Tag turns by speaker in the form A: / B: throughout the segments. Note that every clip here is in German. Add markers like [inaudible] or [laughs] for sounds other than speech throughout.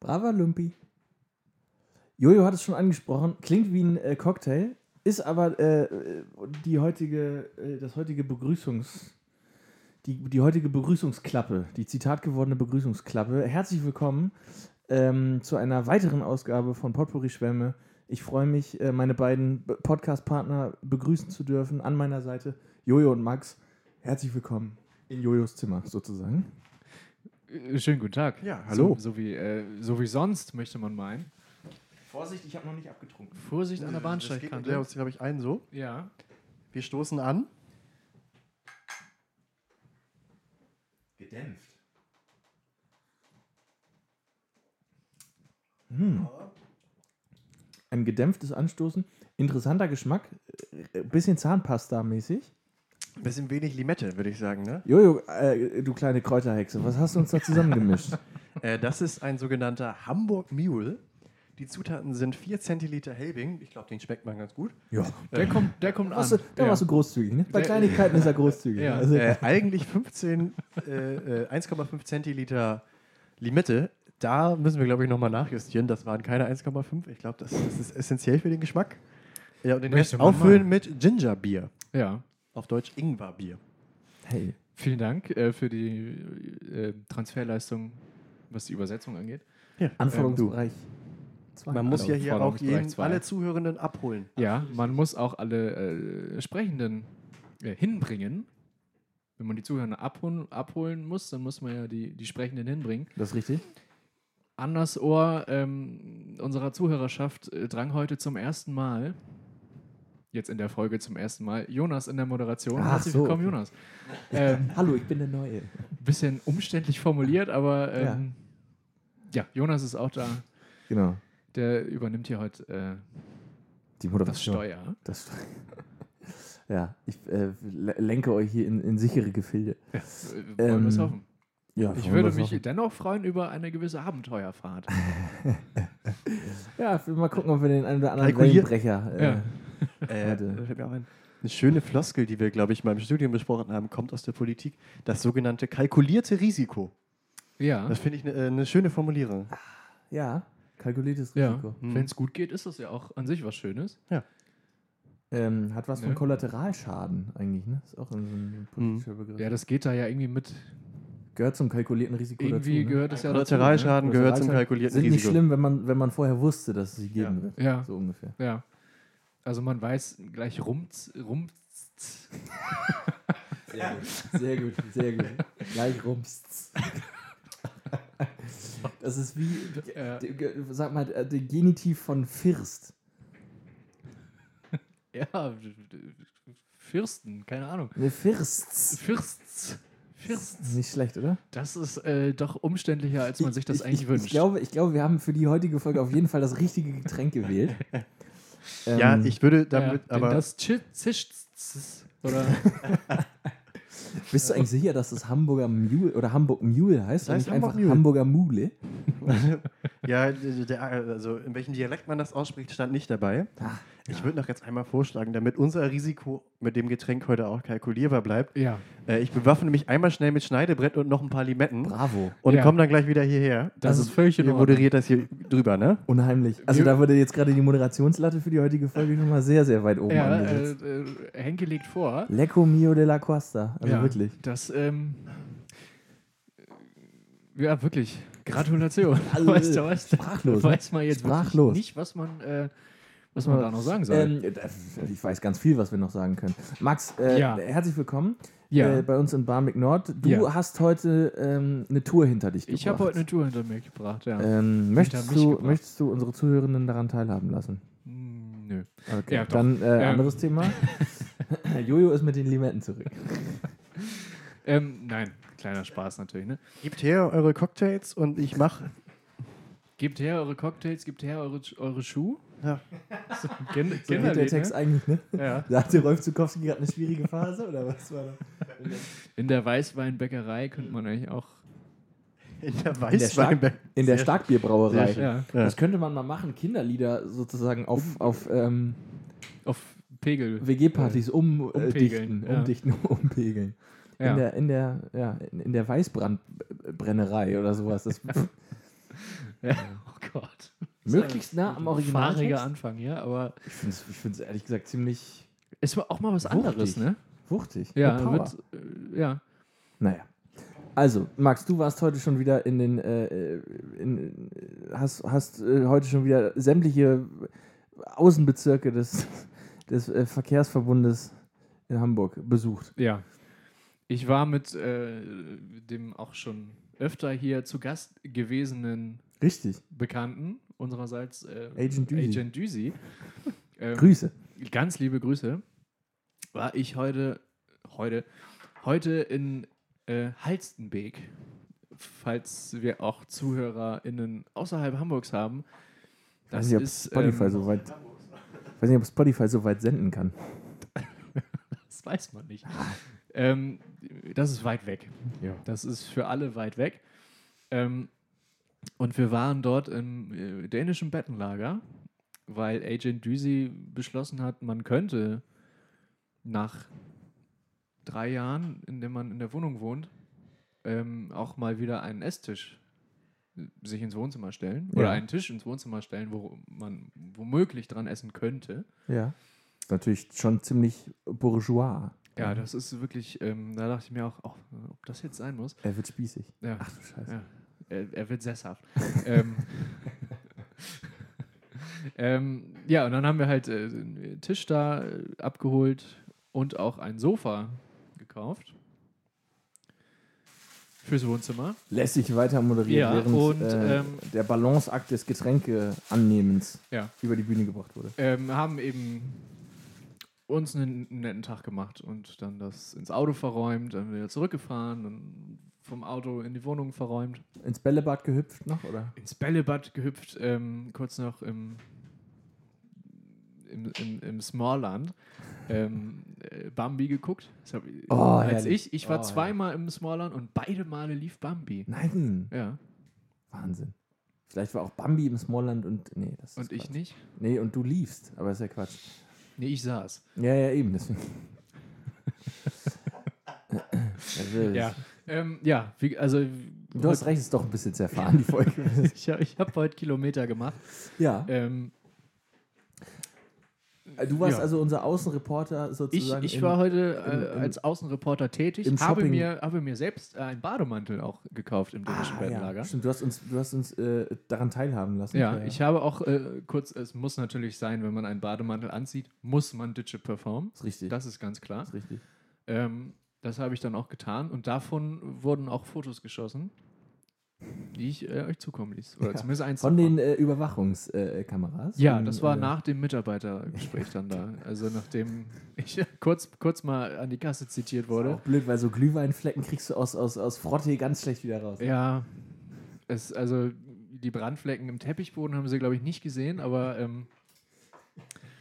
A: Braver Lumpi. Jojo hat es schon angesprochen, klingt wie ein äh, Cocktail, ist aber äh, die heutige, äh, das heutige Begrüßungs... Die, die heutige Begrüßungsklappe, die Zitat gewordene Begrüßungsklappe. Herzlich willkommen ähm, zu einer weiteren Ausgabe von Potpourri Schwämme. Ich freue mich, äh, meine beiden Be- Podcast-Partner begrüßen zu dürfen. An meiner Seite Jojo und Max. Herzlich willkommen in Jojos Zimmer sozusagen.
B: Äh, Schönen guten Tag.
A: Ja, hallo.
B: So, so, wie, äh, so wie sonst, möchte man meinen.
A: Vorsicht, ich habe noch nicht abgetrunken.
B: Vorsicht an der
C: Äh,
B: ne?
C: Das geht
B: Bahnsteigkante.
C: uns, glaube ich, ein so.
B: Ja.
C: Wir stoßen an.
A: Gedämpft. Hm. Ein gedämpftes Anstoßen. Interessanter Geschmack. Äh, Bisschen Zahnpasta-mäßig.
C: Ein bisschen wenig Limette, würde ich
B: [laughs]
C: sagen. Ne?
A: Jojo, äh, du kleine Kräuterhexe, was hast du uns da zusammengemischt?
C: Äh, das ist ein sogenannter Hamburg Mule. Die Zutaten sind 4 Zentiliter Helbing. Ich glaube, den schmeckt man ganz gut.
A: ja.
B: Der kommt, der kommt an.
A: Warst du, da
B: ja.
A: warst du großzügig, ne? Bei
B: Sehr-
A: Kleinigkeiten ist er großzügig.
B: Ja.
A: Also,
C: Äh, eigentlich 15, äh, äh, 1,5 Zentiliter Limette. Da müssen wir, glaube ich, nochmal nachjustieren. Das waren keine 1,5. Ich glaube, das, das ist essentiell für den Geschmack. Ja, und den
B: Möchte
C: Rest
B: man
C: auffüllen mit Gingerbier.
B: ja.
C: Auf Deutsch Ingwerbier.
A: hey.
B: Vielen Dank äh, für die äh, Transferleistung, was die Übersetzung angeht.
A: Anforderungsbereich. zwei.
C: Man muss
B: Also
C: ja hier auch
B: Forderungsbereich
C: jeden,
B: zwei.
C: alle Zuhörenden abholen.
B: Ja, man muss auch alle äh, Sprechenden äh, hinbringen. Wenn man die Zuhörer abholen, abholen muss, dann muss man ja die, die Sprechenden hinbringen.
A: Das ist richtig.
B: An das Ohr ähm, unserer Zuhörerschaft äh, drang heute zum ersten Mal, jetzt in der Folge zum ersten Mal, Jonas in der Moderation.
A: Ach
B: Herzlich
A: Ah, so,
B: willkommen,
A: okay.
B: Jonas.
A: [laughs]
B: Ähm,
A: Hallo, ich bin der Neue.
B: bisschen umständlich formuliert, aber ähm, ja. Jonas ist auch da.
A: Genau.
B: Der übernimmt hier heute äh,
A: Die
B: das
A: Moderation.
B: Steuer.
A: Das [laughs] ja, ich äh, le- lenke euch hier in, in sichere Gefilde.
B: Äh, wollen wir es
A: Ähm,
B: hoffen.
A: Ja,
B: Ich würde mich dennoch freuen über eine gewisse
A: [laughs]
B: Abenteuerfahrt.
A: Ja, wir mal gucken, ob wir den einen oder anderen
C: Kalkuliert.
A: Wellenbrecher. Äh, [laughs]
B: Ja.
C: Äh,
A: Warte.
C: da fällt mir auch ein. Eine schöne Floskel, die wir, glaube ich, mal im Studium besprochen haben, kommt aus der Politik. Das sogenannte kalkulierte Risiko.
B: Ja,
C: Das finde ich eine äh, ne schöne Formulierung.
A: ja, kalkuliertes
B: ja.
A: Risiko. Hm.
B: wenn es gut geht, ist das ja auch an sich was Schönes.
A: Ähm, hat was von
B: Ne?
A: Kollateralschaden eigentlich, ne? Ist auch
C: Hm.
A: ein, so ein politischer Begriff.
B: Ja, das geht da ja irgendwie mit.
A: gehört zum kalkulierten Risiko
B: Irgendwie
A: dazu. ne?
B: gehört es ja dazu. Ne?
C: Kollateralschaden gehört zum kalkulierten
A: Sind nicht
C: Risiko.
A: schlimm, wenn man, wenn man vorher wusste, dass es sie geben
C: Ja.
A: wird.
B: Ja.
A: So
B: [laughs]
A: ungefähr.
B: Ja. Also man weiß gleich rumz, rumz.
A: Sehr gut, sehr gut, sehr gut. Gleich rumst. [laughs] Das ist wie,
B: Ja.
A: der- ge- sag mal, äh, der Genitiv von First.
B: Ja, Fürsten, keine Ahnung.
A: Ne, Firsts.
B: Fürsts. Fürst.
A: Nicht schlecht, oder?
B: Das ist äh, doch umständlicher, als man sich das
A: ich,
B: eigentlich
A: ich,
B: wünscht.
A: Ich glaube, ich glaube, wir haben für die heutige Folge auf jeden Fall das richtige Getränk gewählt.
C: Ja,
A: Ähm,
C: ich
B: [laughs]
C: würde
B: ja,
C: damit,
B: denn
C: aber
B: das zischt. zischt- Oder
A: Bist du eigentlich sicher, dass das Hamburger Mule oder Hamburg Mule heißt?
C: Das heißt
A: und nicht
C: Hamburg
A: einfach Hamburger
C: Mule.
A: Mule.
C: [laughs] ja, der, der- also in welchem Dialekt man das ausspricht, stand nicht dabei. Ich würde noch jetzt einmal vorschlagen, damit unser Risiko mit dem Getränk heute auch kalkulierbar bleibt.
B: ja.
C: Äh, ich bewaffne mich einmal schnell mit Schneidebrett und noch ein paar Limetten
A: Bravo.
C: und
B: Ja.
C: komme dann gleich wieder hierher.
B: Das
A: Also
B: ist völlig in
C: Ihr
B: Ordnung.
C: moderiert das hier drüber, ne?
A: Unheimlich. Also
B: Wir-
A: da wurde jetzt gerade die Moderationslatte für die heutige Folge schon mal sehr, sehr weit oben
B: ja äh,
A: angesetzt.
B: äh, Henke legt vor.
A: Lecco mio della Costa. Also
B: ja,
A: wirklich.
B: Das, ähm, ja, wirklich. Gratulation.
A: Also,
B: [laughs] weißt du was?
A: sprachlos, ne?
B: Weiß man jetzt wirklich
A: Sprachlos.
B: nicht, was man, äh, was man da noch sagen soll.
A: Ähm, das- ich weiß ganz viel, was wir noch sagen können. Max, äh,
B: Ja.
A: herzlich willkommen
B: Ja.
A: äh, bei uns in Barmig Nord. Du
B: Ja.
A: hast heute ähm, eine Tour hinter dich gebracht.
B: ich habe heute eine Tour hinter mir gebracht, ja.
A: ähm, möchtest,
B: mich
A: du,
B: gebracht.
A: möchtest du unsere Zuhörenden daran teilhaben lassen?
B: Hm, Nö.
A: Okay,
B: Ja, doch.
A: dann äh,
B: Ähm.
A: anderes Thema.
B: [laughs]
A: Jojo ist mit den Limetten zurück.
B: Ähm, nein, kleiner Spaß natürlich, ne?
C: Gebt her eure Cocktails und ich mache.
B: Gebt her eure Cocktails, gebt her eure, eure Schuhe.
C: Ja.
B: [laughs] So, gen,
A: So geht der
B: generell,
A: Text
B: ne?
A: eigentlich, ne?
B: ja.
A: Sagte Rolf Zukowski gerade eine schwierige Phase oder was war da?
B: In der Weißweinbäckerei könnte man eigentlich auch.
C: In der
A: In der,
C: Weißweinberg.
A: Stark, in der
C: sehr
A: Starkbierbrauerei.
C: schön.
B: Ja,
C: Ja.
A: Das könnte man mal machen, Kinderlieder sozusagen
B: Um-
A: auf, auf ähm,
B: auf Pegel.
A: WG-Partys um, äh,
B: Umpegeln,
A: dichten,
B: ja.
A: umdichten, [laughs] umpegeln.
B: Ja. [laughs]
A: In der, in der, ja, in in der Weißbrandbrennerei oder sowas. Das,
B: Ja. Oh Gott.
A: Möglichst nah am
B: Fahriger
A: Original.
B: Anfang, ja, aber
A: Ich finde es ich find's ehrlich gesagt ziemlich
B: es war auch mal was anderes,
A: Wuchtig.
B: ne?
A: wuchtig. Mit
B: Ja,
A: Power.
B: wird, äh, ja.
A: Naja. Also, Max, du warst heute schon wieder in den. Äh, in, hast hast äh, heute schon wieder sämtliche Außenbezirke des, des äh, Verkehrsverbundes in Hamburg besucht.
B: Ja. Ich war mit äh, dem auch schon öfter hier zu Gast gewesenen
A: Richtig.
B: Bekannten unsererseits, äh,
A: Agent Düsi. [laughs]
B: Agent Düsi. Ähm,
A: Grüße.
B: ganz liebe Grüße. War ich heute, heute, heute in äh, Halstenbeek. Falls wir auch ZuhörerInnen außerhalb Hamburgs haben.
A: Ich weiß nicht, ob Spotify
B: ähm,
A: so weit. Ich weiß nicht, ob Spotify so weit senden kann.
B: [laughs] Das weiß man nicht. ähm, das ist weit weg.
A: Ja.
B: Das ist für alle weit weg. Ähm, und wir waren dort im äh, dänischen Bettenlager, weil Agent Düsi beschlossen hat, man könnte nach drei Jahren, in dem man in der Wohnung wohnt, ähm, auch mal wieder einen Esstisch äh, sich ins Wohnzimmer stellen oder
A: Ja.
B: einen Tisch ins Wohnzimmer stellen, wo man womöglich dran essen könnte.
A: Ja. Ist natürlich schon ziemlich bourgeois.
B: Ja, das ist wirklich, ähm, da dachte ich mir auch, oh, ob das jetzt sein muss.
A: Er wird spießig.
B: Ja.
A: Ach du Scheiße.
B: Ja. Er, er wird sesshaft. [laughs] ähm, ähm, ja, und dann haben wir halt äh, einen Tisch da äh, abgeholt und auch ein Sofa gekauft. Fürs Wohnzimmer.
A: Lässig weiter moderiert,
B: Ja,
A: während
B: und,
A: äh,
B: ähm,
A: der Balanceakt des Getränkeannehmens
B: Ja.
A: über die Bühne gebracht wurde.
B: Ähm, haben eben uns einen netten Tag gemacht und dann das ins Auto verräumt, dann wieder zurückgefahren, dann vom Auto in die Wohnung verräumt.
A: ins Bällebad gehüpft noch, oder?
B: ins Bällebad gehüpft, ähm, kurz noch im, im, im, im Smallland. Ähm, äh, Bambi geguckt. Das hab,
A: Oh,
B: als
A: herrlich.
B: ich. Ich war
A: Oh,
B: zweimal im Smallland und beide Male lief Bambi.
A: Nein,
B: Ja.
A: Wahnsinn. Vielleicht war auch Bambi im Smallland und nee, das ist
B: Und ich
A: Quatsch.
B: nicht?
A: Nee, und du liefst, aber ist ja Quatsch.
B: Nee, ich saß.
A: Ja, ja, eben,
B: [laughs]
A: deswegen. Also,
B: Ähm, ja,
A: [laughs]
B: wie, also.
A: Du hast recht, ist doch ein bisschen zerfahren, die
B: [laughs]
A: Folge.
B: Ich habe ich hab heute Kilometer gemacht.
A: ja.
B: Ähm,
A: Du warst
B: ja.
A: also unser Außenreporter
B: ich,
A: sozusagen.
B: ich
A: in-
B: war heute äh,
A: im- im-
B: als Außenreporter tätig,
A: im
B: habe
A: Shopping-
B: mir, habe mir selbst äh, einen Bademantel auch gekauft im dänischen
A: ah,
B: Bettenlager.
A: ja. Stimmt, du hast uns, du hast uns äh, daran teilhaben lassen.
B: Ja, ich habe auch äh, kurz, es muss natürlich sein, wenn man einen Bademantel anzieht, muss man Ditsche performen.
A: Ist richtig.
B: Das ist ganz klar.
A: ist richtig.
B: Ähm, das habe ich dann auch getan und davon wurden auch Fotos geschossen, die ich äh, euch zukommen ließ. Oder
A: Ja.
B: zumindest eins.
A: Von
B: davon.
A: den äh, Überwachungskameras.
B: ja,
A: Von,
B: das war
A: äh,
B: nach dem Mitarbeitergespräch
A: [laughs]
B: dann da. Also nachdem ich [laughs] kurz, kurz mal an die Kasse zitiert
A: Ist
B: wurde.
A: Auch blöd, weil so Glühweinflecken kriegst du aus, aus, aus Frotte ganz schlecht wieder raus.
B: Ja, es, also die Brandflecken im Teppichboden haben sie, glaube ich, nicht gesehen, aber ähm, [laughs]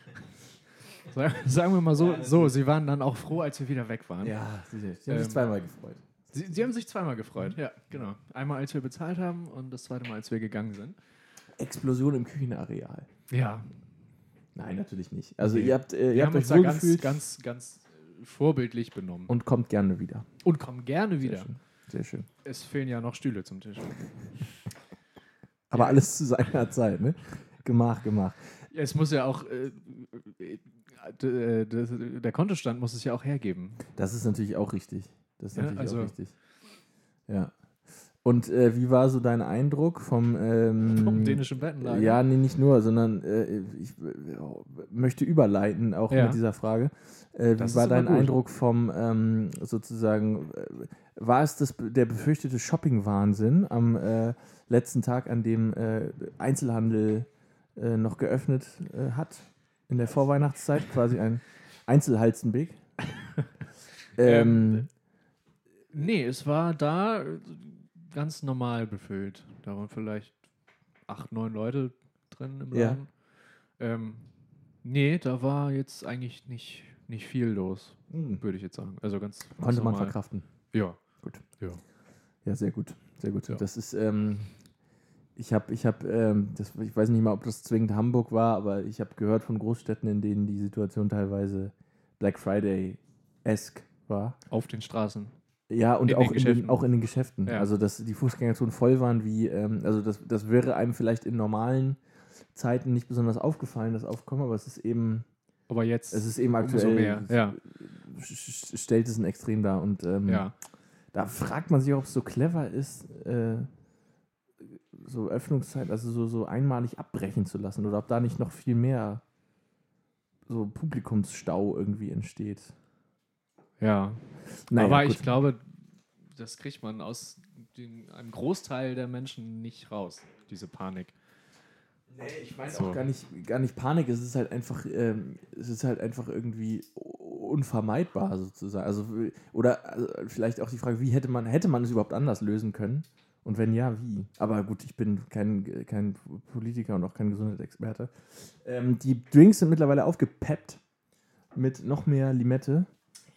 B: sa- sagen wir mal so, so, sie waren dann auch froh, als wir wieder weg waren.
A: Ja, sicher. Die haben
B: Ähm,
A: sich zweimal gefreut.
B: Sie, sie haben sich zweimal gefreut, ja, genau. Einmal, als wir bezahlt haben und das zweite Mal, als wir gegangen sind.
A: Explosion im Küchenareal.
B: Ja,
A: Nein, natürlich nicht. Also
B: Nee.
A: ihr habt, äh,
B: wir
A: ihr
B: haben
A: habt euch
B: uns da
A: wohl
B: ganz,
A: gefühlt
B: ganz, ganz äh, vorbildlich benommen
A: und kommt gerne wieder.
B: und kommen gerne
A: Sehr
B: wieder.
A: schön. Sehr schön.
B: Es fehlen ja noch Stühle zum Tisch.
A: Aber alles zu seiner Zeit, ne? Gemach, gemach.
B: Ja, es muss ja auch, äh, äh, d- äh, d- der Kontostand muss es ja auch hergeben.
A: Das ist natürlich auch richtig. Das ist
B: Ja,
A: natürlich
B: also-
A: auch richtig. Ja. Und äh, wie war so dein Eindruck vom, ähm,
B: Vom dänischen Bettenlager.
A: Ja, nee, nicht nur, sondern äh, ich äh, möchte überleiten auch
B: Ja.
A: mit dieser Frage. Äh,
B: Das
A: wie
B: ist
A: war
B: immer
A: dein
B: gut.
A: Eindruck vom ähm, sozusagen, äh, war es das, der befürchtete Shopping-Wahnsinn am äh, letzten Tag, an dem äh, Einzelhandel äh, noch geöffnet äh, hat, in der Vorweihnachtszeit, quasi ein
B: [laughs]
A: Einzelhalzenweg? ähm,
B: Nee, es war da äh, ganz normal befüllt. Da waren vielleicht acht, neun Leute drin im
A: Ja.
B: Laden. Ähm, nee, da war jetzt eigentlich nicht, nicht viel los,
A: hm,
B: würde ich jetzt sagen. Also ganz, ganz
A: konnte man
B: normal.
A: verkraften.
B: Ja.
A: Gut.
B: Ja.
A: Ja, sehr gut, sehr gut.
B: Ja.
A: Das ist, ähm, ich habe, ich habe, ähm, das, ich weiß nicht mal, ob das zwingend Hamburg war, aber ich habe gehört von Großstädten, in denen die Situation teilweise Black Friday-esque war.
B: Auf den Straßen.
A: Ja, und
B: In
A: auch,
B: den
A: in den,
B: Geschäften.
A: auch in den Geschäften.
B: Ja.
A: Also, dass die Fußgängerzonen voll waren, wie, ähm, also das, das wäre einem vielleicht in normalen Zeiten nicht besonders aufgefallen, das Aufkommen, aber es ist eben,
B: Aber jetzt
A: es ist eben aktuell,
B: umso mehr. Ja,
A: sch- sch- stellt es ein Extrem dar. Und ähm,
B: ja.
A: da fragt man sich, ob es so clever ist, äh, so Öffnungszeit, also so, so einmalig abbrechen zu lassen oder ob da nicht noch viel mehr so Publikumsstau irgendwie entsteht.
B: ja.
A: Naja,
B: Aber
A: gut.
B: ich glaube, das kriegt man aus den, einem Großteil der Menschen nicht raus, diese Panik.
A: Nee, ich meine
B: So.
A: auch gar nicht, gar nicht Panik, es ist halt einfach, ähm, es ist halt einfach irgendwie unvermeidbar sozusagen. Also, oder also, vielleicht auch die Frage, wie hätte man, hätte man es überhaupt anders lösen können? Und wenn ja, wie? Aber gut, ich bin kein, kein Politiker und auch kein Gesundheitsexperte. Ähm, die Drinks sind mittlerweile aufgepeppt mit noch mehr Limette,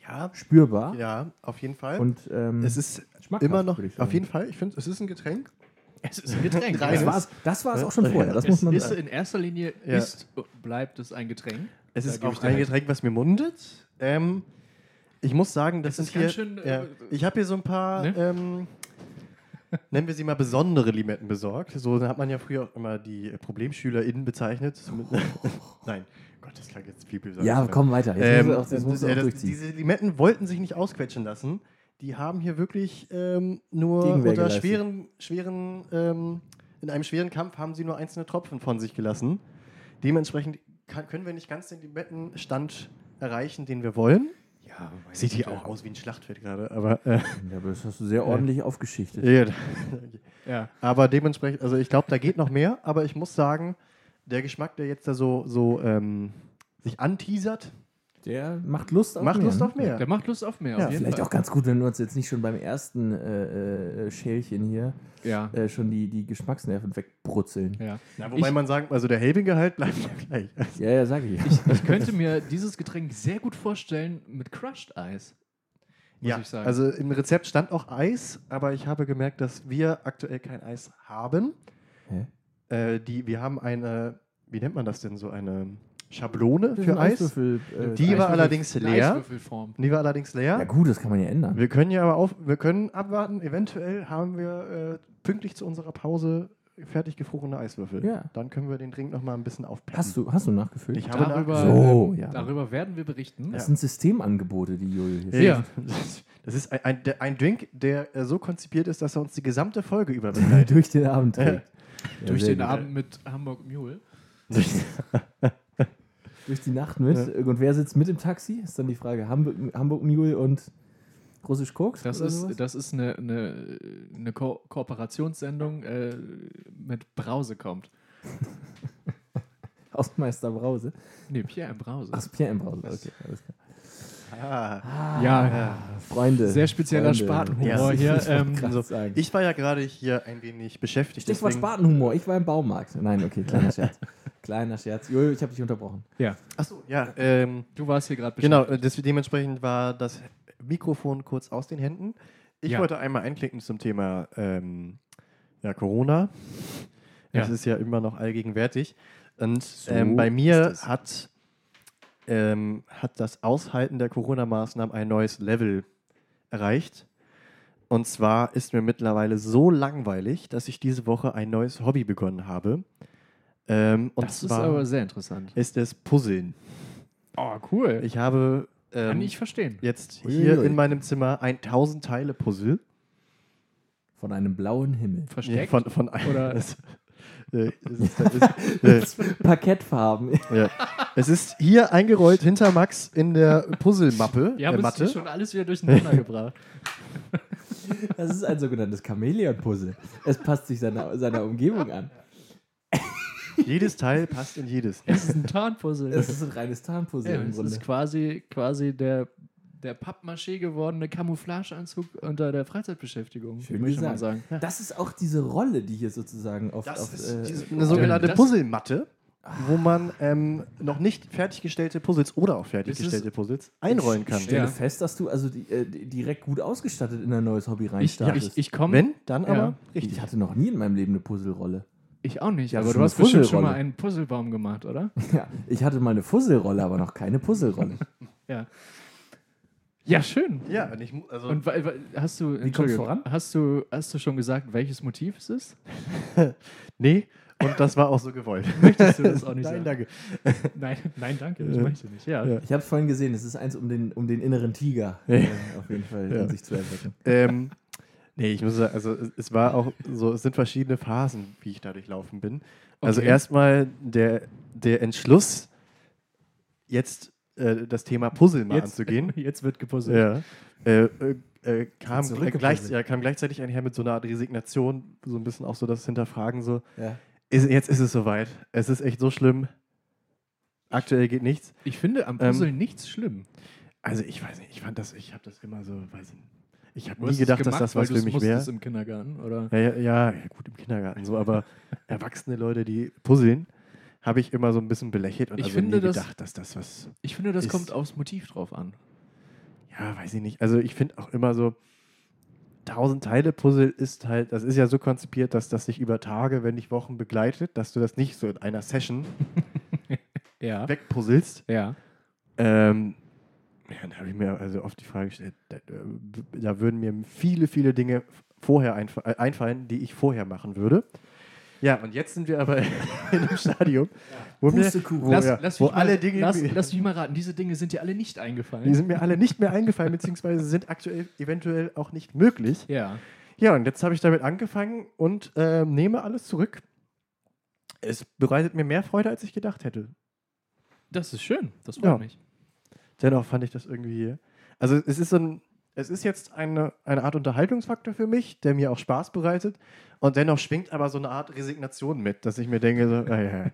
C: Ja,
A: spürbar.
C: ja, auf jeden Fall.
A: Und ähm,
C: es ist
A: schmackhaft,
C: immer noch,
A: würde ich sagen.
C: auf jeden Fall, ich finde, es ist ein Getränk.
B: Es ist ein Getränk.
A: das
C: Reines.
B: es
A: war es das war's auch schon vorher, das
B: es
A: muss man
B: ist
A: sagen.
B: in erster Linie
C: Ja.
B: ist, bleibt es ein Getränk.
C: Es
B: Da
C: ist
B: gebe ich
C: auch
B: dir
C: ein
B: recht.
C: Getränk, was mir mundet. Ähm, ich muss sagen, das
B: Es ist
C: sind hier.
B: ganz schön,
C: ja,
B: äh,
C: ich habe hier so ein paar,
B: ne?
C: ähm, nennen wir sie mal besondere Limetten besorgt. So hat man ja früher auch immer die ProblemschülerInnen bezeichnet. [laughs] Nein, Gott, das klang jetzt viel böser.
A: Ja, komm weiter. Jetzt
C: Ähm,
A: muss er auch, jetzt muss er
C: äh,
A: auch
C: das,
A: durchziehen.
C: diese Limetten wollten sich nicht ausquetschen lassen. Die haben hier wirklich ähm, nur
A: Gegenwehr
C: unter
A: geleistet.
C: schweren, schweren, ähm, in einem schweren Kampf haben sie nur einzelne Tropfen von sich gelassen. Dementsprechend kann, können wir nicht ganz den Limettenstand erreichen, den wir wollen.
B: Ja, meine
C: Sieht hier
B: Güte.
C: auch aus wie ein Schlachtfeld gerade, aber, äh,
A: Ja, aber das hast du sehr ordentlich aufgeschichtet.
C: ja, da-
B: Ja.
C: [laughs] aber dementsprechend, also ich glaube, da geht noch mehr, aber ich muss sagen, der Geschmack, der jetzt da so, so ähm, sich anteasert,
A: Der macht Lust auf
C: macht
A: mehr.
C: Lust
A: ne?
C: auf mehr.
B: Der macht Lust auf mehr.
C: Ja,
B: auf jeden
A: Vielleicht
B: Fall.
A: auch ganz gut, wenn wir uns jetzt nicht schon beim ersten äh, äh, Schälchen hier
B: Ja.
A: äh, schon die, die Geschmacksnerven wegbrutzeln.
B: ja.
C: Na, wobei man sagen, also der Helbing-Gehalt bleibt ja gleich.
A: Ja, ja, sag ich.
B: ich, ich könnte mir dieses Getränk sehr gut vorstellen mit Crushed Eis. Muss ich sagen.
C: Also im Rezept stand auch Eis, aber ich habe gemerkt, dass wir aktuell kein Eis haben.
A: Hä?
C: Äh, die, wir haben eine, wie nennt man das denn, so eine Schablone
A: Das ist
C: für
A: ein
C: Eis.
A: Eiswürfel, äh,
C: Die war
B: Eiswürfel-
C: allerdings
B: eine
C: leer.
B: Eiswürfelform.
C: Die war allerdings leer.
A: Ja, gut, das kann man ja ändern.
C: Wir können ja aber auf, wir können abwarten. Eventuell haben wir äh, pünktlich zu unserer Pause fertig gefrorene Eiswürfel.
A: Ja.
C: Dann können wir den Drink noch mal ein bisschen aufpeppen.
A: Hast du, hast du nachgefüllt?
C: Ich äh, habe
B: Darüber,
C: nachgesucht.
A: So,
B: ähm,
A: ja.
B: darüber werden wir berichten.
A: das sind Systemangebote, die Jojo hier
B: Ja.
C: [laughs] Das ist ein, ein, der- ein Drink, der äh, so konzipiert ist, dass er uns die gesamte Folge
A: [laughs]
C: über
A: schickt.
C: begleitet.
A: durch den Abend trägt.
C: [laughs]
A: Ja,
B: Durch
A: sehr gut.
B: den Abend mit Hamburg Mule.
A: Durch die Nacht mit. Und wer sitzt mit im Taxi? Ist dann die Frage. Hamburg, Hamburg Mule und Russisch Koks?
B: Das
A: oder
B: ist,
A: sowas?
B: das ist eine, eine, eine Ko Kooperationssendung äh, mit Brause kommt.
A: Aus Meister Brause.
B: Nee, Pierre M. Brause.
A: Aus Pierre M. Brause. Okay, alles klar.
C: ah.
B: ja,
A: Freunde.
B: sehr spezieller
A: Freunde.
B: Spatenhumor
C: Ja.
A: [laughs]
B: hier. Ähm,
A: Krass
C: so,
A: sagen.
C: Ich war ja gerade hier ein wenig beschäftigt.
A: Stichwort
C: deswegen-
A: Spatenhumor. Ich war im Baumarkt. Nein, okay, kleiner Scherz. [laughs] kleiner Scherz. Jojo, ich habe dich unterbrochen.
B: ja,
C: Achso, ja. Ähm,
B: du warst hier gerade
C: genau, äh, des, dementsprechend war das Mikrofon kurz aus den Händen. Ich
B: Ja.
C: wollte einmal einklicken zum Thema ähm, ja, Corona. Das
B: Ja.
C: ist ja immer noch allgegenwärtig. Und
A: So
C: ähm, bei
A: ist
C: mir
A: es.
C: hat, ähm, hat das Aushalten der Corona-Maßnahmen ein neues Level erreicht. Und zwar ist mir mittlerweile so langweilig, dass ich diese Woche ein neues Hobby begonnen habe. Ähm, und
B: Das ist
C: zwar
B: aber
C: ist,
B: sehr interessant.
C: es Puzzeln.
B: Oh, cool.
C: Ich habe
B: Kann
C: ähm,
B: ich verstehen.
C: jetzt
A: Uiuiui.
C: hier in meinem Zimmer ein 1000 Teile Puzzle
A: Von einem blauen
C: [laughs]
A: Himmel.
B: Versteckt.
C: von von einem.
B: Oder-
C: [laughs] es, äh, es ist, es, äh,
A: Parkettfarben.
C: ja. es ist hier eingerollt hinter Max in der Puzzlemappe.
B: Wir haben es
C: äh,
B: hier
C: Matte.
B: schon alles wieder durcheinander gebracht.
A: Das ist ein sogenanntes Chamäleon-Puzzle. Es passt sich seiner, seiner Umgebung an.
C: Jedes Teil passt in jedes.
B: Es ist ein Tarnpuzzle.
A: Es ist ein reines Tarnpuzzle
B: Ja,
A: im
B: es
A: Grunde.
B: ist quasi, quasi der, der Pappmaché gewordene Camouflageanzug unter der Freizeitbeschäftigung.
A: Schön
B: möchte man
A: gesagt.
B: sagen.
A: Das ist auch diese Rolle, die hier sozusagen auf. auf äh,
C: diese- eine sogenannte
B: das-
C: Puzzlematte, wo man ähm, noch nicht fertiggestellte Puzzles oder auch
B: Es
C: fertiggestellte Puzzles einrollen kann.
A: Ich stelle
B: Ja.
A: fest, dass du also die, äh, die- direkt gut ausgestattet in ein neues Hobby
B: Ich,
A: reinstartest.
B: ich, ich komme.
C: Wenn, dann
B: Ja.
C: aber
A: Ich
C: richtig.
A: hatte noch nie in meinem Leben eine
C: [laughs]
A: Puzzlerolle.
B: Ich auch nicht,
A: Ja,
B: aber
A: das
B: du
A: ist
B: hast
A: eine
B: bestimmt schon mal
A: Fusselrolle.
B: einen Puzzlebaum gemacht, oder?
A: Ja, ich hatte mal eine Fusselrolle, aber noch keine Puzzlerolle.
B: Ja. Ja, schön.
C: Ja, und ich, mu- also
B: Und wa- wa- hast du,
A: kommst
B: Entschuldigung,
A: du voran?
B: Hast du, hast du schon gesagt, welches Motiv es ist?
C: nee, und das war auch so [laughs] gewollt.
B: Möchtest du das auch nicht
C: Nein,
B: sagen?
C: danke.
B: Nein, nein, danke, das
C: Ja.
B: möchte ich nicht. Ja.
C: Ja.
A: Ich habe es vorhin gesehen, es ist eins um den, um den inneren Tiger,
C: Ja.
A: äh, auf jeden Fall,
C: Ja.
A: um sich zu erwecken.
C: ähm, nee, ich muss sagen, also es, es war auch so, es sind verschiedene Phasen, wie ich da durchlaufen bin. Also
B: Okay.
C: erstmal der, der Entschluss, jetzt äh, das Thema Puzzle mal
B: [laughs]
C: anzugehen.
B: Jetzt wird gepuzzelt.
C: Ja. Äh, äh, äh, kam,
A: Zurück
C: äh, gleich,
A: gepuzzelt.
C: ja, kam gleichzeitig einher mit so einer Art Resignation, so ein bisschen auch so das Hinterfragen, so,
A: Ja.
C: ist, jetzt ist es soweit. Es ist echt so schlimm. Aktuell geht nichts.
B: Ich finde am
C: Ähm,
B: Puzzle nichts schlimm.
C: Also ich weiß nicht, ich fand das, ich habe das immer so, weiß ich nicht. Ich habe
B: Du
C: nie
B: hast es
C: gedacht, dass
B: gemacht,
C: das
B: weil
C: was
B: du es
C: für mich
B: musstest
C: wäre.
B: im Kindergarten, oder?
C: Ja, ja, ja, ja, gut, im Kindergarten
B: [laughs]
C: so, aber erwachsene Leute, die puzzeln, habe ich immer so ein bisschen belächelt und
B: Ich
C: also
B: finde,
C: nie
B: das-
C: gedacht, dass das was,
B: Ich finde, das
C: Ist-
B: kommt aufs Motiv drauf an.
C: ja, weiß ich nicht. Also ich finde auch immer so, 1000 Teile Puzzle ist halt, das ist ja so konzipiert, dass das dich über Tage, wenn nicht Wochen begleitet, dass du das nicht so in einer Session [laughs]
B: Ja.
C: wegpuzzelst.
B: Ja.
C: Ähm, ja, dann habe ich mir also oft die Frage gestellt, da, da würden mir viele, viele Dinge vorher einf äh, einfallen, die ich vorher machen würde. Ja, und jetzt sind wir aber [laughs] in einem Stadium, wo, mir,
A: Pustekuchen.
C: wo,
B: lass,
C: ja,
B: lass,
C: wo
B: mich
C: alle
B: mal,
C: Dinge,
B: lass, lass mich mal raten, diese Dinge sind dir alle nicht eingefallen.
C: die sind mir alle nicht mehr eingefallen, beziehungsweise sind aktuell eventuell auch nicht möglich.
B: ja.
C: Ja, und jetzt habe ich damit angefangen und ähm, nehme alles zurück. Es bereitet mir mehr Freude, als ich gedacht hätte.
B: Das ist schön. Das freut
C: Ja.
B: mich.
C: dennoch fand ich das irgendwie. Also es ist so ein, es ist jetzt eine, eine Art Unterhaltungsfaktor für mich, der mir auch Spaß bereitet. Und dennoch schwingt aber so eine Art Resignation mit, dass ich mir denke, so, ah, ja, ja.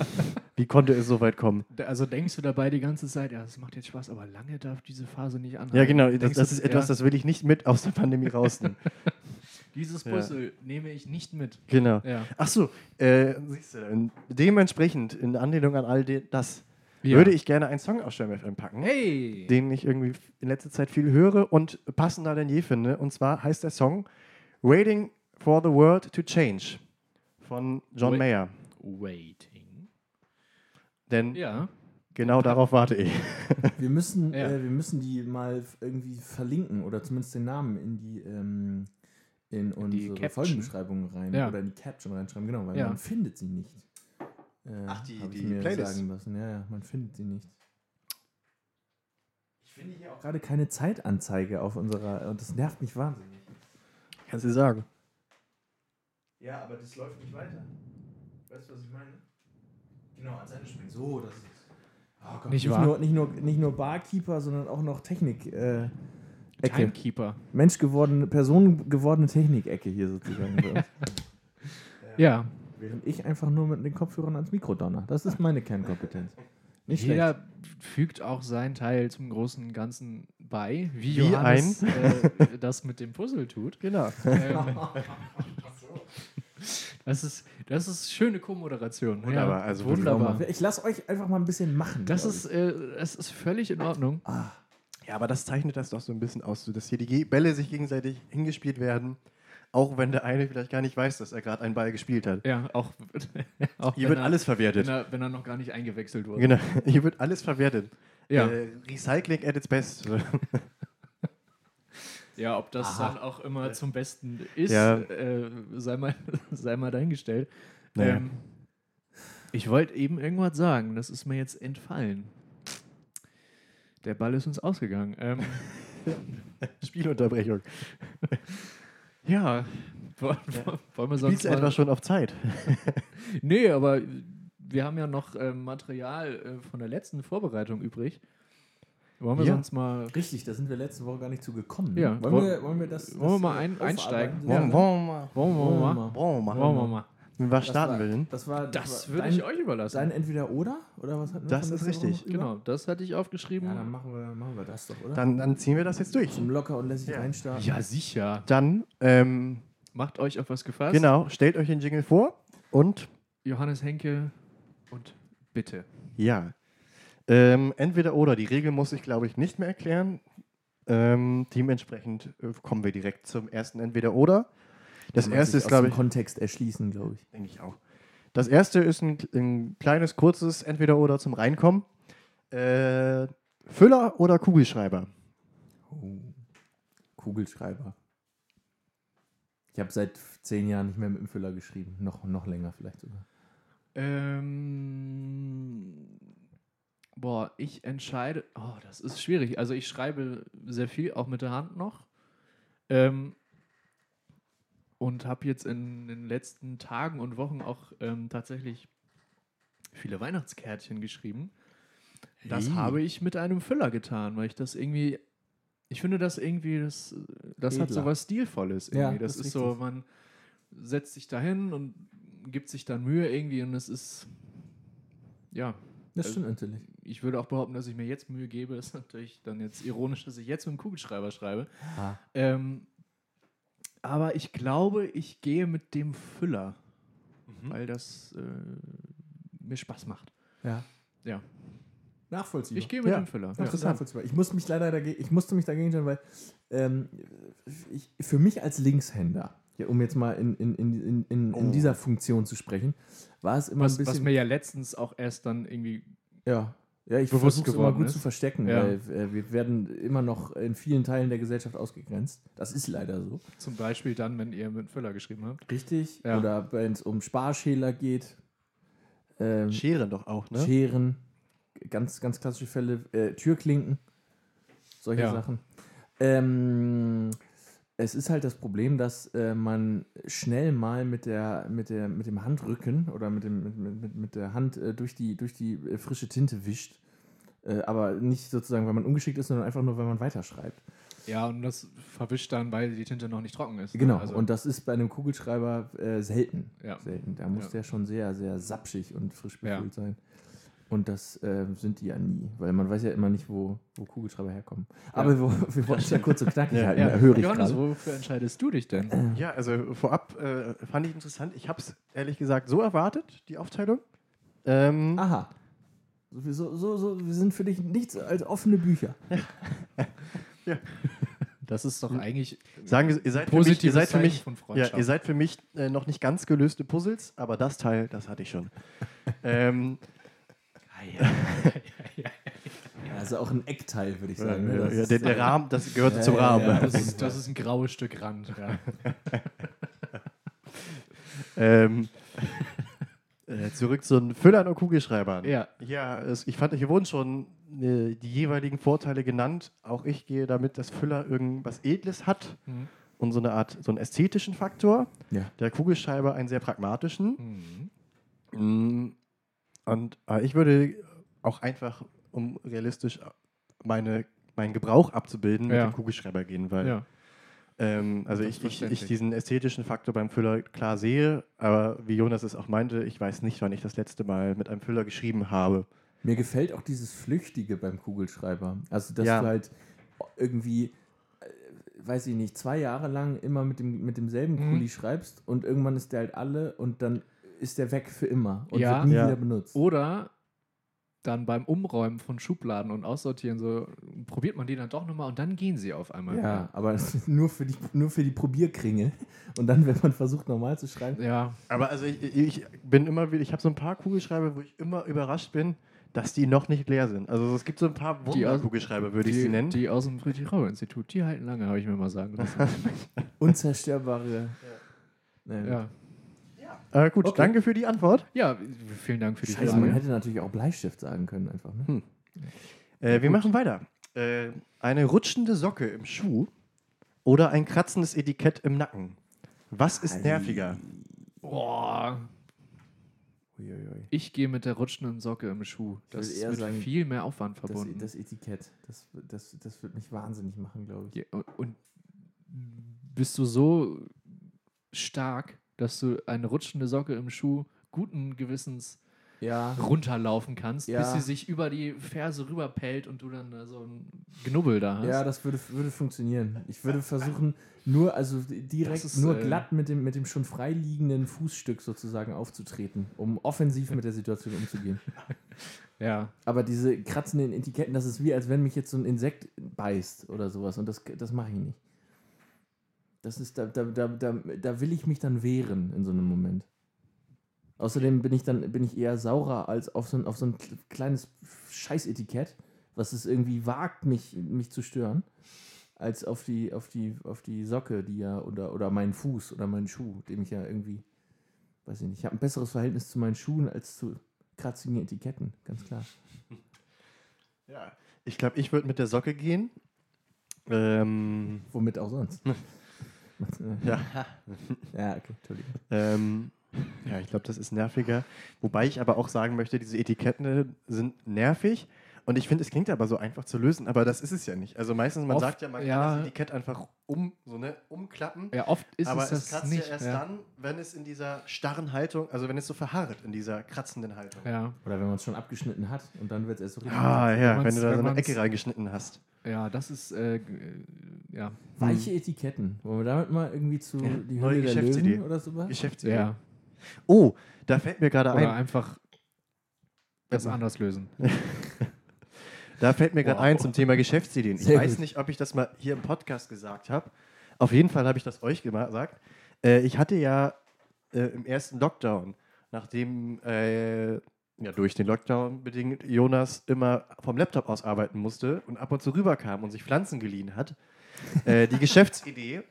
B: [laughs]
C: wie konnte es so weit kommen?
B: Da- Also denkst du dabei die ganze Zeit, ja, das macht jetzt Spaß, aber lange darf diese Phase nicht anhalten.
C: Ja, genau, das,
B: Denkst
C: das
B: du,
C: ist etwas,
B: ja,
C: das will ich nicht mit aus der
B: [laughs]
C: Pandemie rausnehmen.
B: Dieses
C: Ja.
B: Puzzle nehme ich nicht mit.
C: genau.
B: Ja.
C: Ach so, äh, siehst du, in, dementsprechend, in Anlehnung an all de, das,
B: Ja.
C: würde ich gerne einen Song aus Schirm FM packen.
B: Hey!
C: den ich irgendwie in letzter Zeit viel höre und passender denn je finde. Und zwar heißt der Song Waiting for the World to Change von John
B: Wait.
C: Mayer.
B: Waiting.
C: Denn
B: Ja.
C: genau darauf warte ich.
A: Wir müssen,
B: Ja.
A: äh, wir müssen die mal f- irgendwie verlinken oder zumindest den Namen in die, ähm, in
B: die
A: unsere
B: Caption.
A: Folgenbeschreibung rein
B: Ja.
A: oder in die Caption reinschreiben, genau, weil
B: Ja.
A: man findet sie nicht. Äh,
C: Ach, die-
A: hab ich
C: die
A: mir
C: Playlist.
A: Sagen lassen. Ja, ja, man findet sie nicht. Ich finde hier auch gerade keine Zeitanzeige auf unserer und das nervt mich wahnsinnig.
C: Kannst du sagen. Ja, aber das läuft nicht weiter. Weißt du, was ich meine?
A: Genau, als eine springt. So, das ist. Oh Gott,
B: Nicht
A: nicht,
B: wahr?
A: nur, nicht, nur, nicht nur Barkeeper, sondern auch noch Technik. Äh, Ecke.
B: Timekeeper.
A: Mensch gewordene, Person gewordene Technik-Ecke hier sozusagen. bei uns.
B: [laughs] Ja.
A: Während ich einfach nur mit den Kopfhörern ans Mikro donner. Das ist meine Kernkompetenz. Nicht schlecht.
B: Jeder fügt auch seinen Teil zum großen und Ganzen bei, wie,
C: Wie
B: Johannes äh, das mit dem Puzzle tut.
C: Genau.
B: Ähm, das, ist, das ist schöne Co-Moderation.
C: Wunderbar, also wirklich
B: wunderbar.
A: Ich lasse euch einfach mal ein bisschen machen.
B: Das
A: glaub
B: ist, äh, das ist völlig in Ordnung.
C: Ah. Ja, aber das zeichnet das doch so ein bisschen aus, so, dass hier die Ge- Bälle sich gegenseitig hingespielt werden, auch wenn der eine vielleicht gar nicht weiß, dass er gerade einen Ball gespielt hat.
B: Ja, auch, [laughs] auch
C: Hier
B: wenn
C: wird
B: er-
C: alles verwertet.
B: wenn er, wenn er noch gar nicht eingewechselt wurde.
C: Genau, [laughs] hier wird alles verwertet.
B: Ja.
C: Äh, Recycling at its best. [laughs]
B: Ja, ob das dann auch immer zum Besten ist,
C: Ja.
B: äh, sei, mal, [laughs] sei mal dahingestellt.
C: Naja.
B: Ähm, ich wollte eben irgendwas sagen, das ist mir jetzt entfallen. Der Ball ist uns ausgegangen. Ähm,
C: Spielunterbrechung.
B: ja, wollen, wollen wir sonst
C: Spielst du
B: mal,
C: etwa schon auf Zeit?
B: Nee, aber wir haben ja noch ähm, Material äh, von der letzten Vorbereitung übrig. Wollen wir
C: Ja.
B: sonst mal
A: ich. Richtig, da sind wir letzte Woche gar nicht zu gekommen. ne?
B: Ja.
A: Wollen, wir, wollen wir das.
B: Wollen wir
A: das,
B: mal
A: äh,
B: ein-
A: aufarbeiten?
B: einsteigen?
A: Ja.
B: Wollen-
C: wollen
B: Wollen wir
A: Wollen wir
B: mal?
A: mal.
C: wir
B: Wollen wir mal.
C: Mit was
A: Das war-
C: starten wir denn?
A: Das war.
B: Das
A: war
B: würde
A: dein,
B: ich euch überlassen.
A: Sein Entweder-Oder? Oder was hatten wir
C: Das
A: von
C: ist
A: letzter Woche
C: richtig.
A: noch über?
B: Genau, das hatte ich aufgeschrieben.
A: Ja, dann machen wir, machen wir das doch, oder?
C: Dann, dann ziehen wir das jetzt durch.
A: Zum locker und lässig
C: Ja.
A: reinstarten.
B: Ja, sicher.
C: Dann, ähm,
B: Macht euch auf was gefasst.
C: genau, stellt euch den Jingle vor und
B: Johannes Henke und bitte.
C: ja. Ähm, entweder oder. Die Regel muss ich, glaube ich, nicht mehr erklären. Ähm, dementsprechend äh, kommen wir direkt zum ersten Entweder oder. Das
A: Man
C: erste
A: sich
C: ist,
A: aus
C: glaube
A: dem
C: ich,
A: Kontext erschließen, glaube ich.
C: Denke ich auch. Das erste ist ein, ein kleines, kurzes Entweder-Oder zum Reinkommen. Äh, Füller oder Kugelschreiber?
A: Oh. Kugelschreiber. Ich habe seit zehn Jahren nicht mehr mit dem Füller geschrieben. Noch, noch länger vielleicht sogar.
B: Ähm, boah, ich entscheide. Oh, das ist schwierig. Also ich schreibe sehr viel, auch mit der Hand noch. Ähm, und habe jetzt in den letzten Tagen und Wochen auch ähm, tatsächlich viele Weihnachtskärtchen geschrieben. Das
C: Hey.
B: habe ich mit einem Füller getan, weil ich das irgendwie. Ich finde das irgendwie, das, das hat so
A: Edler.
B: was Stilvolles
A: Ja,
B: irgendwie. das,
A: das ist
B: ist so,
A: richtig.
B: man setzt sich dahin und gibt sich dann Mühe irgendwie und es ist, ja,
A: Das
B: Also-
A: stimmt natürlich.
B: ich würde auch behaupten, dass ich mir jetzt Mühe gebe. [laughs] Ist natürlich dann jetzt ironisch, dass ich jetzt mit dem Kugelschreiber schreibe.
A: Ah.
B: Ähm, aber ich glaube, ich gehe mit dem Füller, weil das äh, mir Spaß macht.
A: Ja.
B: Ja,
A: Nachvollziehbar.
B: ich gehe mit
C: Ja.
B: dem Füller.
A: Ja,
B: Ja.
A: das ist nachvollziehbar. Ich muss mich leider dagegen, ich musste mich dagegen stellen, weil ähm, ich, für mich als Linkshänder, ja, um jetzt mal in, in, in, in, in, in
C: Oh.
A: dieser Funktion zu sprechen, war es immer
B: Was,
A: ein bisschen.
B: was mir ja letztens auch erst dann irgendwie
A: ja. Ja, ich
B: bewusst
A: versuche es immer
B: geworden
A: gut
B: ist.
A: zu verstecken,
B: Ja.
A: weil äh, wir werden immer noch in vielen Teilen der Gesellschaft ausgegrenzt. Das ist leider so.
B: zum Beispiel dann, wenn ihr mit dem Füller geschrieben habt.
A: Richtig.
B: Ja.
A: Oder wenn es um Sparschäler geht, ähm,
C: Scheren doch auch, ne?
A: Scheren, ganz, ganz klassische Fälle, äh, Türklinken, solche
B: Ja.
A: Sachen. Ähm, es ist halt das Problem, dass äh, man schnell mal mit, der, mit, der, mit dem Handrücken oder mit, dem, mit- mit, mit, mit der Hand äh, durch die, durch die äh, frische Tinte wischt. Äh, aber nicht sozusagen, weil man ungeschickt ist, sondern einfach nur, weil man weiterschreibt.
B: Ja, und das verwischt dann, weil die Tinte noch nicht trocken ist. ne?
A: Genau,
B: Also,
A: und das ist bei einem Kugelschreiber äh, selten.
B: Ja.
A: selten. Da muss
B: Ja.
A: der schon sehr, sehr sapschig und frisch
B: Ja.
A: befüllt sein. Und das äh, sind die ja nie, weil man weiß ja immer nicht, wo, wo Kugelschreiber herkommen. Aber wo, wir wollen es ja kurz und knackig
C: [laughs] Ja,
A: halten,
B: ja,
A: ja, höre ich
B: Johannes,
A: gerade.
B: wofür entscheidest du dich denn?
C: Ja, also vorab äh, fand ich interessant. Ich habe es ehrlich gesagt so erwartet, die Aufteilung. Ähm,
A: Aha. So, so, so, wir sind für dich nichts als offene Bücher.
B: Das ist doch eigentlich
C: sagen wir, ihr seid für mich, ihr
B: positives
C: seid für
B: Zeichen
C: mich,
B: von
C: Hm. ja,
B: Freundschaft.
C: ihr seid für mich äh, noch nicht ganz gelöste Puzzles, aber das Teil, das hatte ich [laughs] schon. ähm,
A: Also auch ein Eckteil, würde ich sagen. ne? Das
C: äh, ja,
A: ist-
C: der, der Rahmen, das gehört
A: Ja,
C: zum
A: ja,
C: Rahmen.
A: ja,
B: das, ist, das ist ein graues Stück Rand. Ja.
C: [laughs] Ähm, äh, zurück zu den Füllern und Kugelschreibern.
B: Ja.
C: Ja, es, ich fand, hier wurden schon äh, die jeweiligen Vorteile genannt. Auch ich gehe damit, dass Füller irgendwas Edles hat
B: Mhm.
C: und so eine Art, so einen ästhetischen Faktor.
A: Ja.
C: Der Kugelschreiber einen sehr pragmatischen.
B: Hm.
C: Mm, Und äh, ich würde auch einfach, um realistisch meine, meinen Gebrauch abzubilden,
B: Ja.
C: mit dem Kugelschreiber gehen, weil
B: Ja.
C: ähm, also
B: Das
C: ich,
B: ist
C: ich, ich
B: verständlich.
C: diesen ästhetischen Faktor beim Füller klar sehe, aber wie Jonas es auch meinte, ich weiß nicht, wann ich das letzte Mal mit einem Füller geschrieben habe.
A: Mir gefällt auch dieses Flüchtige beim Kugelschreiber. Also, dass
C: Ja.
A: du halt irgendwie, äh, weiß ich nicht, zwei Jahre lang immer mit, dem, mit demselben
B: Mhm.
A: Kuli schreibst und irgendwann ist der halt alle und dann ist der weg für immer und
B: Ja. Oh,
A: wird nie
C: Ja.
A: wieder benutzt.
B: Oder dann beim Umräumen von Schubladen und Aussortieren so probiert man die dann doch nochmal und dann gehen sie auf einmal.
A: Ja, aber das ist nur für die, nur für die Probierkringel. [laughs] Und dann, wenn man versucht, normal zu schreiben.
B: Ja,
C: Aber also ich, ich bin immer wieder, ich habe so ein paar Kugelschreiber, wo ich immer überrascht bin, dass die noch nicht leer sind. Also es gibt so ein paar
B: Die aus-
C: Wunderkugelschreiber, würde ich sie
B: die,
C: nennen.
B: die aus dem Friedrich-Rau-Institut, die halten lange, habe ich mir mal sagen
C: [laughs]
B: lassen.
A: Unzerstörbare. Naja, gut.
B: ja.
C: Äh, gut,
A: Okay.
C: danke für die Antwort.
B: ja, vielen Dank für die
A: Scheiße, Also, man
B: Frage.
A: hätte natürlich auch Bleistift sagen können, einfach. Ne?
C: Äh, wir machen weiter. Äh, eine rutschende Socke im Schuh oder ein kratzendes Etikett im Nacken. Was ist nerviger?
B: Boah,
A: Uiuiui.
B: ich gehe mit der rutschenden Socke im Schuh. Das
A: würde
B: ist
A: eher
B: mit
A: sagen,
B: viel mehr Aufwand
A: Das, E-,
B: verbunden.
A: das Etikett, das, das, das wird mich wahnsinnig machen, glaube ich.
B: Ja, und- und bist du so stark, dass du eine rutschende Socke im Schuh guten Gewissens
A: Ja.
B: runterlaufen kannst,
A: Ja.
B: bis sie sich über die Ferse rüberpellt und du dann da so einen Knubbel da hast.
A: Ja, das würde, würde funktionieren. Ich würde versuchen, nur, also direkt,
B: Das ist,
A: nur
B: äh,
A: glatt mit dem, mit dem schon freiliegenden Fußstück sozusagen aufzutreten, um offensiv mit der Situation umzugehen.
B: ja.
A: Aber diese kratzenden Etiketten, das ist wie, als wenn mich jetzt so ein Insekt beißt oder sowas. Und das, das mache ich nicht. Das ist, da, da, da, da, da will ich mich dann wehren in so einem Moment. Außerdem bin ich dann bin ich eher saurer als auf so ein, auf so ein kleines Scheißetikett, was es irgendwie wagt, mich, mich zu stören. als auf die, auf die, auf die Socke, die ja, oder, oder meinen Fuß oder meinen Schuh, dem ich ja irgendwie, weiß ich nicht, ich habe ein besseres Verhältnis zu meinen Schuhen als zu kratzigen Etiketten, ganz klar.
C: Ja. Ich glaube, ich würde mit der Socke gehen. Ähm,
A: Womit auch sonst. [laughs]
C: ja.
B: [laughs]
A: ja, okay, Entschuldigung.
C: Ähm, ja, ich glaube, das ist nerviger. Wobei ich aber auch sagen möchte, diese Etiketten äh, sind nervig. Und ich finde, es klingt aber so einfach zu lösen, aber das ist es ja nicht. Also meistens, man
B: Oft-
C: sagt ja, man
B: ja.
C: kann das Etikett einfach um, so, ne, umklappen.
B: Ja, oft ist
C: aber
B: es das
C: kratzt
B: nicht.
C: ja erst
B: ja.
C: dann, wenn es in dieser starren Haltung, also wenn es so verharrt in dieser kratzenden Haltung.
B: Ja.
A: Oder wenn man es schon abgeschnitten hat und dann wird es erst so richtig.
C: Ah, ja,
B: Wenn
C: wenn,
B: man's-
C: du da
B: wenn
C: so eine
B: man's-
C: Ecke reingeschnitten hast.
B: ja, das ist, äh, g- äh, ja.
A: Weiche Etiketten. Wollen wir damit mal irgendwie zu
C: hm. Ja,
A: die
C: neue
A: Höhle der
C: Geschäftsidee.
A: Löwen oder sowas?
C: Geschäftsidee.
B: ja.
C: Oh, da fällt mir gerade
B: Oder
C: ein.
B: einfach das anders lösen.
C: Da fällt mir gerade
A: Wow.
C: ein zum Thema Geschäftsideen. Ich
A: Sehr
C: weiß
A: gut.
C: nicht, ob ich das mal hier im Podcast gesagt habe. Auf jeden Fall habe ich das euch gema- gesagt. Äh, ich hatte ja äh, im ersten Lockdown, nachdem äh, ja durch den Lockdown bedingt Jonas immer vom Laptop aus arbeiten musste und ab und zu rüberkam und sich Pflanzen geliehen hat,
A: [laughs]
C: äh, die Geschäftsidee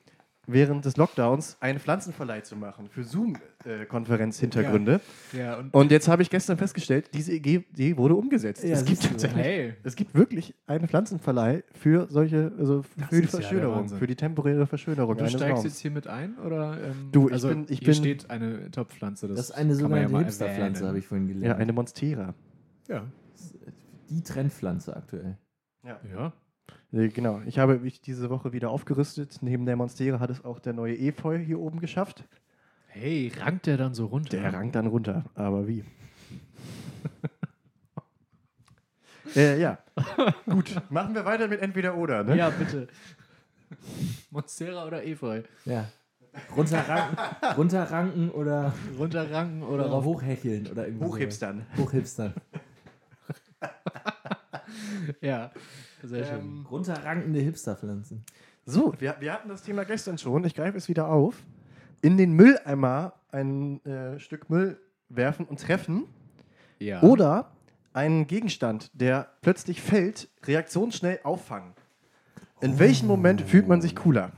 C: während des Lockdowns einen Pflanzenverleih zu machen für Zoom-Konferenz-Hintergründe.
B: Ja,
C: [laughs]
B: und
C: Und jetzt habe ich gestern festgestellt, diese Idee wurde umgesetzt.
A: Ja,
C: es gibt
A: siehst du.
C: tatsächlich
B: hey.
C: es gibt wirklich einen Pflanzenverleih für solche, also für die
B: ist ja der
C: Verschönerung,
B: Wahnsinn.
C: für die temporäre Verschönerung
B: Du
C: eines
B: steigst
C: Raums.
B: jetzt hier mit ein oder? Ähm,
C: Du, ich bin- ich
B: hier
C: bin-
B: steht eine Top-Pflanze. Das,
A: Das ist eine
B: kann man ja
A: sogenannte
B: mal
A: Hipsterpflanze,
B: erwähnen.
A: habe ich vorhin gelernt.
C: ja, eine Monstera.
B: Ja.
A: äh, Die Trendpflanze aktuell.
B: ja.
C: Äh, Genau, ich habe mich diese Woche wieder aufgerüstet. Neben der Monstera hat es auch der neue Efeu hier oben geschafft.
B: Hey, rankt der dann so runter?
C: Der rankt dann runter, aber wie? [laughs] äh,
B: [laughs]
C: ja, gut. Machen wir weiter mit entweder oder, ne?
B: Ja, bitte. [laughs] Monstera oder Efeu?
A: Ja.
C: [laughs]
A: Runterranken, runterranken oder,
B: Runterranken oder
A: oder
C: Genau.
B: rauf?
A: hochhecheln oder irgendwie.
C: Hochhipstern.
A: sowas. Hochhipstern.
B: Ja, sehr schön.
C: Ähm,
A: Runterrankende Hipsterpflanzen.
C: So, wir, wir hatten das Thema gestern schon. Ich greife es wieder auf. In den Mülleimer ein äh, Stück Müll werfen und treffen.
B: ja.
C: Oder einen Gegenstand, der plötzlich fällt, reaktionsschnell auffangen. In welchem
A: Oh.
C: Moment fühlt man sich cooler?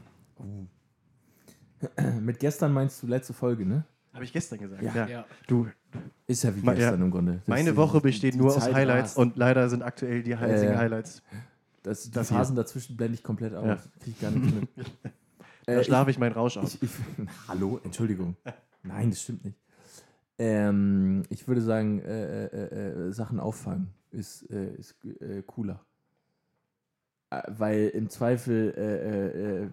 A: Mit gestern meinst du letzte Folge, ne?
C: Habe ich gestern gesagt.
A: Ja.
B: Ja.
C: Du,
A: Ist ja wie
C: Ma- ja.
A: gestern im Grunde. Das
C: meine
A: ist-
C: Woche
A: die-
C: besteht
A: die
C: nur aus
A: Zeit
C: Highlights
A: rast.
C: und leider sind aktuell die einzigen
A: Äh,
C: Highlights.
A: das, die
C: das hier.
A: Phasen dazwischen blende ich komplett aus.
C: Ja.
A: Krieg ich gar nicht
C: [laughs]
A: mit.
C: Da
A: Äh, ich-
C: schlafe ich meinen Rausch aus.
A: Ich, [laughs] ich, hallo, Entschuldigung. Nein, das stimmt nicht. Ähm, ich würde sagen, äh, äh, äh, Sachen auffangen ist, äh, ist äh, cooler. Äh, weil im Zweifel äh, äh, äh,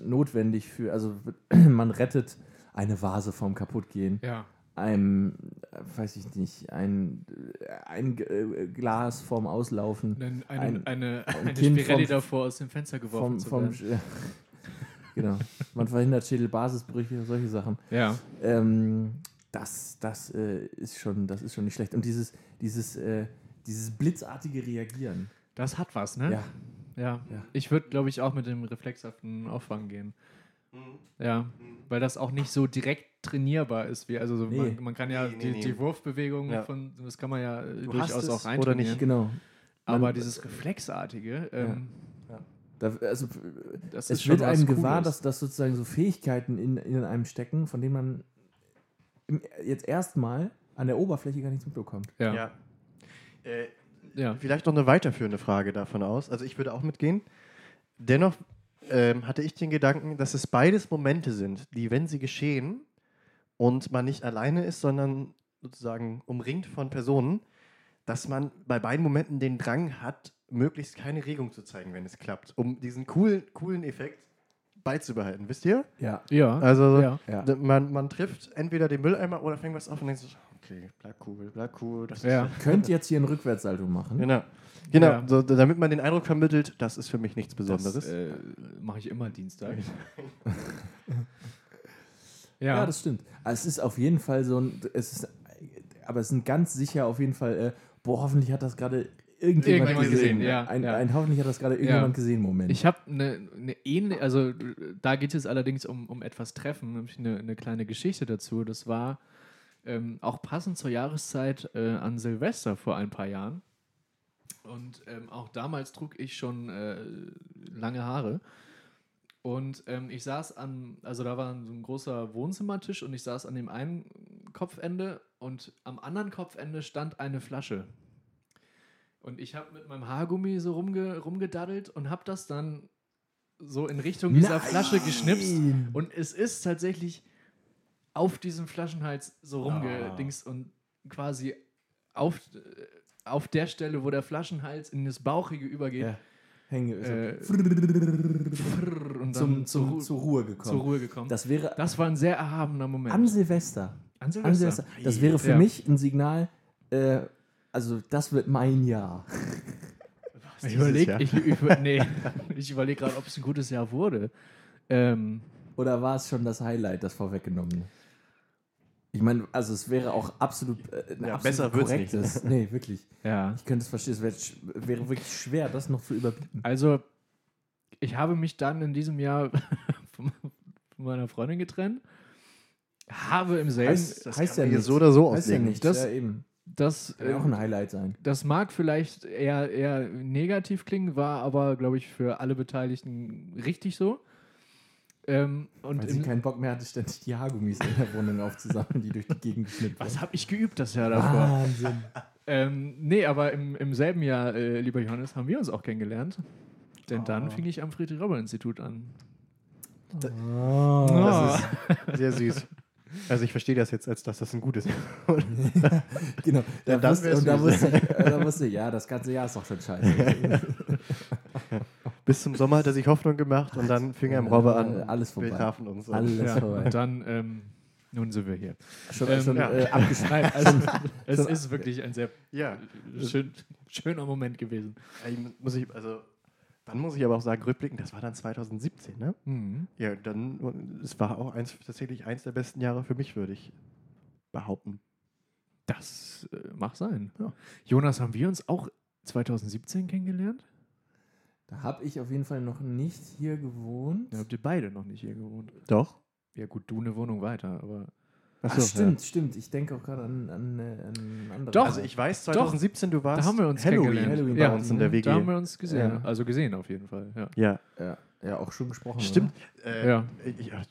A: notwendig für, also [clears throat] man rettet eine Vase vom Kaputtgehen,
B: Ja.
A: einem, äh, weiß ich nicht, ein, äh, ein äh, Glas vom Auslaufen.
B: Eine, eine,
A: Ein-
B: eine,
A: ein
B: eine
A: Kind
B: Spirelli
A: vom-
B: davor aus dem Fenster geworfen
A: Vom,
B: zu
A: vom,
B: werden.
A: [laughs] genau. Man verhindert Schädelbasisbrüche, solche Sachen.
B: Ja.
A: Ähm, das das äh, ist schon das ist schon nicht schlecht und dieses dieses äh, dieses blitzartige Reagieren.
B: Das hat was, ne?
A: Ja,
B: Ja.
A: Ja.
B: Ich würde, glaube ich, auch mit dem reflexhaften Auffangen gehen.
C: Mhm.
B: Ja. Weil das auch nicht so direkt trainierbar ist. Wie, also so,
A: Nee.
B: man, man kann ja
C: Nee, nee,
B: die,
C: nee.
B: die Wurfbewegung
C: Ja.
B: von, das kann man ja äh,
C: Du hast
B: durchaus
C: es
B: auch
C: oder
B: rein
C: nicht.
A: genau.
B: Aber
A: Man-
B: dieses Reflexartige, ähm,
A: Da, also,
B: das ist
A: es
B: schon
A: wird
B: was
A: einem gewahr,
B: Cooles.
A: dass, dass sozusagen so Fähigkeiten in, in einem stecken, von denen man im, jetzt erstmal an der Oberfläche gar nichts mitbekommt.
B: Ja. Ja.
C: Ja. Äh,
B: Ja.
C: Vielleicht noch eine weiterführende Frage davon aus. Also ich würde auch mitgehen. Dennoch ähm, hatte ich den Gedanken, dass es beides Momente sind, die, wenn sie geschehen und man nicht alleine ist, sondern sozusagen umringt von Personen, dass man bei beiden Momenten den Drang hat, möglichst keine Regung zu zeigen, wenn es klappt, um diesen coolen, coolen Effekt beizubehalten. Wisst ihr?
A: Ja.
C: Also
B: ja.
A: Ja.
C: d- man, man trifft entweder den Mülleimer oder fängt was auf und denkt so, okay, bleib cool, bleib cool. Das
B: Ja.
A: Könnt jetzt hier ein Rückwärtssalto machen.
C: Genau. Genau,
B: Ja.
C: so, damit man den Eindruck vermittelt, das ist für mich nichts Besonderes.
B: Das äh, mache ich immer [laughs] Dienstag.
A: Ja, das stimmt. Also es ist auf jeden Fall so ein, es ist, aber es sind ganz sicher auf jeden Fall, äh, boah, hoffentlich hat das gerade irgendjemand,
B: Irgendjemand
A: gesehen.
B: gesehen, ja,
A: ein,
B: ja.
A: ein hoffentlich hat das gerade irgendjemand gesehen, Moment.
B: Ich habe eine ne ähnliche, also äh, da geht es allerdings um, um etwas Treffen, nämlich eine ne kleine Geschichte dazu. Das war ähm, auch passend zur Jahreszeit äh, an Silvester vor ein paar Jahren. Und ähm, auch damals trug ich schon äh, lange Haare. Und ähm, ich saß an, also da war so ein großer Wohnzimmertisch und ich saß an dem einen Kopfende und am anderen Kopfende stand eine Flasche. Und ich habe mit meinem Haargummi so rumge rumgedaddelt und habe das dann so in Richtung dieser Flasche geschnipst. Und es ist tatsächlich auf diesem Flaschenhals so
A: Ah.
B: rumgedings und quasi auf, äh, auf der Stelle, wo der Flaschenhals in das Bauchige übergeht,
A: Ja. Hängen
B: Äh, prrr, und Äh, dann
A: zum,
B: zur,
A: zum,
B: Ru
A: zur Ruhe gekommen.
B: zur Ruhe gekommen. Das,
A: Das wäre
B: war ein sehr erhabener Moment.
A: am Silvester.
B: An
A: An Silvester. Das wäre für
B: Ja.
A: mich ein Signal, äh, also das wird mein Jahr.
B: Ich
C: dieses
B: überlege
C: Jahr.
B: ich,
A: [laughs]
B: über, nee, ich überleg gerade, ob es ein gutes Jahr wurde. Ähm,
A: Oder war es schon das Highlight, das vorweggenommene? Ich meine, also es wäre auch absolut äh, ein
C: Ja,
A: absolut
C: besser wird's nicht.
A: korrektes. Nee, wirklich.
B: ja.
A: Ich könnte es verstehen. Es wär, sch- wäre wirklich schwer, das noch zu überbieten.
B: Also, ich habe mich dann in diesem Jahr [laughs] von meiner Freundin getrennt. Habe im selben.
A: Heißt- heißt ja
C: man jetzt
A: nichts.
C: so oder so
A: Weiß ja
C: auslegen.
A: nicht.
B: Das-
A: ja, eben.
B: das,
A: Kann ja
B: ähm,
A: auch ein Highlight sein.
B: das mag vielleicht eher, eher negativ klingen, war aber, glaube ich, für alle Beteiligten richtig so. Ähm, und
A: Weil sie
B: im-
A: keinen Bock mehr hatte, ständig die Haargummis in der Wohnung aufzusammeln, die durch die Gegend geschnitten
B: was
A: wurden.
B: habe ich geübt das Jahr
A: Ah.
B: davor?
A: Wahnsinn.
B: Ähm, nee, aber im, im selben Jahr, äh, lieber Johannes, haben wir uns auch kennengelernt. Denn
A: Ah.
B: dann fing ich am Friedrich-Robert-Institut an.
A: Oh.
B: Ah.
C: Das ist sehr süß. [laughs] Also ich verstehe das jetzt als dass das ein gutes. [laughs]
A: Genau. Da
C: Ja, das
A: wusste,
C: wär's
A: und da
C: gewesen.
A: wusste, ich, äh, da wusste ich, ja, das ganze Jahr ist doch schon scheiße.
C: [laughs] Bis zum Sommer hat er sich Hoffnung gemacht und dann fing er im Robber an.
A: Äh, alles vorbei.
C: Wir trafen uns. und-
A: Alles vorbei.
B: und dann, ähm, nun sind wir hier.
A: Schon,
B: Ähm,
A: schon
C: ja.
A: äh, abgeschnitten.
B: Nein,
C: [laughs]
B: also, es ist wirklich ein sehr
C: Ja.
B: schön, schöner Moment gewesen.
C: Ich muss ich, also, dann muss ich aber auch sagen, rückblickend, das war dann 2017, ne?
B: Mhm.
C: Ja, dann, es war auch eins, tatsächlich eins der besten Jahre für mich, würde ich behaupten.
B: Das äh, mag sein.
C: Ja.
B: Jonas, haben wir uns auch 2017 kennengelernt?
A: Da habe ich auf jeden Fall noch nicht hier gewohnt.
B: Da habt ihr beide noch nicht hier gewohnt.
C: Doch.
B: Ja gut, du eine Wohnung weiter, aber...
A: Ach, stimmt, stimmt. Ich denke auch gerade an, an, äh, an andere.
B: Doch.
C: Also ich weiß, 2017, du warst
B: Da haben wir uns
C: Halloween,
B: kennengelernt.
C: Halloween
B: Ja, mhm.
C: bei uns in der
A: ne?
C: WG.
B: Da haben wir uns gesehen.
A: Ja.
B: Also gesehen auf jeden Fall, ja.
C: ja,
A: ja, ja, auch schon gesprochen.
C: stimmt.
A: Oder?
C: Äh,
B: Ja.
C: Ich, ach,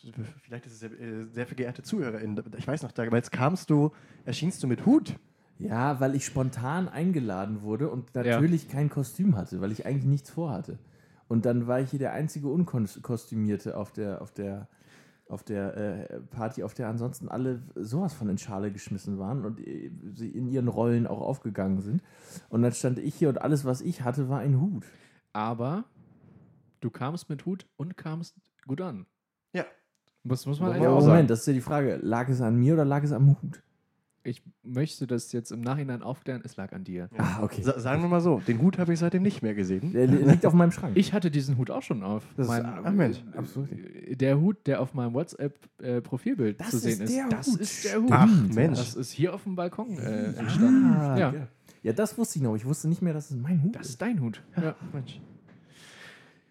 C: vielleicht ist es sehr, äh, sehr verehrte ZuhörerInnen, ich weiß noch, damals kamst du, erscheinst du mit Hut.
A: Ja, weil ich spontan eingeladen wurde und natürlich kein Kostüm hatte, weil ich eigentlich nichts vorhatte. Und dann war ich hier der einzige Unkostümierte auf der, auf der, auf der äh, Party, auf der ansonsten alle sowas von in Schale geschmissen waren und äh, sie in ihren Rollen auch aufgegangen sind. Und dann stand ich hier und alles, was ich hatte, war ein Hut.
B: Aber du kamst mit Hut und kamst gut an.
C: Ja.
B: Das muss man
C: Muss
B: eigentlich
C: man
B: auch
C: auch
B: sagen.
A: Moment, das ist ja die Frage. Lag es an mir oder lag es am Hut?
B: Ich möchte das jetzt im Nachhinein aufklären, es lag an dir.
A: Ah, okay.
C: Sa sagen wir mal so, den Hut habe ich seitdem nicht mehr
A: [laughs]
C: gesehen.
A: Der li- liegt auf meinem Schrank.
B: Ich hatte diesen Hut auch schon auf.
A: Das ist-
C: ah, Mensch,
B: äh,
A: absolut.
B: Der Hut, der auf meinem WhatsApp-Profilbild
A: Das
B: zu sehen
A: ist
B: ist.
A: der
B: das
A: Hut.
B: ist der Hut.
C: Ach, Mensch.
B: Das ist hier auf dem Balkon äh, entstanden.
A: Ah,
B: Ja.
A: ja. ja, das wusste ich noch. Ich wusste nicht mehr, dass es mein Hut
B: Das
A: ist.
B: ist dein Hut. Ja.
C: Mensch.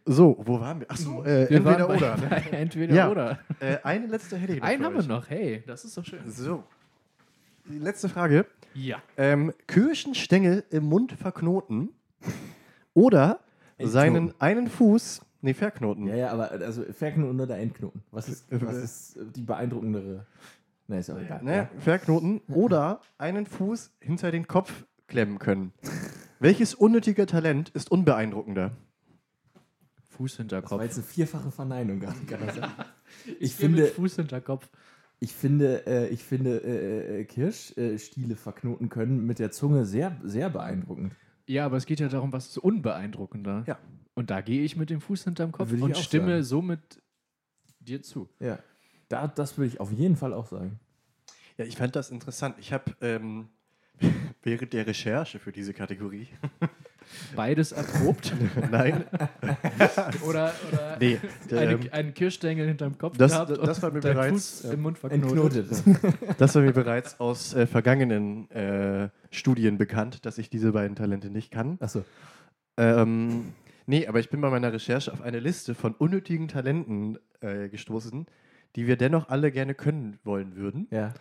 C: So, wo waren wir? Ach so, äh,
B: Wir waren
C: entweder
B: bei-
C: oder. Ne?
B: bei [laughs] Entweder
C: Ja.
B: oder.
C: Äh, eine letzte hätte ich noch
B: Einen
C: für
B: haben wir
C: euch.
B: noch. Hey, das ist doch schön.
C: So. Die letzte Frage.
B: Ja.
C: Ähm, Kirschenstängel im Mund verknoten oder seinen einen Fuß, nee, verknoten.
A: Ja, ja, aber also Verknoten oder Entknoten? Was
B: [laughs]
A: ist,
C: Äh,
A: was
C: äh,
A: ist äh, die beeindruckendere? Ne, ist auch egal.
C: Ne? Verknoten oder einen Fuß hinter den Kopf klemmen können. Welches unnötige Talent ist unbeeindruckender?
B: Fuß hinter
A: Das war
B: Kopf.
A: jetzt eine vierfache Verneinung. Kann kann
B: [laughs]
A: das sein? ich,
B: Hier mit
A: finde,
B: Fuß hinter Kopf.
A: ich finde, äh, ich finde äh, äh, Kirschstiele verknoten können mit der Zunge sehr, sehr beeindruckend.
B: Ja, aber es geht ja darum, was ist unbeeindruckender.
C: Ja.
B: Und da gehe ich mit dem Fuß hinterm Kopf
A: Würde ich
B: und
A: auch sagen.
B: stimme somit dir zu.
A: Ja. Da, das würde ich auf jeden Fall auch sagen.
C: Ja, ich fand das interessant. Ich habe ähm, [laughs] während der Recherche für diese [laughs] Kategorie.
B: Beides
C: [laughs]
B: erprobt
C: Nein,
B: oder,
C: [laughs]
B: oder
C: nee. ähm,
B: eine, einen Kirschstängel hinterm Kopf
C: das-
B: gehabt
C: das- das war mir
B: dein
C: bereits,
B: Fuß im Mund verknotet.
A: Entknotet.
C: Das war mir bereits aus äh, vergangenen äh, Studien bekannt, dass ich diese beiden Talente nicht kann.
A: Achso.
C: Ähm, nee, aber ich bin bei meiner Recherche auf eine Liste von unnötigen Talenten äh, gestoßen, die wir dennoch alle gerne können wollen würden.
A: Ja.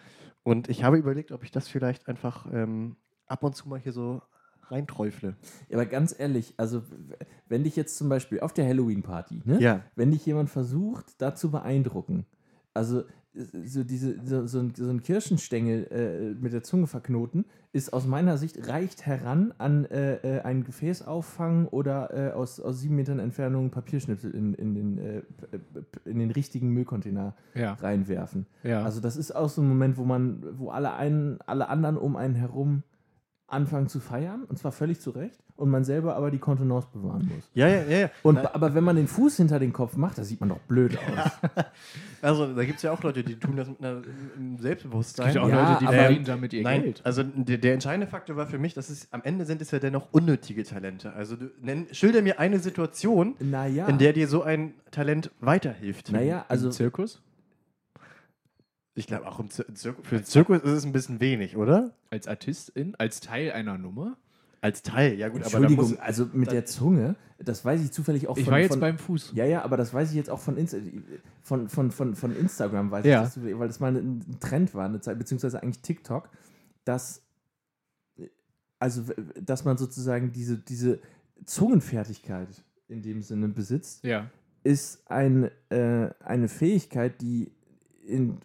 C: Und ich habe überlegt, ob ich das vielleicht einfach ähm, ab und zu mal hier so reinträufle.
A: Ja, Aber ganz ehrlich, also w- wenn dich jetzt zum Beispiel auf der Halloween-Party, ne,
C: Ja.
A: wenn dich jemand versucht, da zu beeindrucken, also äh, so, diese, so, so, ein, so ein Kirschenstängel äh, mit der Zunge verknoten, ist aus meiner Sicht reicht heran an äh, äh, ein Gefäß auffangen oder äh, aus, aus sieben Metern Entfernung Papierschnipsel in, in, den, äh, p- p- in den richtigen Müllcontainer
B: Ja.
A: reinwerfen.
B: ja.
A: Also das ist auch so ein Moment, wo man, wo alle einen, alle anderen um einen herum anfangen zu feiern, und zwar völlig zu Recht, und man selber aber die Kontenance bewahren muss.
C: Ja, ja, ja. ja.
A: Und,
C: Na,
A: aber wenn man den Fuß hinter den Kopf macht, das sieht man doch blöd aus.
C: also, da gibt es ja auch Leute, die tun das mit einer, einem Selbstbewusstsein.
B: es gibt ja auch
A: Ja, ähm,
B: Leute, die
A: aber-
B: verdienen damit ihr
C: Nein,
B: Geld.
C: also der, der entscheidende Faktor war für mich, dass es am Ende sind es ja dennoch unnötige Talente. Also du, nenn, schilder mir eine Situation,
A: Naja.
C: in der dir so ein Talent weiterhilft.
A: naja, also
B: Im Zirkus?
C: Ich glaube auch im Zir Zirkus, für den Zirkus ist es ein bisschen wenig, oder?
B: Als Artistin? Als Teil einer Nummer?
C: Als Teil, ja gut,
A: Entschuldigung,
C: aber da muss,
A: also mit
C: dann-
A: der Zunge, das weiß ich zufällig auch
B: Ich
A: von,
B: war jetzt
A: von
B: beim Fuß.
A: ja, ja, aber das weiß ich jetzt auch von, Insta von, von, von, von Instagram, weiß
B: Ja.
A: ich, das, weil das mal ein Trend war, eine Zeit, beziehungsweise eigentlich TikTok, dass, also, w- dass man sozusagen diese, diese Zungenfertigkeit in dem Sinne besitzt,
B: Ja.
A: ist ein, äh, eine Fähigkeit, die in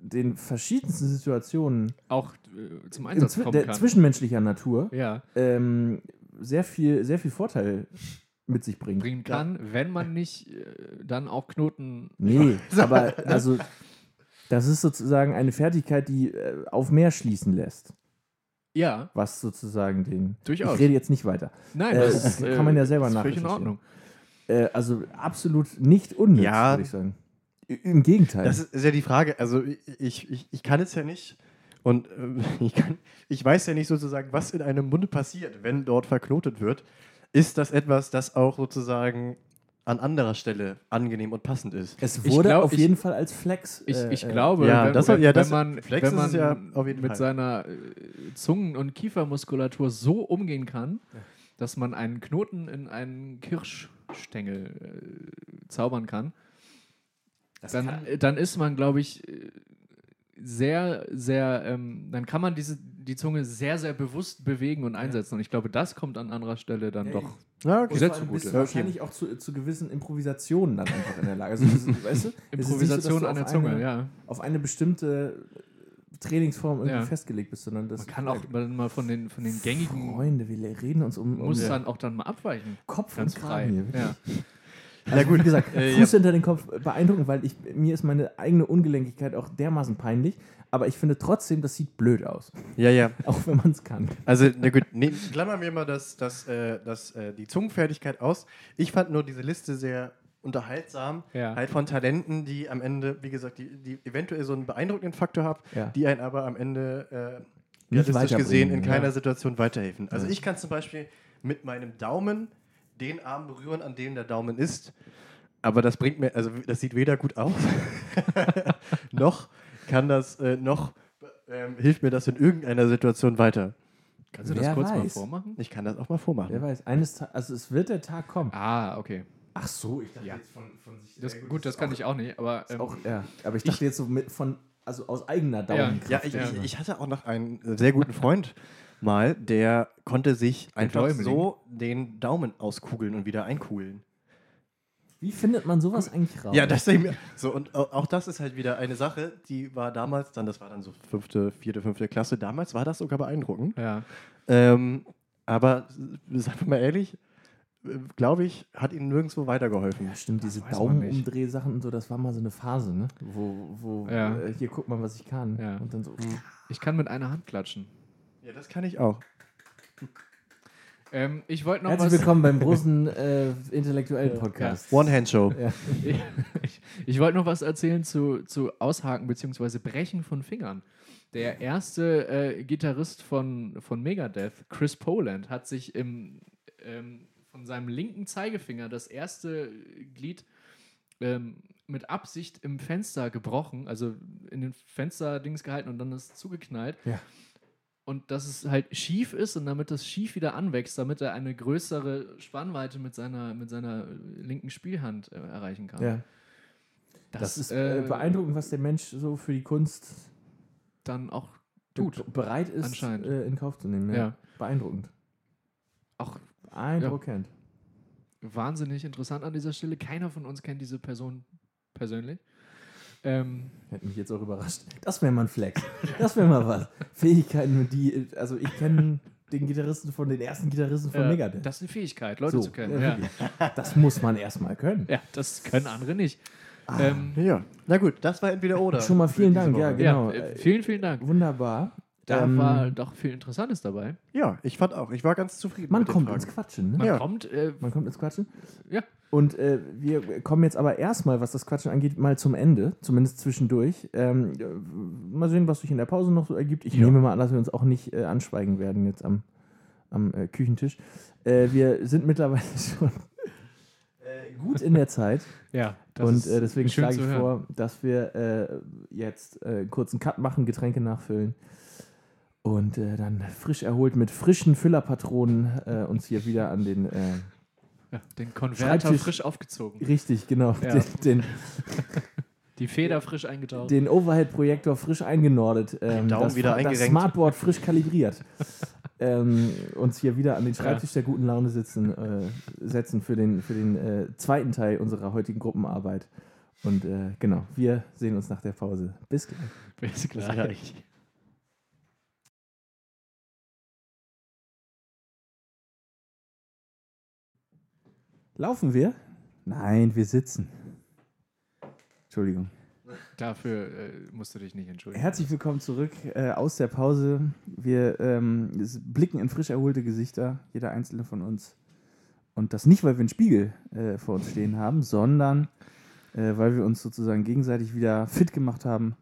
A: den verschiedensten Situationen
B: Auch äh, zum
A: in
B: Einsatz
A: zwi-
B: kommen
A: der,
B: kann.
A: zwischenmenschlicher Natur
B: ja,
A: ähm, sehr, viel, sehr viel Vorteil mit sich bringt.
B: bringen kann, wenn man nicht äh, dann auch Knoten.
A: Nee, [laughs]
B: [laughs]
A: aber also das ist sozusagen eine Fertigkeit, die äh, auf mehr schließen lässt,
B: Ja,
A: was sozusagen den.
B: Durchaus.
A: Ich rede jetzt nicht weiter.
B: nein,
A: Äh,
B: das ist,
A: das kann man ja selber
B: ist völlig in
A: nachrecherchieren.
B: Ordnung.
A: Äh, also absolut nicht unnütz,
C: Ja.
A: würde ich sagen. I- Im Gegenteil.
C: das ist, ist ja die Frage. Also ich, ich, ich kann es ja nicht und ähm, [laughs] ich, kann, ich weiß ja nicht sozusagen, was in einem Munde passiert, wenn dort verknotet wird. Ist das etwas, das auch sozusagen an anderer Stelle angenehm und passend ist?
A: es
B: ich
A: wurde
B: glaub,
A: auf
B: ich-
A: jeden Fall als Flex.
B: Ich,
A: äh,
B: ich
A: äh,
B: glaube,
C: ja,
B: wenn,
C: das-
B: wenn,
C: ja, das-
B: wenn man,
C: Flex
B: wenn
C: ist
B: man
C: es ja auf jeden
B: mit
C: Fall.
B: seiner äh, Zungen- und Kiefermuskulatur so umgehen kann, dass man einen Knoten in einen Kirschstängel äh, zaubern kann, dann, äh, dann ist man, glaube ich, äh, sehr, sehr, ähm, dann kann man diese, die Zunge sehr, sehr bewusst bewegen und einsetzen. Und ich glaube, das kommt an anderer Stelle dann
A: Ja,
B: doch.
C: Ja,
A: Und
C: okay.
A: vor
B: Sehr
A: allem
B: zugute.
A: bist du
C: Ja, okay.
A: wahrscheinlich auch zu, zu gewissen Improvisationen dann einfach in der Lage. Also, das ist, weißt du, es ist nicht so, dass
B: Improvisation
A: du auf
B: an der Zunge,
A: eine,
B: ja.
A: Auf eine bestimmte Trainingsform irgendwie
B: Ja.
A: festgelegt bist, sondern das
B: Man kann auch dann Äh, mal von den, von den gängigen
A: Freunde, wir reden uns um, um
B: Mustern auch dann mal abweichen.
A: Kopf
B: Ganz
A: und
B: frei.
A: Kragen hier. wirklich.
B: Ja.
A: Also,
C: gut.
A: Wie [laughs] gesagt,
C: Äh,
A: Fuß hinter den Kopf beeindruckend, weil ich, mir ist meine eigene Ungelenkigkeit auch dermaßen peinlich. Aber ich finde trotzdem, das sieht blöd aus. [laughs]
C: ja, ja.
A: Auch wenn man es kann.
C: Also, na gut, ne, klammern wir mal das, das, äh, das, äh, die Zungenfertigkeit aus. Ich fand nur diese Liste sehr unterhaltsam,
B: Ja.
C: halt von Talenten, die am Ende, wie gesagt, die, die eventuell so einen beeindruckenden Faktor haben,
A: Ja.
C: die einen aber am Ende äh,
A: Nicht
C: realistisch gesehen in
A: weiterbringen,
C: keiner
A: ja.
C: Situation weiterhelfen. Also ich kann zum Beispiel mit meinem Daumen den Arm berühren, an dem der Daumen ist, aber das bringt mir, also das sieht weder gut aus, [laughs] noch kann das, äh, noch ähm, hilft mir das in irgendeiner Situation weiter.
B: Kannst du
A: Wer
B: das kurz mal
A: weiß.
B: vormachen?
C: Ich kann das auch mal vormachen.
A: Wer weiß, eines Tages, also es wird der Tag kommen.
B: Ah, okay.
A: Ach so, ich dachte
B: Ja.
A: jetzt von, von sich.
B: Das,
A: äh,
B: gut, das kann ich auch nicht, aber
A: ist
B: ähm,
A: Auch, ja. Aber ich dachte jetzt so mit von, also aus eigener Daumenkraft.
C: Ja, ich,
B: Ja.
C: Ich, ich hatte auch noch einen äh, sehr guten Freund mal, der konnte sich einfach
B: Däumling.
C: so den Daumen auskugeln und wieder einkugeln.
A: Wie findet man sowas eigentlich raus?
C: Ja, das ist eben- so und au- auch das ist halt wieder eine Sache, die war damals dann, das war dann so fünfte, vierte, fünfte Klasse. Damals war das sogar beeindruckend.
B: ja.
C: Ähm, aber äh, sagen wir mal ehrlich, glaube ich, hat ihnen nirgendwo weitergeholfen.
A: Ja, stimmt, diese
B: weiß man nicht.
A: Daumenumdrehsachen und so, das war mal so eine Phase, ne? Wo, wo
B: Ja.
A: äh, hier guck mal, was ich kann.
B: Ja. Hm.
A: Und dann so.
B: ich kann mit einer Hand klatschen.
C: Ja, das kann ich auch.
B: Ähm, ich wollte noch
A: Herzlich
B: was.
A: willkommen beim großen äh, intellektuellen Podcast.
C: One-Hand-Show.
B: [laughs] ich ich wollte noch was erzählen zu, zu Aushaken bzw. Brechen von Fingern. Der erste äh, Gitarrist von, von Megadeth, Chris Poland, hat sich im, ähm, von seinem linken Zeigefinger das erste Glied ähm, mit Absicht im Fenster gebrochen, also in den Fensterdings gehalten und dann ist zugeknallt.
A: Ja.
B: Und dass es halt schief ist und damit das schief wieder anwächst, damit er eine größere Spannweite mit seiner, mit seiner linken Spielhand äh, erreichen kann.
A: Ja. Das, ist äh, beeindruckend, was der Mensch so für die Kunst
B: Dann auch
A: be-
B: tut.
A: bereit ist,
B: Anscheinend.
A: äh, in Kauf zu nehmen. Ja.
B: Ja.
A: Beeindruckend.
B: auch
A: Ein
B: Ja.
A: Prozent.
B: wahnsinnig interessant an dieser Stelle. Keiner von uns kennt diese Person persönlich. Ähm,
A: Hätte mich jetzt auch überrascht. Das wäre mal ein Flex. Das wäre mal
B: [laughs]
A: was. Fähigkeiten, die. Also, ich kenne den Gitarristen von den ersten Gitarristen von
B: äh,
A: Megadeth.
B: Das ist eine Fähigkeit, Leute
A: So, [laughs]
B: zu kennen.
A: ja,
B: Ja.
A: wirklich. Das muss man erstmal können.
B: ja, das können andere nicht.
A: Ah,
B: Ähm,
C: Ja, na gut, das war entweder oder.
A: Schon mal
C: für
A: vielen
C: diese
A: Dank, ja,
C: Woche.
A: genau.
B: Ja, äh, vielen, vielen Dank.
A: Wunderbar.
B: Da
A: Ähm,
B: war doch viel Interessantes dabei.
C: Ja, ich fand auch. Ich war ganz zufrieden.
A: Man
C: mit den
A: kommt
C: Fragen.
A: ins Quatschen, ne?
B: Man
C: Ja.
B: kommt, äh,
A: Man kommt ins Quatschen.
B: ja,
A: Und äh, wir kommen jetzt aber erstmal, was das Quatschen angeht, mal zum Ende, zumindest zwischendurch. Ähm, äh, mal sehen, was sich in der Pause noch so ergibt. Ich nehme mal an, dass wir uns auch nicht äh, anschweigen werden jetzt am, am äh, Küchentisch. Äh, wir sind mittlerweile [laughs] schon äh, gut in der
B: [laughs]
A: Zeit
B: ja.
A: und äh, deswegen
B: schön
A: schlage
B: zu
A: ich
B: hören.
A: vor, dass wir äh, jetzt äh, einen kurzen Cut machen, Getränke nachfüllen und äh, dann frisch erholt mit frischen Füllerpatronen äh, uns hier wieder an den. Äh,
B: Ja, den Konverter
A: Schreibtisch-
B: frisch aufgezogen.
A: richtig, genau.
B: Ja.
A: Den, den,
B: Die Feder frisch eingetaucht.
A: den Overhead-Projektor frisch eingenordet, ähm,
C: Daumen
A: das,
C: wieder
A: das
C: eingerenkt.
A: Smartboard frisch kalibriert, ähm, uns hier wieder an den Schreibtisch der guten Laune sitzen, äh, setzen für den, für den äh, zweiten Teil unserer heutigen Gruppenarbeit. Und äh, genau, wir sehen uns nach der Pause. Bis gleich.
B: Bis gleich.
A: Laufen wir? Nein, wir sitzen. Entschuldigung.
B: Dafür äh, musst du dich nicht entschuldigen.
A: Herzlich willkommen zurück äh, aus der Pause. Wir ähm, s- blicken in frisch erholte Gesichter, jeder einzelne von uns. Und das nicht, weil wir einen Spiegel äh, vor uns stehen haben, sondern äh, weil wir uns sozusagen gegenseitig wieder fit gemacht haben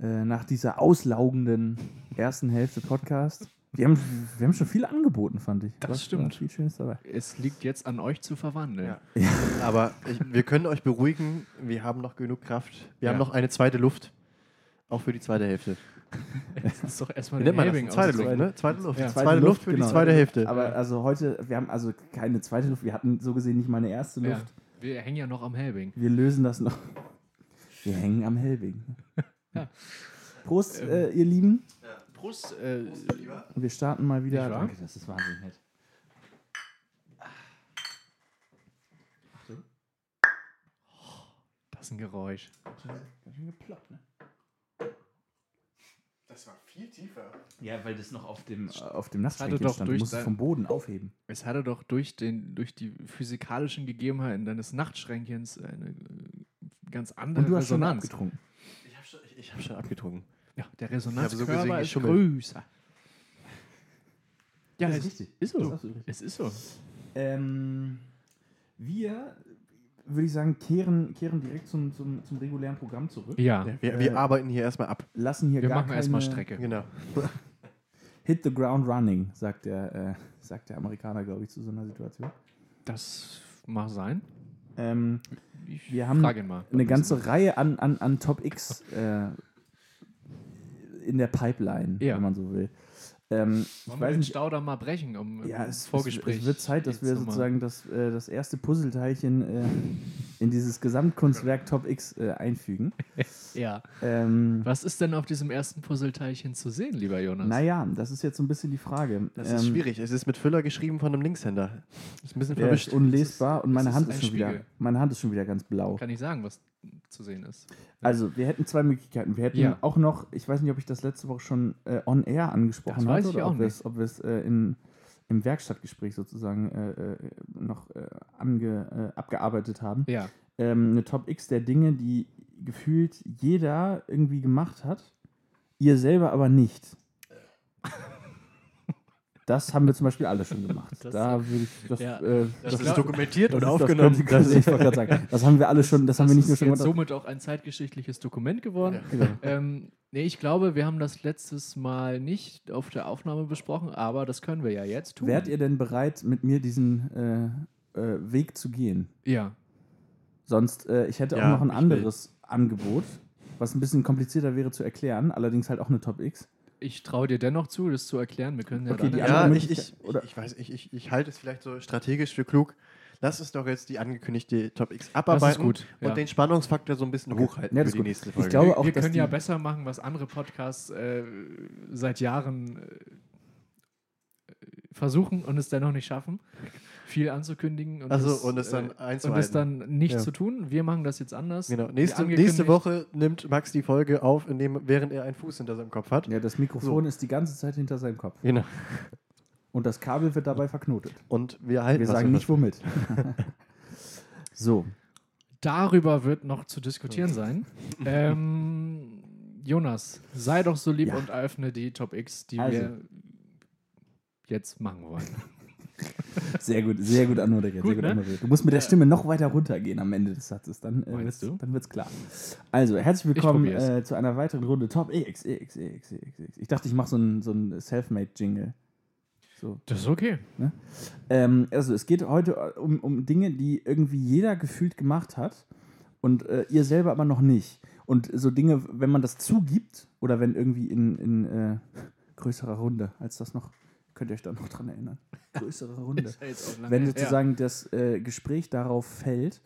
A: äh, nach dieser auslaugenden ersten Hälfte Podcast. Wir haben, wir haben schon viel angeboten, fand ich.
B: Das
A: War-
B: stimmt.
A: war Viel Schönes dabei.
B: Es liegt jetzt an euch zu verwandeln.
C: Ja. Aber ich, wir können euch beruhigen, wir haben noch genug Kraft. Wir haben
B: Ja.
C: noch eine zweite Luft. Auch für die zweite Hälfte.
B: Das ist doch erstmal
C: Wie
B: den
C: nennt man das?
B: Helbing
C: Zweite Luft,
B: auslegen.
C: ne? Zweite Luft.
B: Ja.
C: Zweite, Luft für
A: genau.
C: die zweite Hälfte.
A: Aber also heute, wir haben also keine zweite Luft, wir hatten so gesehen nicht mal eine erste Luft.
B: Ja. Wir hängen ja noch am Helbing.
A: Wir lösen das noch. Wir hängen am Helbing.
B: Ja.
A: Prost,
B: Ähm.
A: äh, ihr Lieben.
B: Prost, äh,
A: Wir starten mal wieder.
B: Nicht wahr?
A: Danke, das ist wahnsinnig nett.
B: das ist ein Geräusch.
A: Ganz schön geploppt, ne?
C: das war viel tiefer.
A: Ja, weil das noch auf dem, Äh, auf dem
B: hatte
A: Nachtschränkchen
B: doch
A: stand. Du
B: durch
A: musst es
B: sein-
A: vom Boden aufheben.
B: Es hatte doch durch, den, durch die physikalischen Gegebenheiten deines Nachtschränkchens eine äh, ganz andere
A: Und du hast schon
B: Resonanz.
A: abgetrunken.
C: Ich habe schon, ich hab schon abgetrunken.
B: ja, der Resonanzkörper
C: Ich habe so gesehen
B: ist
C: geschummelt.
B: größer. Ja,
A: Das
B: es
A: ist richtig.
B: Ist
A: Das ist
B: so.
A: absolut richtig.
B: Es ist so.
A: Ähm, wir, würde ich sagen, kehren, kehren direkt zum, zum, zum regulären Programm zurück.
B: Ja,
C: Ja, wir, wir
A: Äh,
C: arbeiten hier erstmal ab.
A: Lassen hier
B: wir
A: gar
B: machen erstmal
A: keine-
B: Strecke.
C: Genau.
A: Hit the ground running, sagt der, äh, sagt der Amerikaner, glaube ich, zu so einer Situation.
B: Das mag sein.
A: Ähm,
B: Ich
A: Wir haben
B: frage ihn mal.
A: eine ganze Reihe an, an, an Top X äh, in der Pipeline,
B: Ja.
A: wenn man so will. Ähm, ich
B: Wollen wir
A: weiß
B: den
A: nicht,
B: Staudamm mal brechen, um
A: ja,
B: im
A: es,
B: Vorgespräch.
A: Es, es wird Zeit, dass
B: jetzt
A: wir
B: noch mal-
A: sozusagen das, äh, das erste Puzzleteilchen äh, in dieses Gesamtkunstwerk Top X äh, einfügen.
B: Ja.
A: Ähm,
B: Was ist denn auf diesem ersten Puzzleteilchen zu sehen, lieber Jonas?
A: naja, das ist jetzt so ein bisschen die Frage. Ähm,
C: Das ist schwierig. Es ist mit Füller geschrieben von einem Linkshänder. Ist ein bisschen
A: Der ist
C: verwischt.
A: unlesbar und meine
B: ist
A: Hand
B: ein
A: ist, schon wieder,
B: Spiegel.
A: meine Hand ist schon wieder ganz blau.
B: Kann ich sagen, was zu sehen ist.
A: Also, wir hätten zwei Möglichkeiten. Wir hätten
B: Ja.
A: auch noch, ich weiß nicht, ob ich das letzte Woche schon äh, on air angesprochen
B: Das
A: habe
B: weiß ich
A: oder
B: auch
A: ob wir es, ob wir es äh, im, im Werkstattgespräch sozusagen äh, äh, noch äh, ange, äh, abgearbeitet haben.
B: Ja.
A: Ähm, eine Top X der Dinge, die gefühlt jeder irgendwie gemacht hat, ihr selber aber
B: [laughs]
A: nicht. Das haben wir zum Beispiel alle schon gemacht.
B: Das-
A: da würde ich das,
B: ja.
A: äh,
C: Das,
A: das-
C: ist
B: glaub-
C: dokumentiert und
A: das-
C: aufgenommen.
A: Das, das, [laughs] ich wollte gerade sagen, das haben wir alle schon, das, haben wir nicht nur
B: ist
A: schon
B: jetzt
A: gemacht.
B: somit auch ein zeitgeschichtliches Dokument geworden.
A: Genau.
B: Ähm, nee, ich glaube, wir haben das letztes Mal nicht auf der Aufnahme besprochen, aber das können wir ja jetzt tun.
A: Wärt ihr denn bereit, mit mir diesen äh, äh, Weg zu gehen?
B: ja.
A: Sonst, äh, ich hätte
C: Ja,
A: auch noch ein
C: ich
A: anderes Angebot, was ein bisschen komplizierter wäre zu erklären, allerdings halt auch eine Top X. Ich
B: Ich traue dir dennoch zu, das zu erklären. Wir können ja
A: Okay,
B: dann-
A: die
C: [laughs] ja,
A: andere
C: ich, ich,
A: Möglichkeit, oder?
C: ich weiß, ich, ich, ich halte es vielleicht so strategisch für klug. Lass uns doch jetzt die angekündigte Top X abarbeiten
B: gut,
C: und
B: ja.
C: den Spannungsfaktor so ein bisschen hochhalten
A: Ja, das
C: für die
A: ist gut.
C: nächste
A: Ich
C: Folge.
A: glaube-
B: wir,
A: auch,
B: wir
A: dass
B: können
A: die-
B: ja besser machen, was andere Podcasts äh, seit Jahren äh, versuchen und es dennoch nicht schaffen, viel anzukündigen und,
C: Also,
B: es, äh,
C: und es dann
B: und es
C: einzuhalten.
B: dann nicht
C: Ja.
B: zu tun. Wir machen das jetzt anders.
C: Genau.
B: Wie
C: Nächste, nächste
B: angekündigt.
C: Woche nimmt Max die Folge auf, indem, während er einen Fuß hinter seinem Kopf hat.
A: Ja, das Mikrofon ist die ganze Zeit hinter seinem Kopf.
C: Genau.
A: Und das Kabel wird dabei verknotet.
C: Und wir halten
A: Wir
C: Äh, was
A: sagen
C: davon.
A: nicht womit.
C: [laughs]
A: [laughs] so.
B: Darüber wird noch zu diskutieren sein. ähm, Jonas, sei doch so lieb
A: Ja.
B: und eröffne die Top X, die
A: Also.
B: wir jetzt machen wollen.
A: Sehr gut, sehr gut anmoderiert.
B: Gut,
A: sehr gut
B: ne?
A: anmoderiert. Du musst mit der Stimme noch weiter runtergehen am Ende des Satzes. Dann, äh, wird's,
B: Meinst du?
A: dann wird's klar. Also, herzlich willkommen
B: probier's.
A: äh, zu einer weiteren Runde Top EX, EX, EX, EX, EX. Ich dachte, ich mache so einen so einen Selfmade-Jingle. So.
B: Das ist okay.
A: Ähm, also, es geht heute um, um Dinge, die irgendwie jeder gefühlt gemacht hat und äh, ihr selber aber noch nicht. Und so Dinge, wenn man das zugibt oder wenn irgendwie in, in äh, größerer Runde als das noch, könnt ihr euch da noch dran erinnern. Größere Runde
B: Ist ja jetzt auch lange
A: wenn
B: her.
A: sozusagen das äh, Gespräch darauf fällt,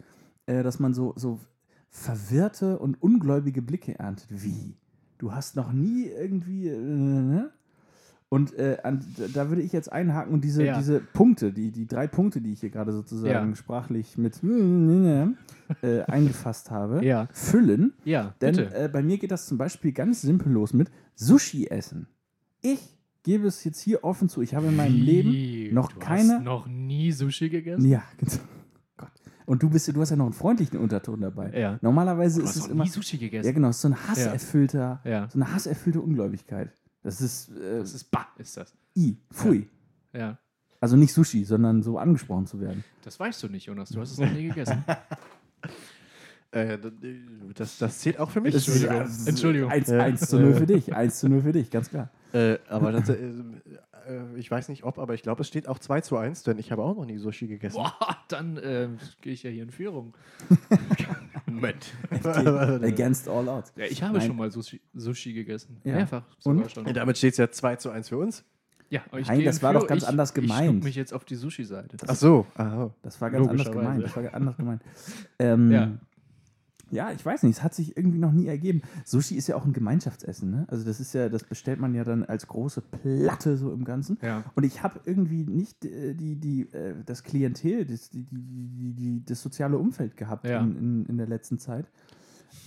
A: äh, dass man so, so verwirrte und ungläubige Blicke erntet. Wie? Du hast noch nie irgendwie. Äh, ne? Und äh, an, da würde ich jetzt einhaken und diese,
B: Ja.
A: diese Punkte, die, die drei Punkte, die ich hier gerade sozusagen
B: Ja.
A: sprachlich mit äh, eingefasst habe,
B: Ja.
A: füllen.
B: ja,
A: Denn
B: bitte.
A: äh, bei mir geht das zum Beispiel ganz simpel los mit Sushi essen. Ich gebe es jetzt hier offen zu. Ich habe in meinem Leben
B: Wie?
A: noch
B: du
A: keine-
B: Hast noch nie Sushi gegessen?
A: ja, [laughs] genau. Gott. Und du bist, du hast ja noch einen freundlichen Unterton dabei.
B: Ja.
A: Normalerweise
B: Du
A: ist
B: hast
A: es
B: noch
A: immer. genau.
B: nie Sushi
A: Ja,
B: gegessen.
A: genau, es ist so ein hasserfüllter,
B: Ja.
A: so eine hasserfüllte Ungläubigkeit. Das ist, äh,
B: Das ist bah, ist das.
A: I, pfui.
B: Ja.
A: Also nicht Sushi, sondern so angesprochen zu werden.
B: Das weißt du nicht, Jonas. Du hast es noch
A: [laughs]
B: nie gegessen.
C: Äh, das, das zählt auch für mich.
A: Das ist-
B: Entschuldigung.
A: das ist
B: Entschuldigung.
A: Eins,
C: Ja.
A: eins zu null für dich, eins zu null für dich, ganz
B: [laughs]
A: klar.
C: Äh, aber das, äh, äh, ich weiß nicht ob, aber ich glaube, es steht auch 2 zu 1, denn ich habe auch noch nie Sushi gegessen.
B: Boah, dann äh, gehe ich ja hier
A: [laughs]
B: in Führung. Moment.
C: [laughs]
A: Against all odds.
B: äh, Ja, ich habe
A: Nein.
B: schon mal Sushi, Sushi gegessen.
A: Ja.
B: Mehrfach
A: Und? Äh,
B: sogar schon.
C: Damit steht es ja 2 zu 1 für uns.
B: Ja, aber ich
A: Nein,
B: gehe
A: das
B: in
A: war
B: Führung.
A: doch ganz
B: ich,
A: anders
B: Ich
A: gemeint.
B: guck mich jetzt auf die Sushi-Seite.
C: Ach so. Ah, oh. Aha.
A: Das war ganz anders
B: Logischerweise.
A: gemeint. Das war ganz
B: [laughs]
A: anders gemeint. Ähm, ja.
B: Ja.
A: ich weiß nicht. Es hat sich irgendwie noch nie ergeben. Sushi ist ja auch ein Gemeinschaftsessen. Ne? Also das ist ja, das bestellt man ja dann als große Platte so im Ganzen.
B: Ja.
A: Und ich habe irgendwie nicht äh, die, die, äh, das Klientel, das, die, die, die, die, das soziale Umfeld gehabt
B: Ja.
A: in, in, in der letzten Zeit,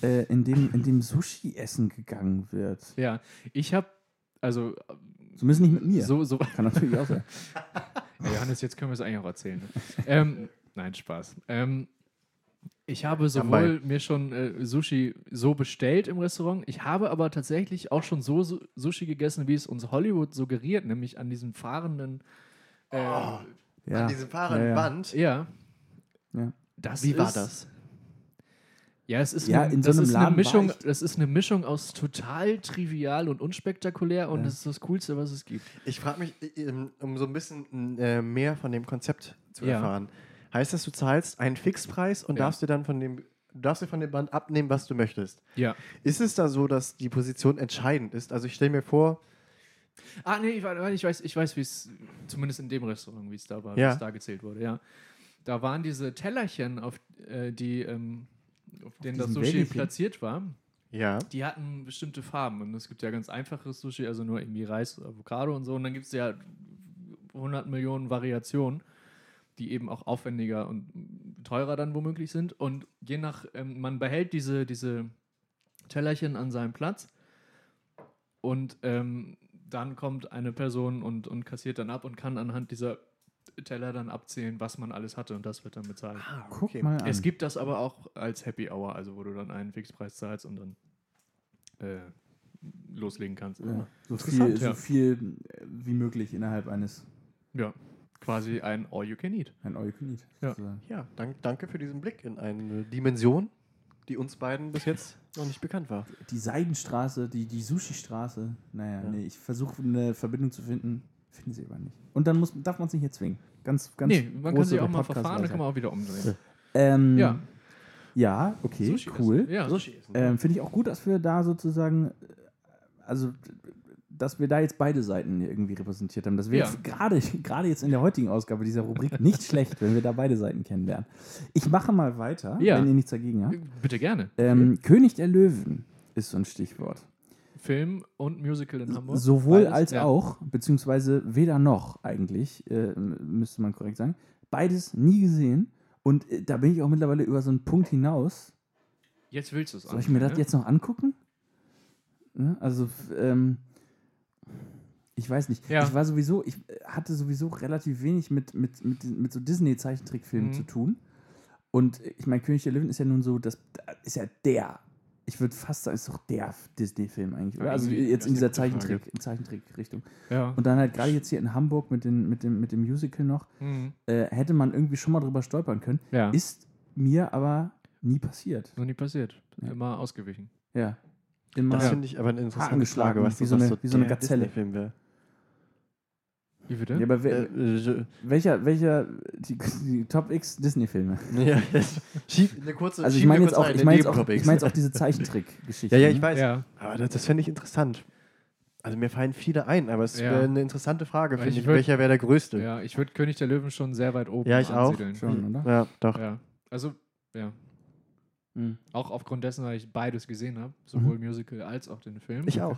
A: äh, in dem, in dem Sushi essen gegangen wird.
B: Ja, ich habe, also,
A: Zumindest nicht mit mir.
B: so, [laughs] so,
A: Kann natürlich auch sein.
B: Ey, Johannes, jetzt können wir es eigentlich auch erzählen.
A: [laughs]
B: ne? ähm, nein, Spaß. Ähm, ich habe sowohl mir schon äh, Sushi so bestellt im Restaurant, ich habe aber tatsächlich auch schon so Su Sushi gegessen, wie es uns Hollywood suggeriert, nämlich an diesem fahrenden. Äh,
A: Oh Ja.
C: fahrenden
A: Ja, ja.
C: Band.
B: Ja.
A: Ja.
B: Das
C: Wie war
B: ist-
C: das?
B: Ja, es ist,
A: Ja,
B: eine,
A: in so
B: das
A: einem
B: ist
A: Laden
B: eine
A: war
B: Mischung.
A: ich-
B: Das ist eine Mischung aus total trivial und unspektakulär und
A: Ja.
B: das ist das Coolste, was es gibt.
C: Ich frage mich, äh, ähm, um so ein bisschen äh, mehr von dem Konzept zu
B: Ja.
C: erfahren. Heißt das, du zahlst einen Fixpreis und
B: Ja.
C: darfst dir dann von dem, du darfst dir von dem Band abnehmen, was du möchtest?
B: Ja.
C: Ist es da so, dass die Position entscheidend ist? Also ich stelle mir vor,
B: Ah, nee, ich, wa- ich weiß, ich weiß wie es, zumindest in dem Restaurant, wie es da war,
C: Ja.
B: wie es da gezählt wurde, ja. Da waren diese Tellerchen, auf äh, die, ähm, auf denen das
A: diesen
B: Sushi
A: Wägelchen.
B: platziert war,
C: ja.
B: die hatten bestimmte Farben. Und es gibt ja ganz einfaches Sushi, also nur irgendwie Reis, Avocado und so. Und dann gibt es ja 100 Millionen Variationen, die eben auch aufwendiger und teurer dann womöglich sind. Und je nach, ähm, man behält diese, diese Tellerchen an seinem Platz und ähm, dann kommt eine Person und, und kassiert dann ab und kann anhand dieser Teller dann abzählen, was man alles hatte und das wird dann bezahlt.
A: Guck mal an.
B: Es gibt das aber auch als Happy Hour, also wo du dann einen Fixpreis zahlst und dann äh, loslegen kannst.
A: ja.
B: Ja.
A: so, viel,
B: ja.
A: so viel äh, wie möglich innerhalb eines
B: Quasi ein All You Can Eat.
A: Ein All You Can Eat.
B: Ja.
A: sozusagen.
C: Ja, dank, danke für diesen Blick in eine Dimension, die uns beiden bis jetzt noch nicht bekannt war.
A: Die Seidenstraße, die, die Sushi-Straße. Naja,
C: Ja.
A: nee, ich versuche eine Verbindung zu finden. Finden sie aber nicht. Und dann muss, darf man es nicht hier zwingen. Ganz, ganz
B: nee, man kann
A: große
B: sich auch mal
A: Podcast-
B: verfahren, dann kann man auch wieder umdrehen.
A: Ähm,
B: Ja,
A: ja. Ja, okay,
B: Sushi
A: cool.
B: Essen. Ja.
C: Sushi essen.
A: Ähm, Finde ich auch gut, dass wir da sozusagen, äh, also dass wir da jetzt beide Seiten irgendwie repräsentiert haben. Das wäre
B: Ja.
A: jetzt gerade [laughs] gerade jetzt in der heutigen Ausgabe dieser Rubrik
B: [laughs]
A: nicht schlecht, wenn wir da beide Seiten kennenlernen. Ich mache mal weiter,
B: Ja.
A: wenn ihr nichts dagegen habt.
B: Bitte gerne.
A: Ähm, König der Löwen ist so ein Stichwort.
B: Film und Musical in Hamburg.
A: Sowohl
B: Beides?
A: als
B: Ja.
A: auch, beziehungsweise weder noch eigentlich, äh, m- müsste man korrekt sagen. Beides nie gesehen. Und äh, da bin ich auch mittlerweile über so einen Punkt hinaus.
B: Jetzt willst du es
A: Soll ich mir das jetzt noch angucken? Ne? Also, f- ähm, ich weiß nicht.
B: Ja.
A: Ich war sowieso, ich äh, hatte sowieso relativ wenig mit, mit, mit, diesen- mit so Disney-Zeichentrickfilmen
B: Mhm.
A: zu tun. Und äh, ich meine, König der Löwen ist ja nun so, das da ist ja der. Ich würde fast sagen, ist doch der Disney-Film eigentlich. Oder?
B: Ja,
A: Also
B: irgendwie,
A: jetzt
B: das
A: in
B: ist eine
A: dieser
B: gute Frage.
A: Zeichentrick, Zeichentrick-Richtung.
B: Ja.
A: Und dann halt gerade jetzt hier in Hamburg mit, den, mit, dem, mit dem Musical noch,
B: Mhm.
A: äh, hätte man irgendwie schon mal drüber stolpern können.
B: ja. Ist
A: Ist mir aber nie passiert.
B: noch nie passiert.
A: Ja.
B: Immer ausgewichen.
A: Ja. Immer.
C: Das
B: Ja.
C: finde ich aber eine interessante
A: Angeschlagen,
C: Frage, was
A: wie
C: du
A: so eine-
C: sagst,
A: wie so eine
C: der
A: Gazelle.
C: Disney-Film wäre.
B: Wie bitte?
A: Ja, aber
C: Äh,
A: wer,
C: äh,
A: welcher, welcher, die, die Top X Disney-Filme?
C: [laughs] ja, schieb eine kurze
A: Also ich
C: schieb mir
A: meine jetzt
C: Also kurz
A: auch,
C: einen
A: ich meine jetzt auch,
C: Nebentopic.
A: ich meine jetzt auch diese Zeichentrick-Geschichte.
C: Ja, ja, ich
A: ne?
C: weiß.
B: Ja.
C: Aber das, das fände ich interessant. Also mir fallen viele ein, aber es
B: Ja.
C: wäre eine interessante Frage,
B: Weil
C: finde
B: ich
C: ich.
B: würd-
C: Welcher wäre der größte?
B: ja, ich würde König der Löwen schon sehr weit oben
C: Ja, ich auch.
B: ansiedeln.
A: Schon, oder?
C: Ja, doch.
B: Ja. Also, ja.
C: Mhm.
A: Hm.
B: Auch aufgrund dessen, weil ich beides gesehen habe, sowohl Musical als auch den Film.
C: Ich auch.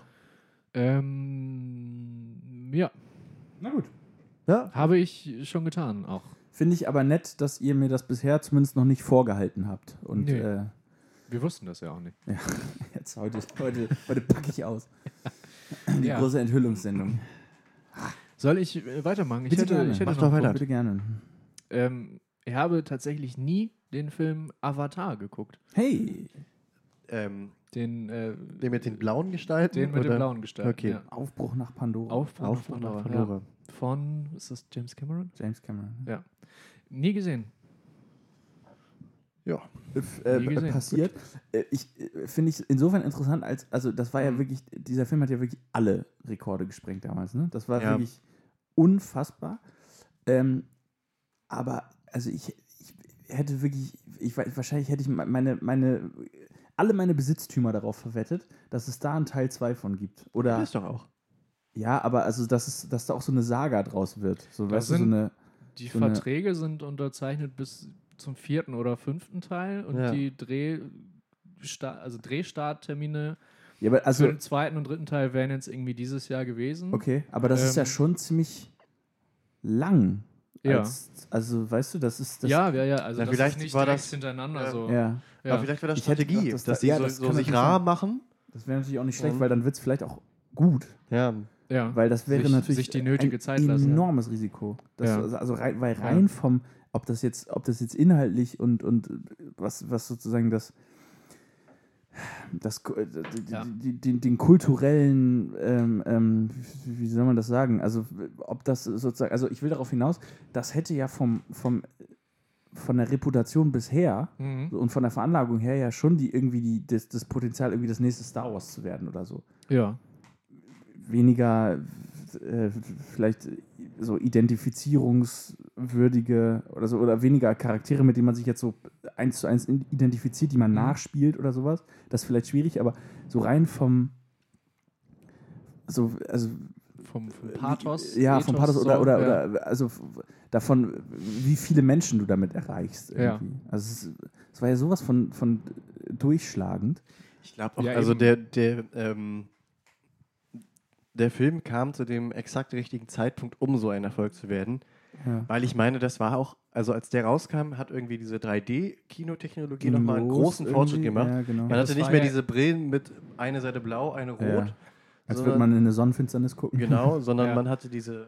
B: Ähm, ja,
A: Na gut.
C: Ja?
B: habe ich schon getan auch.
A: Finde ich aber nett, dass ihr mir das bisher zumindest noch nicht vorgehalten habt. Und
B: Nee.
A: äh, [laughs]
B: Wir wussten das ja auch nicht.
A: jetzt heute, heute, heute packe ich
C: [laughs]
A: aus. Die
B: Ja.
A: große Enthüllungssendung.
B: Soll ich äh, weitermachen? Ich
A: Bitte
B: hätte,
A: gerne.
B: ich hätte
C: Mach
B: noch
C: doch
B: einen
C: weiter.
B: Punkt.
A: Oh, Bitte gerne.
B: Ähm, ich habe tatsächlich nie den Film Avatar geguckt.
A: Hey,
C: Ähm,
B: Den, äh,
C: den mit den blauen Gestalten?
B: den mit
C: oder?
B: den blauen Gestalten.
C: Okay.
B: Ja.
A: Aufbruch nach Pandora.
B: Aufbruch,
C: Auf
B: von,
C: und auf
B: Pandora,
C: Pandora.
B: Ja. von, ist das James Cameron?
A: James Cameron.
B: Ja. Nie gesehen.
C: Ja.
A: F- äh,
B: Nie gesehen.
A: passiert. Äh, ich äh, finde ich insofern interessant, als also das war ja
B: Mhm.
A: wirklich, dieser Film hat ja wirklich alle Rekorde gesprengt damals. Ne? Das war
C: Ja.
A: wirklich unfassbar. Ähm, aber also ich, ich hätte wirklich, ich weiß, wahrscheinlich hätte ich me- meine meine alle meine Besitztümer darauf verwettet, dass es da einen Teil 2 von gibt. Oder
C: Ist doch auch.
A: ja, aber also dass es, dass da auch so eine Saga draus wird. So,
B: Da
A: weißt du, so
B: sind-
A: eine
B: Die
A: So eine-
B: Verträge sind unterzeichnet bis zum vierten oder fünften Teil und
C: Ja.
B: die Dreh, also Drehstarttermine
A: ja, aber
B: also,
A: also,
B: für den zweiten und dritten Teil wären jetzt irgendwie dieses Jahr gewesen.
A: Okay, aber das ist ja
B: Ähm,
A: schon ziemlich lang.
B: Ja.
A: Als, also, weißt du, das ist. Das,
B: ja, ja, ja. Also
C: Na,
B: das
C: vielleicht
B: ist nicht
C: war
B: direkt
C: das-
B: hintereinander
C: ja.
B: so.
A: ja.
B: Ja.
C: Aber vielleicht wäre das
A: Ich hätte
C: Strategie,
A: gedacht, dass
C: dass,
A: da-
C: die
A: ja,
C: so,
A: das
C: so
A: kann
C: sich
A: natürlich
C: rar
A: sein.
C: machen.
A: Das wäre natürlich auch nicht schlecht,
C: Und-
A: weil dann wird es vielleicht auch gut.
C: Ja.
B: ja.
A: Weil das wäre
B: Sich-
A: natürlich
B: sich die nötige
A: ein
B: Zeit lassen.
A: enormes Risiko. Das,
B: Ja.
A: also, also rein, weil
B: Ja.
A: rein vom, ob das jetzt, ob das jetzt inhaltlich und, und äh, was, was sozusagen das, das äh, die- die-
B: Ja.
A: die, die, den kulturellen, ähm, ähm, wie wie soll man das sagen? Also ob das sozusagen, also ich will darauf hinaus, das hätte ja vom, vom von der Reputation bisher
B: Mhm.
A: und von der Veranlagung her ja schon die irgendwie die, das, das Potenzial, irgendwie das nächste Star Wars zu werden oder so
B: ja.
A: weniger äh, vielleicht so identifizierungswürdige oder so oder weniger Charaktere, mit denen man sich jetzt so eins zu eins in- identifiziert, die man
B: Mhm.
A: nachspielt oder sowas. Das ist vielleicht schwierig, aber so rein vom so, also
B: Vom, vom Pathos.
A: Äh, ja, vom
B: Ethos
A: Pathos oder,
B: so,
A: oder,
B: ja.
A: oder also f- davon, wie viele Menschen du damit erreichst.
B: Ja.
A: Irgendwie. Also es, ist- es war ja sowas von, von durchschlagend.
C: Ich glaube auch,
B: Ja,
C: also
B: eben.
C: der, der, ähm, der Film kam zu dem exakt richtigen Zeitpunkt, um so ein Erfolg zu werden.
A: Ja.
C: Weil ich meine, das war auch, also als der rauskam, hat irgendwie diese 3D-Kinotechnologie nochmal einen
A: Los
C: großen Fortschritt
A: irgendwie,
C: gemacht.
A: Ja, genau.
C: Man
B: das
C: hatte nicht
B: war
C: mehr
B: ja-
C: diese Brillen mit eine Seite blau, eine
A: Ja.
C: rot,
A: Als
C: sondern-
A: würde man in eine Sonnenfinsternis gucken.
B: [laughs]
C: genau, sondern
B: Ja.
C: man hatte diese,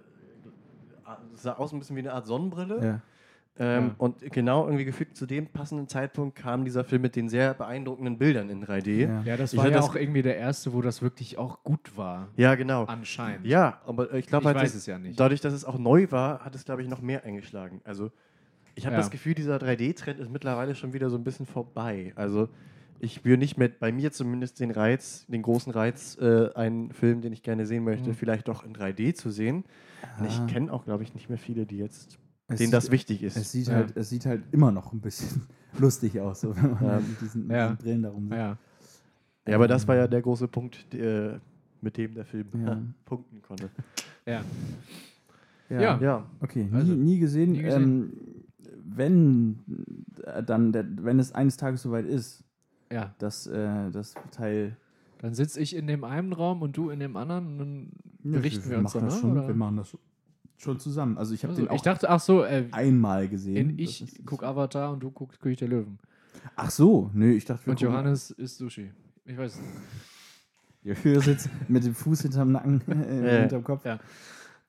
C: äh, sah aus ein bisschen wie eine Art Sonnenbrille.
A: [laughs] Ja.
C: Ähm,
B: Ja.
C: Und genau irgendwie gefühlt zu dem passenden Zeitpunkt kam dieser Film mit den sehr beeindruckenden Bildern in 3D. Ja,
A: Ja.
B: Ja, das
C: Ich
B: war
C: hatte
B: ja
C: das-
B: auch irgendwie der erste, wo das wirklich auch gut war.
C: genau.
B: Anscheinend.
C: Ja, aber ich glaube
B: Ich
C: halt,
B: weiß
C: dass-
B: es ja nicht.
C: dadurch, dass es auch neu war, hat es, glaube ich, noch mehr eingeschlagen. Also ich habe
B: Ja.
C: das Gefühl, dieser 3D-Trend ist mittlerweile schon wieder so ein bisschen vorbei. Also ich spüre nicht mehr, bei mir zumindest den Reiz, den großen Reiz, äh, einen Film, den ich gerne sehen möchte,
B: Mhm.
C: vielleicht doch in 3D zu sehen. Und
A: Ah.
C: ich kenne auch, glaube ich, nicht mehr viele, die jetzt,
A: Es
C: denen
A: sieht-
C: das wichtig
A: Es
C: ist.
A: sieht,
B: Ja.
A: halt, es sieht halt immer noch ein bisschen [laughs] lustig aus, so, wenn man
C: Ja.
A: mit diesen, mit
B: Ja.
A: diesen Brillen darum sieht.
B: Ja.
C: Ja, aber das war ja der große Punkt, der, mit dem der Film
A: Ja.
C: [laughs] punkten konnte.
B: ja.
A: Ja.
B: Ja.
C: Ja,
A: Okay, nie,
B: Also,
A: nie gesehen.
B: nie gesehen.
A: Ähm, wenn, äh, dann, der, wenn es eines Tages soweit ist,
B: Ja.
A: dass äh, das Teil
B: Dann sitze ich in dem einen Raum und du in dem anderen und dann
A: Ja,
B: berichten wir, uns
A: machen das
B: danach,
A: schon,
B: oder?
A: Wir machen das schon- schon zusammen. Also ich habe
B: Also,
A: den auch
B: ich dachte, ach so, äh,
A: einmal gesehen.
B: in ich
A: Das ist-
B: guck Avatar und du guckst König der Löwen.
A: Ach so, nö, ich dachte. wir
B: Und
A: gucken-
B: Johannes isst Sushi. Ich weiß. nicht.
A: Johannes sitzt mit dem Fuß hinterm Nacken, [laughs] äh,
C: Ja.
A: hinterm Kopf.
B: Ja.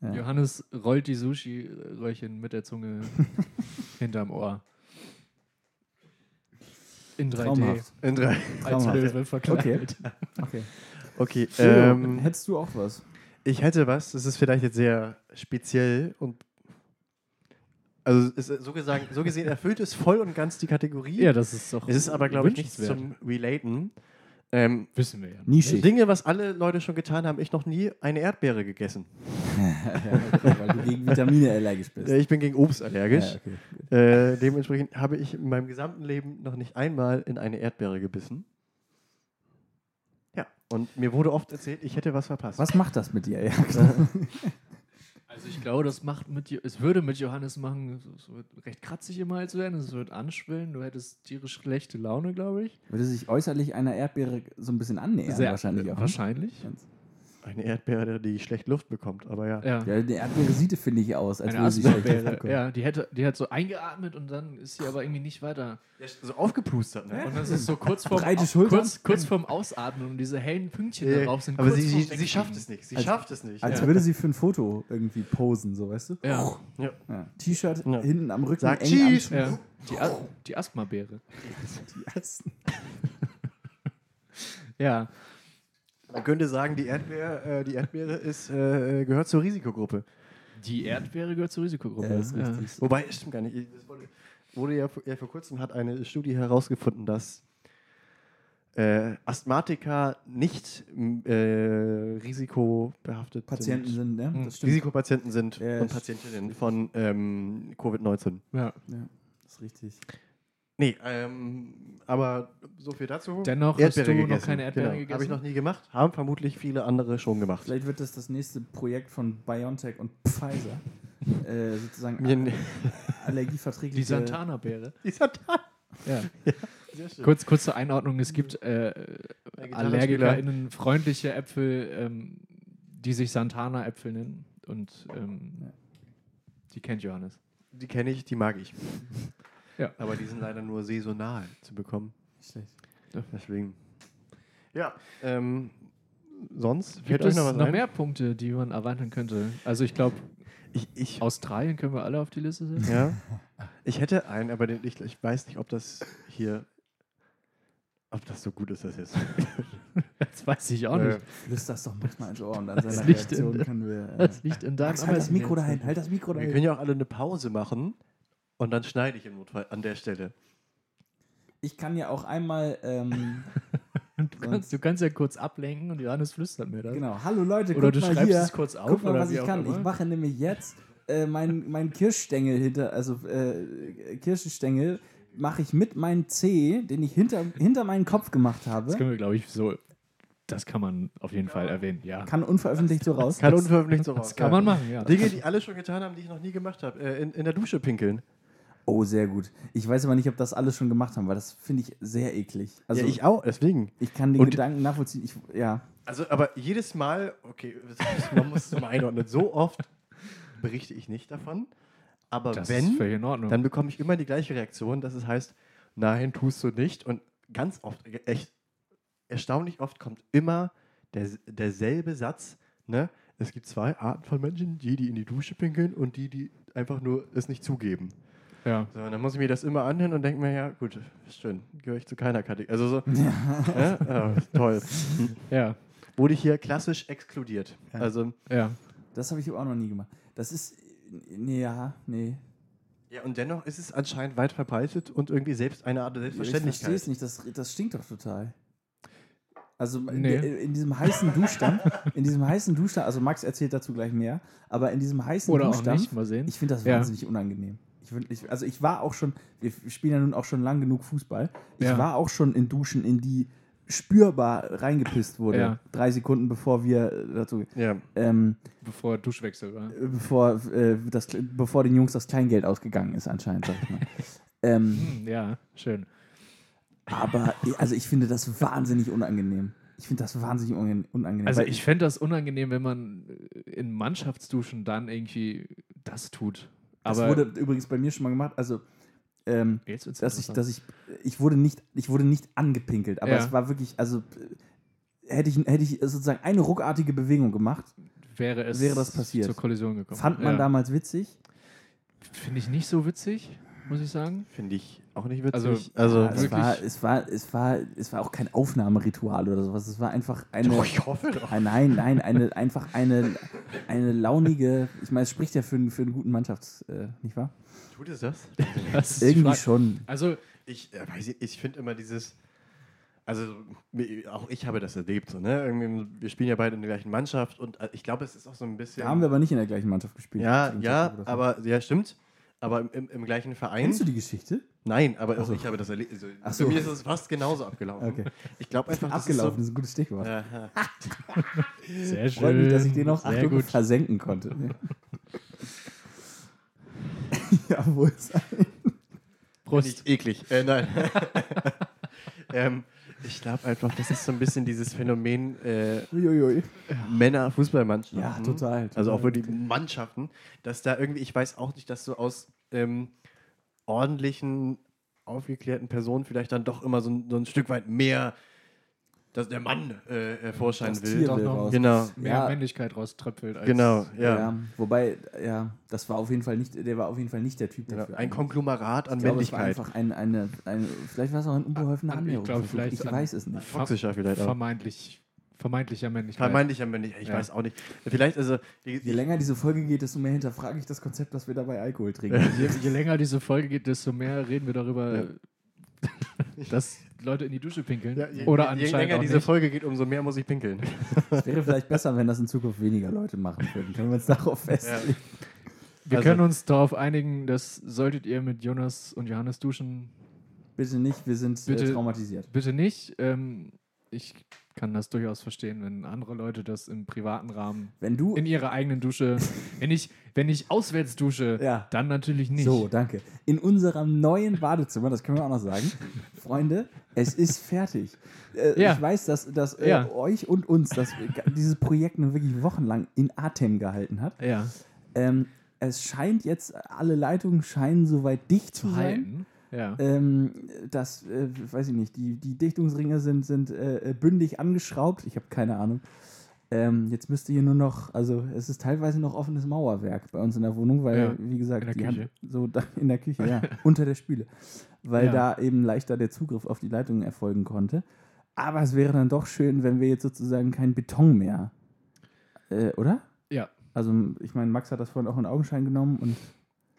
A: Ja.
B: Johannes rollt die Sushi-Röhrchen mit der
A: [laughs]
B: Zunge hinterm Ohr. In 3D.
A: Traumhaft.
C: In drei.
B: Als
A: Traumhaft.
B: Löwe verkleidet.
A: Okay.
C: Okay,
A: Ähm,
C: ähm,
A: Hättest du auch was?
C: ich hätte was, das ist vielleicht jetzt sehr speziell und also es ist, so, gesagt, so gesehen erfüllt es voll und ganz die Kategorie.
B: Ja, das ist doch.
C: es ist aber, glaube ich, nichts
B: wünschenswert.
C: zum Relaten. Ähm,
B: Wissen wir ja. nicht.
A: Nischig. [laughs]
C: Dinge, was alle Leute schon getan haben, ich noch nie eine Erdbeere gegessen.
A: weil du gegen Vitamine allergisch bist.
C: Äh, Ich bin gegen Obst allergisch.
A: Ja, okay.
C: Äh, dementsprechend habe ich in meinem gesamten Leben noch nicht einmal in eine Erdbeere gebissen. Ja, und mir wurde oft erzählt, ich hätte was verpasst.
A: Was macht das mit dir? Ja,
B: [laughs]
A: klar.
B: Also ich glaube, das macht mit Jo- es würde mit Johannes machen, es- es wird recht kratzig immer als werden, es wird anschwillen, du hättest tierisch schlechte Laune, glaube ich.
A: Würde sich äußerlich einer Erdbeere so ein bisschen annähern, wahrscheinlich auch. ne?
B: Wahrscheinlich.
C: Eine Erdbeere, die schlecht Luft bekommt, aber ja.
B: Ja.
A: Ja, die Erdbeere sieht, finde ich, aus, als
B: Eine
A: würde sie schlecht
B: Asperbeere.
A: bekommen.
B: Ja, die hätte, die hat so eingeatmet und dann ist sie aber irgendwie nicht weiter.
C: So aufgepustert, ne?
B: Und das ist so kurz vorm,
A: Breite
B: Au-
A: Schultern.
B: kurz, kurz vorm Ausatmen und diese hellen Pünktchen
C: Äh,
B: darauf sind
C: aber
B: kurz
C: sie,
B: vorm
C: sie, sie
B: Wegfliegen.
C: schafft es nicht. Sie
A: Als-
C: schafft es nicht.
A: Als
C: ja.
A: würde sie für ein Foto irgendwie posen, so weißt du?
B: Ja,
A: Ja. T-Shirt
C: Ja.
A: hinten am Rücken
C: Sagt
A: eng am
C: Cheese.
B: ja. Die, As die Asthmabeere.
A: Schmerzen.
B: [laughs] Ja.
C: Man könnte sagen, die Erdbeere, äh, die Erdbeere ist, äh, gehört zur Risikogruppe.
B: Die Erdbeere gehört zur Risikogruppe.
A: Ja, das ist
B: Ja.
A: richtig.
C: Wobei, stimmt gar nicht. Das wurde, wurde ja, vor- ja vor kurzem hat eine Studie herausgefunden, dass äh, Asthmatiker nicht m, äh, risikobehaftet
A: Patienten sind,
C: sind.
A: ne?
B: Mhm.
A: Das stimmt.
C: Risikopatienten sind
A: Ja,
C: und
A: st-
C: Patientinnen von ähm, Covid-19.
B: Ja.
A: Ja, das ist richtig.
C: Nee, ähm, aber so viel dazu.
B: Dennoch hast du noch keine Erdbeere
C: Habe genau. ich
B: gegessen?
C: noch nie gemacht. Haben vermutlich viele andere schon gemacht.
A: Vielleicht wird das das nächste Projekt von BioNTech und Pfizer. äh, sozusagen
C: [laughs] Mir- ne-
B: [laughs]
A: allergieverträgliche...
B: Die Santana-Beere.
C: Die Satan.
B: Ja.
C: Sehr schön.
B: Kurz, kurz zur Einordnung: Es gibt äh,
C: Der Gitarrenspieler.
B: AllergikerInnen freundliche Äpfel, ähm, die sich Santana-Äpfel nennen. Und ähm, die kennt Johannes.
C: Die kenne ich, die mag ich.
B: Ja.
C: Aber die sind leider nur saisonal zu bekommen.
A: Nicht schlecht.
C: Deswegen. Ja. Ähm, sonst fällt
B: Gibt
C: euch
B: es
C: noch was
B: noch,
C: ein?
B: mehr Punkte, die man erweitern könnte? Also ich glaube,
C: Ich, ich,
B: Australien können wir alle auf die Liste
A: [laughs]
B: setzen.
C: ja. ich hätte einen, aber den, ich, ich weiß nicht, ob das hier, ob das so gut ist, das jetzt.
B: Das weiß ich auch
C: Äh,
B: nicht.
A: Flüster's doch manchmal ins Ohr und an seiner
B: liegt
A: Reaktion
B: in-
A: können wir... Äh,
B: Das liegt in deinem
A: Max, halt das Mikro
B: Arbeitsnetz.
A: dahin, halt das Mikro
C: wir
A: dahin.
C: können ja auch alle eine Pause machen und dann schneide ich im Notfall an der Stelle.
A: Ich kann ja auch einmal, ähm,
B: [laughs] Du kannst, du kannst ja kurz ablenken und Johannes flüstert mir das.
A: genau, hallo Leute,
B: Oder
A: guckt
B: du
A: mal
B: schreibst
A: hier,
B: es kurz auf.
A: guck mal,
B: oder
A: was
B: wie
A: ich
B: auch
A: kann.
B: immer.
A: Ich mache nämlich jetzt äh, meinen mein Kirschstängel hinter, also äh, Kirschenstängel mache ich mit meinem Zeh, den ich hinter, hinter meinen Kopf gemacht
B: Das
A: habe,
B: können wir, glaube ich, so. Das kann man auf jeden Fall erwähnen, ja.
A: kann unveröffentlicht so raus.
C: Kann unveröffentlicht so raus.
B: Das kann man machen, ja.
C: Dinge, die alle schon getan haben, die ich noch nie gemacht habe. Äh, in, in der Dusche pinkeln.
A: Oh, sehr gut. Ich weiß aber nicht, ob das alle schon gemacht haben, weil das finde ich sehr eklig. Also ich,
C: auch, deswegen.
A: kann den
C: Und-
A: Gedanken nachvollziehen. Ich, ja,
C: Also, aber jedes Mal, okay, das- man muss es mal einordnen, so oft berichte ich nicht davon. Aber
B: Das ist
C: wenn,
B: völlig in Ordnung.
C: dann bekomme ich immer die gleiche Reaktion, dass es heißt, nein, tust du nicht. Und ganz oft, e- echt erstaunlich oft kommt immer der, derselbe Satz, ne? Es gibt zwei Arten von Menschen, die, die in die Dusche pinkeln und die, die einfach nur es nicht zugeben.
B: ja.
C: So, und dann muss ich mir das immer anhören und denke mir, ja, gut, schön, gehöre ich zu keiner Kategorie.
A: [laughs]
C: Also so, ne? ja, toll.
B: ja,
C: Wurde ich hier klassisch exkludiert.
A: Ja.
C: Also,
B: ja.
A: das habe ich auch noch nie gemacht. Das ist, nee, ja, nee.
C: ja, und dennoch ist es anscheinend weit verbreitet und irgendwie selbst eine Art
A: Ich verstehe es
C: Selbstverständlichkeit.
A: nicht, das, das stinkt doch total. Also in
B: Nee.
A: der- in diesem heißen Duschdampf, in diesem heißen Duschdampf, also Max erzählt dazu gleich mehr, aber in diesem heißen
B: Oder auch
A: Duschdampf,
B: nicht, mal sehen.
A: ich finde das
B: Ja.
A: wahnsinnig unangenehm. Ich find, ich, also ich war auch schon, wir spielen ja nun auch schon lang genug Fußball, ich
B: Ja.
A: war auch schon in Duschen, in die spürbar reingepisst wurde,
B: Ja.
A: drei Sekunden bevor wir äh, dazu,
C: Ja.
A: ähm,
B: Bevor Duschwechsel war.
A: äh, bevor, äh, das, bevor den Jungs das Kleingeld ausgegangen ist anscheinend, sag ich
B: [laughs]
A: mal. ähm,
B: Hm, ja, schön.
A: Aber also ich finde das wahnsinnig unangenehm. Ich finde das wahnsinnig unangenehm. unangenehm,
B: Also
A: weil
B: ich fände das unangenehm, wenn man äh, in Mannschaftsduschen dann irgendwie das tut.
A: das
B: Aber
A: wurde übrigens bei mir schon mal gemacht. Also, ähm,
B: jetzt wird's
A: dass ich,
B: interessant.
A: dass ich, ich wurde nicht, ich wurde nicht angepinkelt, aber
B: Ja.
A: es war wirklich, also äh, hätte ich, hätte ich sozusagen eine ruckartige Bewegung gemacht,
B: wäre es
A: wäre das passiert.
B: zur Kollision gekommen.
A: fand man
B: ja.
A: damals witzig.
B: Finde ich nicht so witzig, muss ich
A: [laughs]
B: sagen.
C: Finde ich auch nicht witzig.
B: Also-
C: also
A: Es
B: Wirklich?
A: war, es war, es war, es war auch kein Aufnahmeritual oder sowas. Es war einfach eine.
C: Doch, Oh, ich hoffe
A: [laughs]
C: doch.
A: Ah, nein, nein, eine, einfach eine, eine launige. Ich meine, es spricht ja für, einen- für einen guten Mannschafts, äh, nicht wahr?
C: Tut es das?
B: Das ist die
A: Irgendwie
B: Frage.
A: schon.
B: Also
C: Ich äh, weiß nicht, ich finde immer dieses, also mir- auch ich habe das erlebt, so, ne? Irgendwie, wir spielen ja beide in der gleichen Mannschaft und äh, ich glaube, es ist auch so ein bisschen.
A: Da haben wir aber nicht in der gleichen Mannschaft gespielt.
C: ja,
A: Zu dem
C: ja,
A: Zeitpunkt oder so.
C: aber ja, stimmt. Aber im- im, im gleichen Verein.
A: Kennst du die Geschichte?
C: Nein, aber auch ich habe das erlebt. Also,
A: Ach so.
C: Für mich ist es fast genauso abgelaufen.
A: Okay.
C: Ich glaube einfach, das
A: Abgelaufen, das
C: Ist
A: ist ein gutes Stichwort.
C: so, Aha.
B: sehr schön.
A: Freut mich, dass ich den noch
B: sehr
A: Achtung,
B: gut.
A: versenken konnte. [laughs] Jawohl.
C: Finde
B: Prost.
C: ich eklig.
A: [laughs]
C: Äh, nein. [laughs] ähm, ich glaube einfach, das ist so ein bisschen dieses Phänomen äh,
A: Uiuiui.
C: Männer-Fußballmannschaften.
A: Ja, total, total.
C: Also auch wirklich Mannschaften, dass da irgendwie, ich weiß auch nicht, dass so aus ähm, ordentlichen, aufgeklärten Personen vielleicht dann doch immer so ein, so ein Stück weit mehr, dass der Mann äh, hervorscheinen
A: Das
C: will.
A: Tier
B: doch
A: will
B: noch-
A: raus.
C: Genau,
B: Mehr
A: Ja.
B: Männlichkeit rauströpfelt als
C: genau,
A: Ja.
C: ja.
A: Wobei, ja, das war auf jeden Fall nicht, der war auf jeden Fall nicht der Typ
C: ja.
A: dafür.
C: genau. Ein Konglomerat an
A: Ich glaube, es war
C: Männlichkeit.
A: einfach ein, eine, eine, vielleicht war es auch ein unbeholfener
B: An- ich
A: Annäherung.
B: glaube, vielleicht
A: ich
B: an-
A: weiß es nicht.
C: Toxischer vielleicht auch.
B: vermeintlich vermeintlicher Männlichkeit.
C: Vermeintlicher Männlichkeit, ich
B: Ja.
C: weiß auch nicht. Vielleicht, also, die,
A: Je länger diese Folge geht, desto mehr hinterfrage ich das Konzept, dass wir dabei Alkohol
C: [laughs]
A: trinken.
B: Je, je länger diese Folge geht, desto mehr reden wir darüber, [laughs]
C: [laughs]
B: dass Leute in die Dusche pinkeln.
C: Ja, je,
B: Oder
C: je, je
B: anscheinend
C: länger
B: auch
C: diese
B: nicht.
C: Folge geht, umso mehr muss ich pinkeln.
A: Es wäre vielleicht besser, wenn das in Zukunft weniger Leute machen würden. Können wir uns darauf festlegen?
B: Wir
C: Also-
B: können uns darauf einigen, dass solltet ihr mit Jonas und Johannes duschen,
A: Bitte nicht, wir sind
B: Bitte.
A: Äh, traumatisiert.
B: bitte nicht. Ähm, ich kann das durchaus verstehen, wenn andere Leute das im privaten Rahmen
A: Wenn du.
B: in ihrer eigenen
C: [laughs]
B: Dusche, wenn ich, wenn ich auswärts dusche,
A: Ja.
B: dann natürlich nicht.
A: So, danke. In unserem neuen Badezimmer, das können wir auch noch
B: [laughs]
A: sagen, Freunde, es ist fertig. Äh,
B: Ja.
A: Ich weiß, dass, dass äh,
B: Ja.
A: euch und uns dass dieses Projekt nun wirklich wochenlang in Atem gehalten hat.
B: ja.
A: Ähm, es scheint jetzt, alle Leitungen scheinen soweit dicht zu sein.
B: Halten. Ja.
C: Äh,
A: Ähm, das, äh, weiß ich nicht, die, die Dichtungsringe sind, sind äh, äh, bündig angeschraubt. Ich habe keine Ahnung. Ähm, jetzt müsste hier nur noch, also es ist teilweise noch offenes Mauerwerk bei uns in der Wohnung, weil,
B: Ja,
A: wie gesagt,
B: in der
A: die haben-
B: Küche.
A: so da, in der Küche,
B: [laughs]
A: ja, unter der Spüle. Weil
B: Ja.
A: da eben leichter der Zugriff auf die Leitungen erfolgen konnte. Aber es wäre dann doch schön, wenn wir jetzt sozusagen keinen Beton mehr, äh, oder?
B: ja.
A: Also ich meine, Max hat das vorhin auch in Augenschein genommen und [laughs]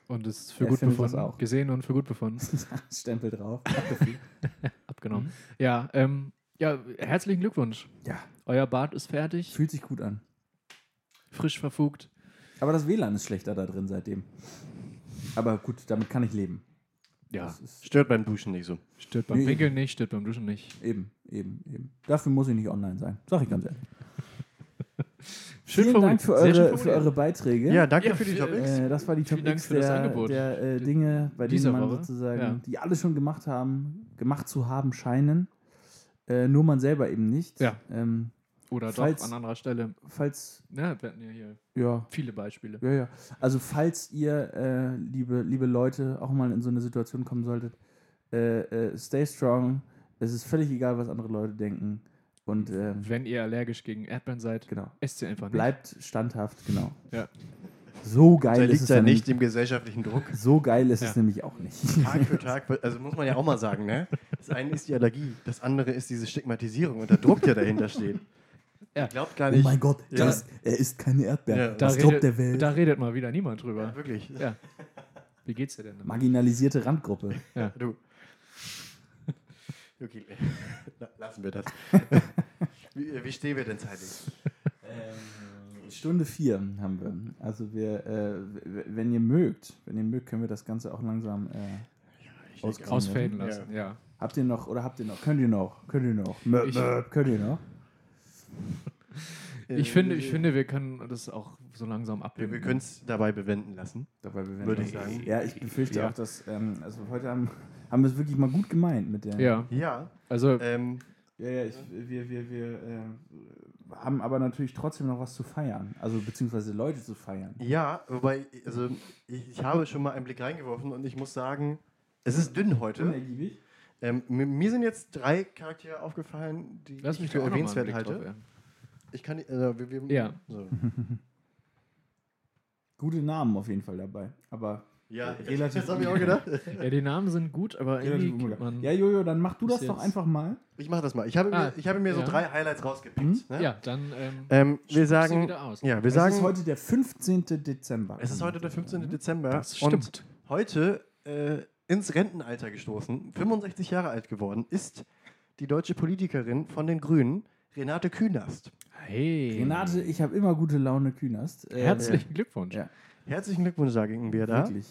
B: Und es ist für
A: Er
B: gut
A: findet das
B: befunden.
A: auch.
B: Gesehen und für gut befunden.
A: Stempel drauf.
B: [laughs] Abgenommen. Ja, ähm, ja, herzlichen Glückwunsch.
A: Ja,
B: Euer Bad ist fertig,
A: fühlt sich gut an.
B: frisch verfugt.
A: Aber das WLAN ist schlechter da drin seitdem. Aber gut, damit kann ich leben.
B: Ja,
A: Das ist
C: Stört beim Duschen nicht so.
B: stört beim
A: Nee.
B: Pinkeln nicht, stört beim Duschen nicht.
A: eben, eben, eben. Dafür muss ich nicht online sein. Sag ich ganz ehrlich.
B: Schön
A: Vielen Dank
B: formuliert.
A: für
B: Sehr schön
A: eure, für
B: formuliert.
A: eure Beiträge.
C: Ja, danke
B: Ja,
C: für die
B: viel-
C: Topics.
A: äh, das war die
B: Vielen
A: Top
B: Dank
A: X
B: für das
A: der,
B: Angebot.
A: der äh, Dinge, bei denen
B: Dieser
A: man
B: Woche,
A: sozusagen,
B: ja.
A: die alle schon gemacht haben, gemacht zu haben scheinen. Äh, nur man selber eben nicht.
B: Ja.
A: Ähm,
B: Oder
A: falls-
B: doch an anderer Stelle.
A: falls,
B: Ja, wir hatten ja hier
A: ja,
B: viele Beispiele.
A: Ja, ja. Also falls ihr, äh, liebe, liebe Leute, auch mal in so eine Situation kommen solltet, äh, äh, stay strong. Es ist völlig egal, was andere Leute denken. Und ähm,
B: Wenn ihr allergisch gegen Erdbeeren seid,
A: genau.
B: esst sie einfach nicht.
A: Bleibt standhaft, genau.
B: Ja.
A: So
C: Da
A: geil ist
C: liegt
A: es
C: ja
A: nämlich-
C: nicht im gesellschaftlichen Druck.
A: So geil ist
B: Ja.
A: es nämlich auch nicht.
C: Tag für Tag, wird- also muss man ja auch mal sagen, ne? Das eine ist die Allergie, das andere ist diese Stigmatisierung und der Druck, der dahinter steht.
B: Ja.
C: Ich glaube
A: [laughs]
C: gar
A: Oh
C: nicht.
A: mein Gott,
C: Ja.
A: das, er ist keine
C: Ja.
A: Erdbeere.
B: Da
A: was glaubt
B: redet,
A: der Welt?
B: da redet mal wieder niemand drüber.
C: Wirklich.
B: Ja. Wie geht's dir denn? damit?
A: Marginalisierte Randgruppe.
C: Du. Okay, la- lassen wir das. Wie, wie stehen wir denn zeitlich?
A: Stunde 4 haben wir. Also wir, äh, w- w- wenn ihr mögt, wenn ihr mögt, können wir das Ganze auch langsam äh,
C: denke,
B: Ausfaden
C: Ja.
B: lassen, ja.
A: Habt ihr noch, oder habt ihr noch, könnt ihr noch, könnt ihr noch, möp,
B: Ich-
A: möp, könnt ihr noch?
B: Ich, finde, ich finde, wir können das auch so langsam
C: äh, Wir,
B: abbinden.
C: wir können es dabei bewenden lassen.
A: Dabei bewenden
C: Würde
A: wir
C: ich
A: uns.
C: sagen.
A: Ja, ich befürchte
B: Ja.
A: auch, dass, ähm, also heute haben, haben wir es wirklich mal gut gemeint mit der.
B: Ja,
C: Ja,
B: also
C: ähm,
A: Ja, ja, ich, wir, wir, wir äh, haben aber natürlich trotzdem noch was zu feiern. Also beziehungsweise Leute zu feiern.
C: Ja, wobei, also ich, ich habe schon mal einen Blick reingeworfen und ich muss sagen, es ist dünn heute.
A: Unergiebig.
C: Ähm, mir, mir sind jetzt drei Charaktere aufgefallen, die
B: Lass
C: ich
B: mich
C: für
B: für
C: erwähnenswert
B: erwähnenswert halt,
C: halte.
B: halten.
C: ich kann nicht, also wir, wir,
B: Ja.
C: So.
A: Mhm. Gute Namen auf jeden Fall dabei. Aber
C: ja,
A: Relativ
C: das habe ich auch gedacht.
B: Ja, die Namen sind gut, aber
A: relativ
B: irgendwie kriegt man.
A: Ja, Jojo, dann mach du
B: Bis
A: das doch
B: jetzt.
A: einfach mal.
C: Ich mache das mal. Ich habe
B: Ah,
C: mir, ich habe mir so
B: ja. Mhm.
C: drei Highlights rausgepickt. Ne?
B: Ja, dann. Ähm,
C: Ähm,
B: spuck
C: wir
B: sie
C: sagen,
B: wieder aus.
C: ja, wir
A: Es
C: sagen,
A: ist heute der 15. Dezember.
C: es ist heute der 15. Dezember
B: Mhm. Das
C: und
B: stimmt.
C: heute äh, ins Rentenalter gestoßen, 65 Jahre alt geworden, ist die deutsche Politikerin von den Grünen, Renate Künast.
B: Hey.
A: Renate, ich habe immer gute Laune, Kühnerst. Äh,
B: Herzlichen Glückwunsch.
A: Ja.
C: Herzlichen Glückwunsch, sagen wir da.
A: Wirklich.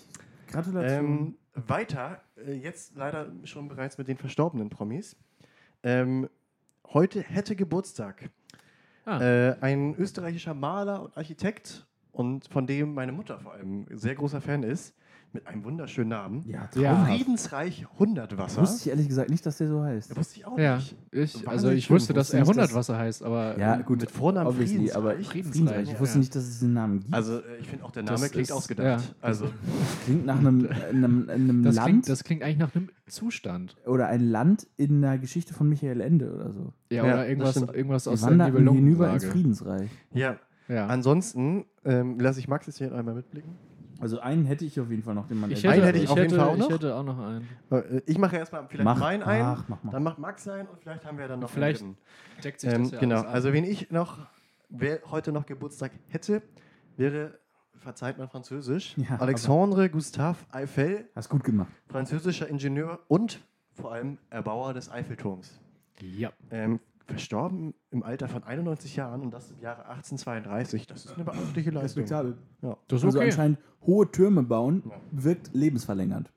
A: Gratulation.
C: Ähm, weiter, äh, jetzt leider schon bereits mit den verstorbenen Promis. Ähm, heute hätte Geburtstag.
B: Ah.
C: Äh, ein österreichischer Maler und Architekt und von dem meine Mutter vor allem sehr großer Fan ist, mit einem wunderschönen Namen.
A: ja,
B: Ja.
A: traumhaft.
C: Friedensreich Hundertwasser.
A: Wusste ich ehrlich gesagt nicht, dass der so heißt.
C: Wusste ich auch
B: Ja,
C: nicht.
B: ich, also
C: Wahnsinnig
B: ich wusste,
C: schön.
B: dass
C: Wusste
B: er
C: nicht, dass-
B: Hundertwasser heißt, aber
A: Ja,
B: ähm,
A: gut.
C: Mit Vornamen
A: Obviously, aber
C: Friedensreich.
A: Friedensreich. Ich
B: Ja,
A: wusste
B: ja.
A: nicht, dass es diesen Namen gibt.
C: Also äh, ich finde auch der Name
B: Das
C: klingt
B: ist-
C: ausgedacht.
B: ja.
A: [laughs]
C: Also
A: Klingt nach einem, äh, einem, [laughs] einem
B: das,
A: Land
B: klingt, das klingt eigentlich nach einem Zustand.
A: oder ein Land in der Geschichte von Michael Ende oder so.
B: Ja,
C: Ja,
B: oder
C: das
B: irgendwas,
C: stimmt.
B: irgendwas
A: Die
B: aus
A: wanderten hinüber ins
B: Nibelungenlage.
A: Friedensreich.
C: ja.
B: Ja.
C: Ansonsten ähm, lasse ich Max jetzt hier einmal mitblicken.
A: Also einen hätte ich auf jeden Fall noch, den man
B: Ich
A: erwähnt hat.
B: hätte,
C: Einen hätte ich
B: ich,
C: auf jeden
B: hätte,
C: Fall auch noch.
B: ich hätte auch noch einen.
C: Äh, Ich mache erstmal vielleicht
A: Mach-
C: meinen ein,
A: mach, mach, mach.
C: dann macht Max ein und vielleicht haben wir dann noch einen
B: Vielleicht
C: dritten.
B: Deckt sich
C: Ähm,
B: das ja
C: genau,
B: alles ab.
C: also wen ich noch, wer heute noch Geburtstag hätte, wäre, verzeiht mein Französisch,
A: Ja,
C: Alexandre Gustave Eiffel,
A: Hast gut gemacht.
C: französischer Ingenieur und vor allem Erbauer des Eiffelturms.
B: ja.
C: Ähm, verstorben im Alter von 91 Jahren und das im Jahre 1832. Das ist eine beachtliche Leistung.
A: Respektabel.
C: Ja.
B: Das ist
A: Also
B: okay.
A: anscheinend hohe Türme bauen
C: Ja.
A: wirkt lebensverlängernd.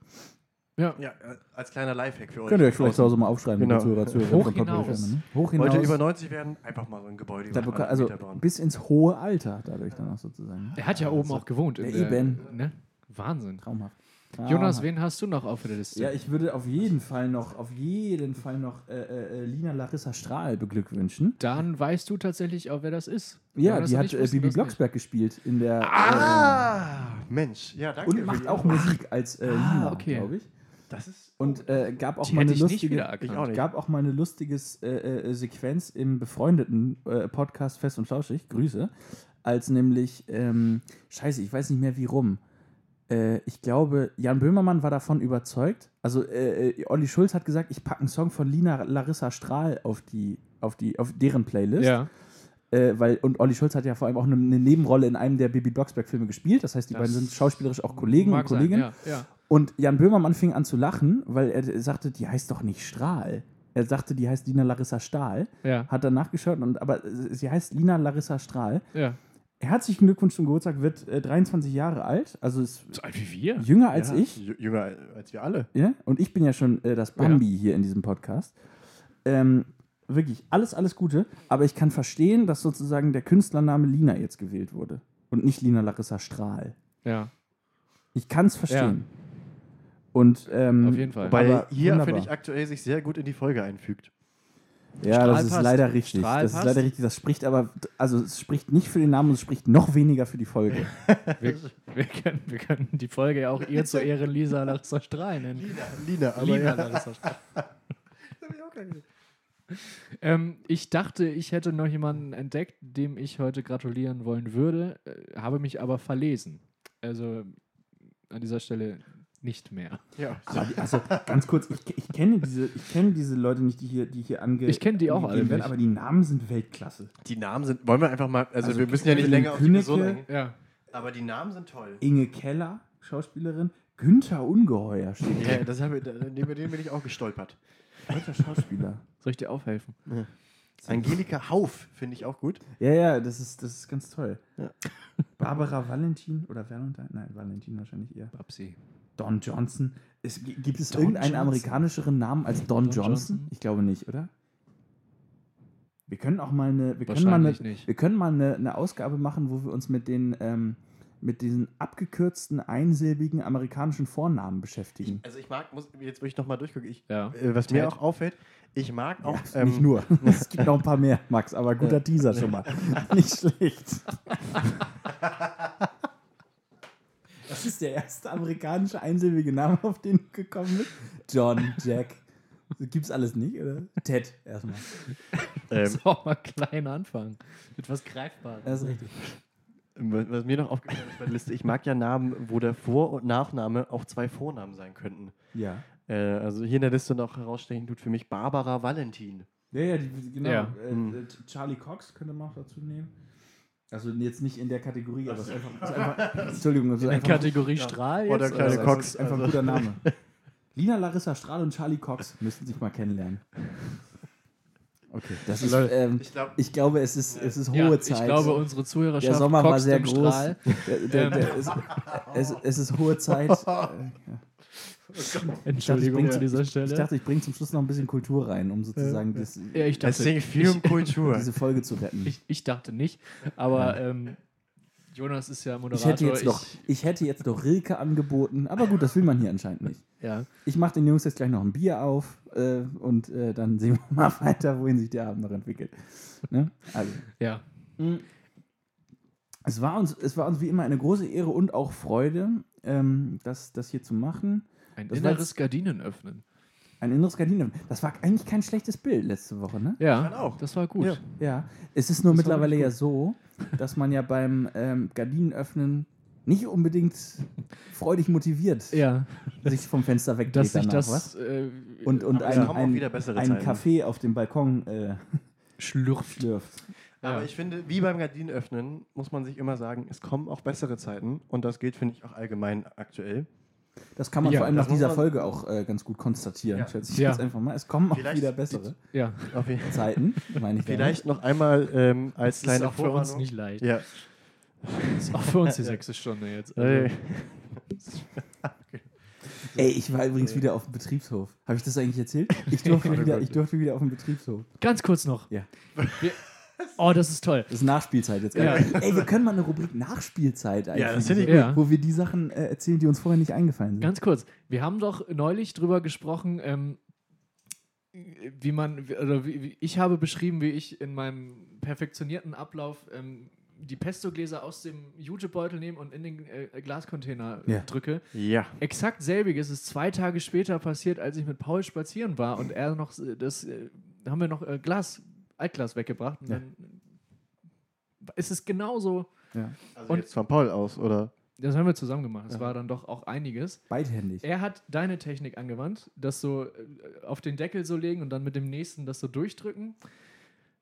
B: ja.
C: ja, äh, als kleiner Lifehack für euch.
A: Könnt ihr euch vielleicht zu Hause mal aufschreiben,
C: Genau.
A: liebe Zuhörer, Zuhörer
B: Hoch
A: von Popcorn
B: hinaus.
A: Family, ne? Hoch hinaus.
C: Wollt ihr über 90 werden, einfach mal so ein Gebäude
A: da
C: über
A: beka-
C: 100
A: also
C: Meter bauen.
A: bis ins hohe Alter dadurch dann auch sozusagen.
B: Er hat ja
A: Also
B: oben auch gewohnt. In
A: Ja,
B: der,
A: eben.
B: Ne? Wahnsinn.
A: Traumhaft.
B: Jonas,
A: Traumhaft.
B: wen hast du noch auf der Liste?
A: Ja, ich würde auf jeden Fall noch, auf jeden Fall noch äh, äh, Lina Larissa Strahl beglückwünschen.
B: Dann weißt du tatsächlich auch, wer das ist.
A: Ja,
B: Jonas
A: die
B: und
A: hat
B: ich
A: äh,
B: wussten
A: Bibi
B: das nicht.
A: Blocksberg gespielt in der
C: Ah, Mensch. Ja,
A: äh,
C: danke. für
A: und
C: die
A: macht auch
C: Info.
A: Musik als äh, Lina,
B: Ah, okay.
A: glaube ich.
C: Das ist
A: Und äh, gab auch
B: Die
A: mal
B: hätte
A: eine
B: ich nicht
A: lustige
B: wiedererkannt.
C: Ich auch nicht.
A: gab auch mal eine lustiges äh, äh, Sequenz im befreundeten äh, Podcast Fest und Flauschig, Grüße, als nämlich ähm, Scheiße, ich weiß nicht mehr wie rum. Äh, ich glaube, Jan Böhmermann war davon überzeugt. Also äh, äh, Olli Schulz hat gesagt, ich packe einen Song von Lina Larissa Strahl auf die auf die auf deren Playlist.
B: Ja.
A: äh, weil, und Olli Schulz hat ja vor allem auch eine, eine Nebenrolle in einem der Bibi Blocksberg-Filme gespielt. Das heißt, die
B: Das
A: beiden sind schauspielerisch auch Kollegen und
B: Mag sein,
A: Kolleginnen.
B: ja, ja.
A: Und Jan Böhmermann fing an zu lachen, weil er sagte, die heißt doch nicht Strahl. Er sagte, die heißt Lina Larissa Stahl.
B: Ja,
A: Hat dann nachgeschaut, und, aber sie heißt Lina Larissa Strahl.
B: ja.
A: Herzlichen Glückwunsch zum Geburtstag, wird äh, 23 Jahre alt, also ist
B: So alt wie wir.
A: jünger als
C: ja,
A: ich.
C: jü- Jünger als wir alle.
A: Ja? Und ich bin ja schon äh, das Bambi hier in diesem Podcast. Ähm, wirklich, alles, alles Gute. Aber ich kann verstehen, dass sozusagen der Künstlername Lina jetzt gewählt wurde und nicht Lina Larissa Strahl.
B: Ja.
A: Ich kann es verstehen. Und ähm,
B: Auf jeden Fall.
C: Wobei
A: aber
C: hier,
A: wunderbar.
C: finde ich, aktuell sich sehr gut in die Folge einfügt.
A: Ja, das ist
B: Strahlpast.
A: leider richtig. Das ist
B: Strahlpast.
A: leider richtig. Das spricht aber, also es spricht nicht für den Namen, es spricht noch weniger für die Folge.
B: [laughs] Wir, wir, können, wir können die Folge ja auch ihr zur Ehre Lisa Larissa Strahl nennen.
C: Lina, Lina aber
B: Lina
C: ja.
B: Larissa Strahl. [laughs] Ähm, ich dachte, ich hätte noch jemanden entdeckt, dem ich heute gratulieren wollen würde, äh, habe mich aber verlesen. Also an dieser Stelle nicht mehr.
C: ja.
A: Aber die, also ganz kurz, ich, ich, kenne diese, ich kenne diese Leute nicht, die hier, die hier ange
B: Ich kenne die auch
A: angegeben
B: alle
A: werden,
B: nicht.
A: aber die Namen sind Weltklasse.
C: Die Namen sind, wollen wir einfach mal, also,
A: Also
C: wir müssen ja nicht
A: Kevin
C: länger auf die
A: Kühneke.
C: Person eingehen.
B: Ja.
C: Aber die Namen sind toll.
A: Inge Keller, Schauspielerin, Günther Ungeheuer, steht
C: Ja, das habe ich, da- über den bin ich auch gestolpert.
A: deutscher Schauspieler.
B: Soll ich dir aufhelfen?
C: Angelika Hauf finde ich auch gut.
A: Ja, ja, das ist, das ist ganz toll.
C: Ja.
A: Barbara Valentin oder Valentine? Nein, Valentin wahrscheinlich eher.
B: Babsi.
A: Don Johnson. Es, gi- gibt es
B: Don
A: irgendeinen
B: Johnson?
A: amerikanischeren Namen als Don,
B: Don
A: Johnson?
B: Johnson?
A: Ich glaube nicht, oder? Wir können auch mal eine, wir können mal eine,
B: Wahrscheinlich nicht.
A: wir können mal eine, eine Ausgabe machen, wo wir uns mit den ähm, mit diesen abgekürzten, einsilbigen amerikanischen Vornamen beschäftigen.
C: Also ich mag, muss, jetzt will ich nochmal durchgucken, ich,
B: Ja.
C: äh, was mir
B: Ted.
C: auch auffällt, ich mag auch,
A: Ja,
C: ähm,
A: nicht nur. [laughs] Es gibt noch ein paar mehr, Max, aber guter Teaser schon [laughs] mal. Nicht [laughs] schlecht. Das ist der erste amerikanische einsilbige Name, auf den du gekommen bist. John, Jack. Gibt's alles nicht, oder? Ted erstmal.
B: [laughs] Das
C: ähm,
B: ist auch mal klein anfangen. Mit was Greifbares.
A: Das ist richtig.
C: was was mir noch aufgefallen ist bei der Liste, ich mag ja Namen, wo der Vor- und Nachname auch zwei Vornamen sein könnten.
A: Ja.
C: Äh, also hier in der Liste noch herausstechen tut für mich Barbara Valentin.
A: Ja, ja, die, genau.
B: Ja. Hm.
A: Äh, äh, Charlie Cox könnte man auch dazu nehmen. Also jetzt nicht in der Kategorie, aber es ist einfach, es ist
B: [laughs]
A: einfach Entschuldigung, es ist
B: In
A: einfach,
B: Kategorie Strahl jetzt?
C: Oder
B: oder?
C: kleine
A: es
C: Cox.
A: ist einfach ein guter Name. [laughs] Lina Larissa Strahl und Charlie Cox müssten sich mal kennenlernen. Okay, das ist,
B: Leute,
A: ähm,
C: Ich glaube,
A: ich glaube, es ist, es ist hohe
B: Ja,
A: Zeit.
B: Ich glaube, unsere Zuhörerschaft
A: der Sommer war
B: koxt
A: sehr
B: im
A: groß.
B: Strahl.
A: Der, der, der, es, es, es ist hohe
B: [laughs]
A: Zeit. Äh,
B: Entschuldigung
A: bringt's-
B: an dieser Stelle.
A: Ich dachte, ich bringe zum Schluss noch ein bisschen Kultur rein, um sozusagen das,
B: ja, ich dachte,
C: deswegen
B: [laughs]
C: viel um Kultur.
A: diese Folge zu retten.
B: ich, ich dachte nicht. Aber ähm, Jonas ist ja
A: Ich
B: Moderator.
A: hätte, jetzt noch, ich hätte jetzt noch Rilke angeboten, aber gut, das will man hier anscheinend nicht.
B: ja.
A: Ich mache den Jungs jetzt gleich noch ein Bier auf äh, und äh, dann [laughs] sehen wir mal weiter, wohin sich der Abend noch entwickelt. Ne? Also,
B: ja. Mhm.
A: es, war uns, es war uns wie immer eine große Ehre und auch Freude, ähm, das, das hier zu machen.
B: Ein
A: Das war
B: inneres Gardinen öffnen.
A: Ein inneres Gardinen. Das war eigentlich kein schlechtes Bild letzte Woche, ne?
B: Ja,
C: fand auch.
B: das war gut.
C: Ja.
A: Ja, es ist nur
B: Das war
A: mittlerweile
B: wirklich
A: ja so, dass man ja beim ähm, Gardinenöffnen nicht unbedingt freudig motiviert
B: [laughs] Ja,
A: sich vom Fenster wegdreht
B: dass sich
A: danach, was?
B: das äh,
A: und, und
C: Aber es
A: ein,
C: kommen auch
A: ein,
C: wieder bessere
A: einen
C: Zeiten.
A: Kaffee auf dem Balkon äh,
B: schlürft.
A: dürft.
C: Aber
B: Ja.
C: ich finde, wie beim Gardinenöffnen muss man sich immer sagen, es kommen auch bessere Zeiten und das gilt, finde ich, auch allgemein aktuell.
A: Das kann man
B: Ja,
A: vor allem
C: das
A: nach
C: muss
A: dieser
C: man-
A: Folge auch äh, ganz gut konstatieren.
C: Ja.
A: Schätze ich
B: Ja.
A: jetzt einfach mal. Es kommen auch
C: Vielleicht
A: wieder bessere
B: [laughs] Ja,
C: Auf jeden
A: Zeiten, meine ich. damit.
C: Vielleicht noch einmal ähm,
B: das
C: als
B: ist
C: kleine
B: auch für uns
C: Vorwarnung.
B: nicht leicht.
C: Ja.
B: Das ist auch für uns
C: [laughs]
B: die sechste Stunde jetzt.
C: Äh,
B: Also,
A: Ey, ich war übrigens wieder auf dem Betriebshof. Habe ich das eigentlich erzählt? Ich
B: [laughs]
A: durfte,
B: oh
A: wieder, ich durfte wieder auf dem Betriebshof.
B: ganz kurz noch.
A: Ja.
B: Wir, oh, das ist toll.
A: Das ist Nachspielzeit jetzt.
B: Ja.
A: Ey, wir können mal eine Rubrik Nachspielzeit einfügen,
C: das finde ich
B: Ja.
A: Wo wir die Sachen äh, erzählen, die uns vorher nicht eingefallen sind.
B: Ganz kurz, wir haben doch neulich drüber gesprochen, ähm, wie man, wie- oder wie, wie, ich habe beschrieben, wie ich in meinem perfektionierten Ablauf ähm, die Pesto-Gläser aus dem Jutebeutel nehme und in den äh, Glascontainer
A: Ja.
B: drücke.
C: ja.
B: Exakt selbiges ist zwei Tage später passiert, als ich mit Paul spazieren war und er noch äh, das, äh, da haben wir noch äh, Glas, Altglas weggebracht. Und
A: Ja.
B: dann ist es genauso,
C: Also
B: Und-
C: jetzt von Paul aus, oder?
B: das haben wir zusammen gemacht. Es war dann doch auch einiges.
A: Beidhändig.
B: Er hat deine Technik angewandt, das so äh, auf den Deckel so legen und dann mit dem nächsten das so durchdrücken.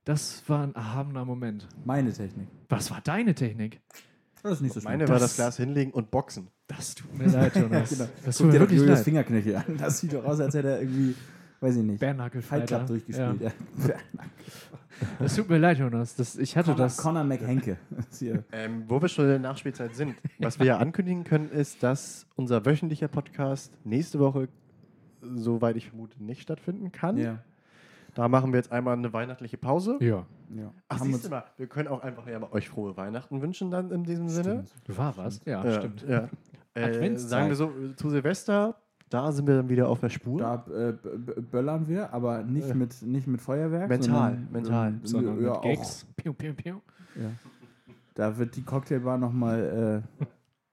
B: Das war ein erhabener Moment.
A: Meine Technik.
B: Was war deine Technik?
A: Das ist nicht so
C: Meine war das Glas hinlegen und boxen.
B: Das tut
A: [laughs]
B: mir leid, Jonas.
A: Genau.
B: Das
A: Guck
B: tut
A: dir
B: mir
A: doch
B: wirklich
A: Julius
B: leid.
A: Fingerknöchel an. Das sieht doch aus, als hätte er irgendwie, weiß ich nicht,
B: Bernhackel
A: Fight Club durchgespielt. [laughs]
B: Ja.
A: Ja.
B: Das tut mir leid, Jonas. Das, ich hatte
A: Conor,
B: das.
A: Conor McHenke. Ist hier.
C: Ähm, wo wir schon in der Nachspielzeit sind, was wir ja ankündigen können, ist, dass unser wöchentlicher Podcast nächste Woche, soweit ich vermute, nicht stattfinden kann. Da machen wir jetzt einmal eine weihnachtliche Pause.
B: Ja,
A: ja.
C: Ach,
A: Haben
C: siehst
A: uns-
C: du mal, wir können auch einfach ja mal euch frohe Weihnachten wünschen dann in diesem Sinne.
B: war was. Ja,
C: Ja,
B: stimmt.
C: Ja. Äh,
B: Adventszeit.
C: sagen wir so, äh, zu Silvester, da sind wir dann wieder auf der Spur.
A: Da äh, b- b- böllern wir, aber nicht,
C: Äh.
A: mit, nicht mit Feuerwerk.
C: Mental,
A: sondern,
C: mental.
A: ähm,
B: Sondern
A: ja,
B: mit
A: auch, um
B: Gags. Piu, piu, piu.
A: ja. Da wird die Cocktailbar nochmal äh,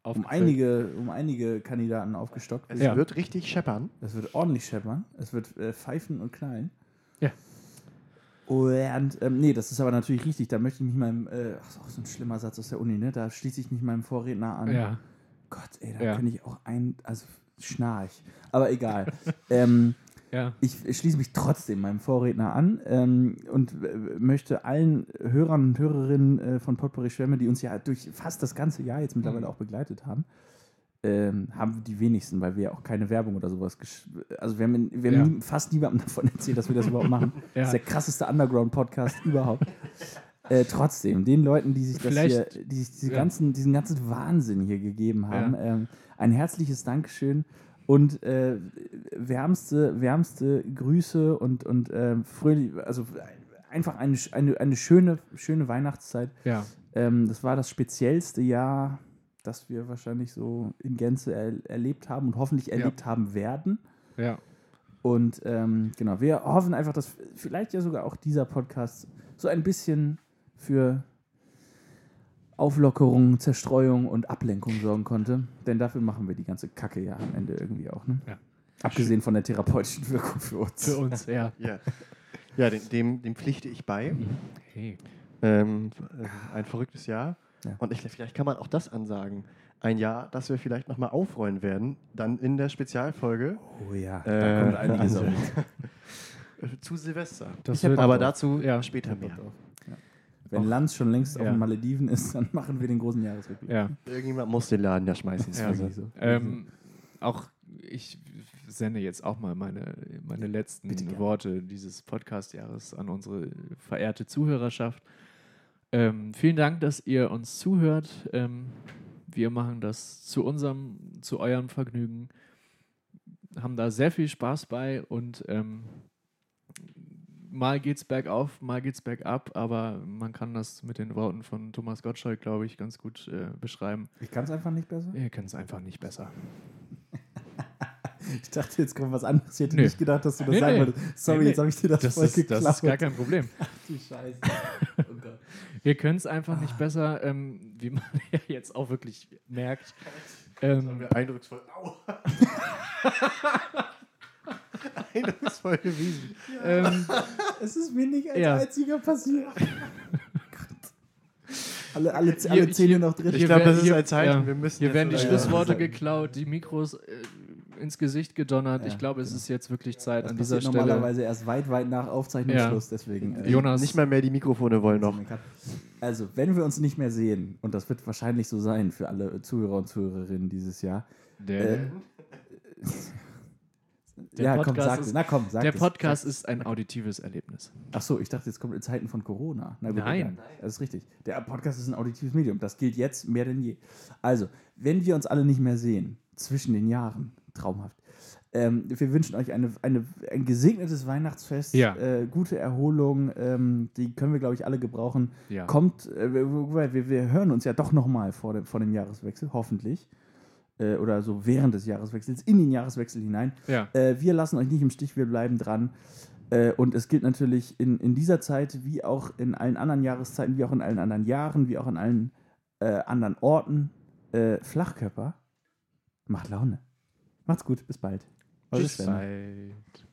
B: Auf
A: um, einige, um einige Kandidaten aufgestockt.
C: es
B: ja.
C: wird richtig scheppern.
A: Es wird ordentlich scheppern. Es wird äh, pfeifen und knallen.
B: Ja.
A: Und, ähm, nee, das ist aber natürlich richtig. Da möchte ich mich meinem, äh, ach, ist auch so ein schlimmer Satz aus der Uni, ne? Da schließe ich mich meinem Vorredner an.
B: Ja.
A: Gott, ey, da
B: Ja.
A: könnte ich auch ein, also schnarch. Aber egal.
B: [laughs]
A: ähm,
B: ja.
A: ich schließe mich trotzdem meinem Vorredner an ähm, und äh, möchte allen Hörern und Hörerinnen äh, von Potpourri Schwämme, die uns ja durch fast das ganze Jahr jetzt mittlerweile
B: Mhm.
A: auch begleitet haben, ähm, haben die wenigsten, weil wir ja auch keine Werbung oder sowas. gesch- Also wir haben, wir haben
B: Ja.
A: nie, fast niemandem [laughs] davon erzählt, dass wir das überhaupt machen. Das ist
B: [laughs] ja.
A: der krasseste Underground-Podcast [laughs] überhaupt. Äh, trotzdem, den Leuten, die sich, das hier,
B: Vielleicht-
A: die sich diese
B: ja.
A: ganzen, diesen ganzen Wahnsinn hier gegeben haben, ähm, ein herzliches Dankeschön und äh, wärmste, wärmste Grüße und, und ähm, fröhlich, also einfach eine, sch- eine, eine schöne, schöne Weihnachtszeit.
B: ja.
A: Ähm, das war das speziellste Jahr das wir wahrscheinlich so in Gänze er erlebt haben und hoffentlich erlebt haben werden.
B: Ja.
A: Und ähm, genau, wir hoffen einfach, dass vielleicht ja sogar auch dieser Podcast so ein bisschen für Auflockerung, Zerstreuung und Ablenkung sorgen konnte. Denn dafür machen wir die ganze Kacke ja am Ende irgendwie auch. Ne?
B: Ja.
A: Abgesehen von der therapeutischen Wirkung für uns.
B: Für
A: [laughs]
B: uns, ja.
C: Ja, ja dem, dem, dem pflichte ich bei.
B: Hey.
C: Ähm, äh, ein verrücktes Jahr.
A: Ja.
C: Und ich, vielleicht kann man auch das ansagen. Ein Jahr, das wir vielleicht nochmal aufrollen werden. Dann in der Spezialfolge
A: Oh ja,
C: Äh,
A: da kommt einiges auf. uns.
C: äh, [laughs] zu Silvester.
B: Das
A: Ich hab
B: wird
A: Bock
C: Aber
A: drauf.
C: dazu
B: Ja.
C: später mehr.
A: Wenn
B: Och.
A: Lanz schon längst auf
B: Ja.
A: den Malediven ist, dann machen wir den großen Jahresrückblick.
B: ja.
C: Irgendjemand muss den Laden ja schmeißen.
A: Das
C: ist
A: ist
C: wirklich
A: wirklich so.
C: so.
B: Ähm, auch ich sende jetzt auch mal meine, meine letzten
A: bitte gerne.
B: Worte dieses Podcast-Jahres an unsere verehrte Zuhörerschaft. Ähm, vielen Dank, dass ihr uns zuhört. Ähm, wir machen das zu unserem, zu eurem Vergnügen, haben da sehr viel Spaß bei und ähm, mal geht's bergauf, mal geht's bergab, aber man kann das mit den Worten von Thomas Gottschalk, glaube ich, ganz gut äh, beschreiben.
A: ich kann es einfach nicht besser.
B: Ihr könnt es einfach nicht besser.
A: Ich dachte, jetzt kommt was anderes. Ich hätte
B: Nö.
A: nicht gedacht, dass du das
B: Nee,
A: sagen
B: nee.
A: würdest. Sorry,
B: Nee, nee.
A: jetzt habe ich dir das,
B: [laughs] Das
A: voll
B: ist, das ist gar
A: geklaut.
B: kein Problem.
A: Die Scheiße. Oh Gott.
B: Ihr könnt es einfach
A: Ah.
B: nicht besser, ähm, wie man [laughs] ja jetzt auch wirklich merkt. Ähm,
C: Eindrucksvoll. Au. [laughs] Eindrucksvoll gewesen.
A: [laughs]
B: ähm,
A: Es ist mir nicht als
B: Ja.
A: einziger passiert.
B: [laughs]
A: Oh Gott. alle alle,
B: Hier-
A: alle Zähne
B: hier-
A: noch drin.
C: Ich
B: Hier
C: glaube,
B: wär-
C: das ist
B: hier-
C: ein Zeichen.
B: ja.
C: Wir müssen
B: hier
C: jetzt
B: werden die
C: leider-
B: Schlussworte geklaut, die Mikros äh, ins Gesicht gedonnert.
A: Ja,
B: ich glaube, es
A: genau.
B: ist jetzt wirklich Zeit
A: das
B: an dieser
A: passiert
B: Stelle.
A: normalerweise erst weit, weit nach Aufzeichnungsschluss. Deswegen, äh,
B: Jonas,
C: Nicht mal mehr die Mikrofone wollen noch.
A: Also, wenn wir uns nicht mehr sehen, und das wird wahrscheinlich so sein für alle Zuhörer und Zuhörerinnen dieses Jahr.
B: der,
A: äh,
B: Der
A: ja, komm,
B: Podcast
A: sag
B: ist-
A: es. Na komm, sag
B: der
A: es.
B: Podcast ist ein auditives Erlebnis.
A: Ach so, ich dachte, jetzt kommt in Zeiten von Corona. Na
B: Nein.
A: egal. Das ist richtig. Der Podcast ist ein auditives Medium. Das gilt jetzt mehr denn je. Also, wenn wir uns alle nicht mehr sehen, zwischen den Jahren, traumhaft. Ähm, wir wünschen euch eine, eine, ein gesegnetes Weihnachtsfest,
B: Ja.
A: äh, gute Erholung. Ähm, die können wir, glaube ich, alle gebrauchen.
B: Ja.
A: Kommt, äh, wir- wir, wir- wir hören uns ja doch nochmal vor dem, vor dem Jahreswechsel, hoffentlich. Äh, oder so während des Jahreswechsels, in den Jahreswechsel hinein.
B: Ja.
A: Äh, wir lassen euch nicht im Stich, wir bleiben dran. Äh, und es gilt natürlich in, in dieser Zeit, wie auch in allen anderen Jahreszeiten, wie auch in allen anderen Jahren, wie auch in allen äh, anderen Orten, äh, Flachkörper macht Laune. Macht's gut, bis bald. Eure
B: Tschüss.
A: Sven.
B: Bald.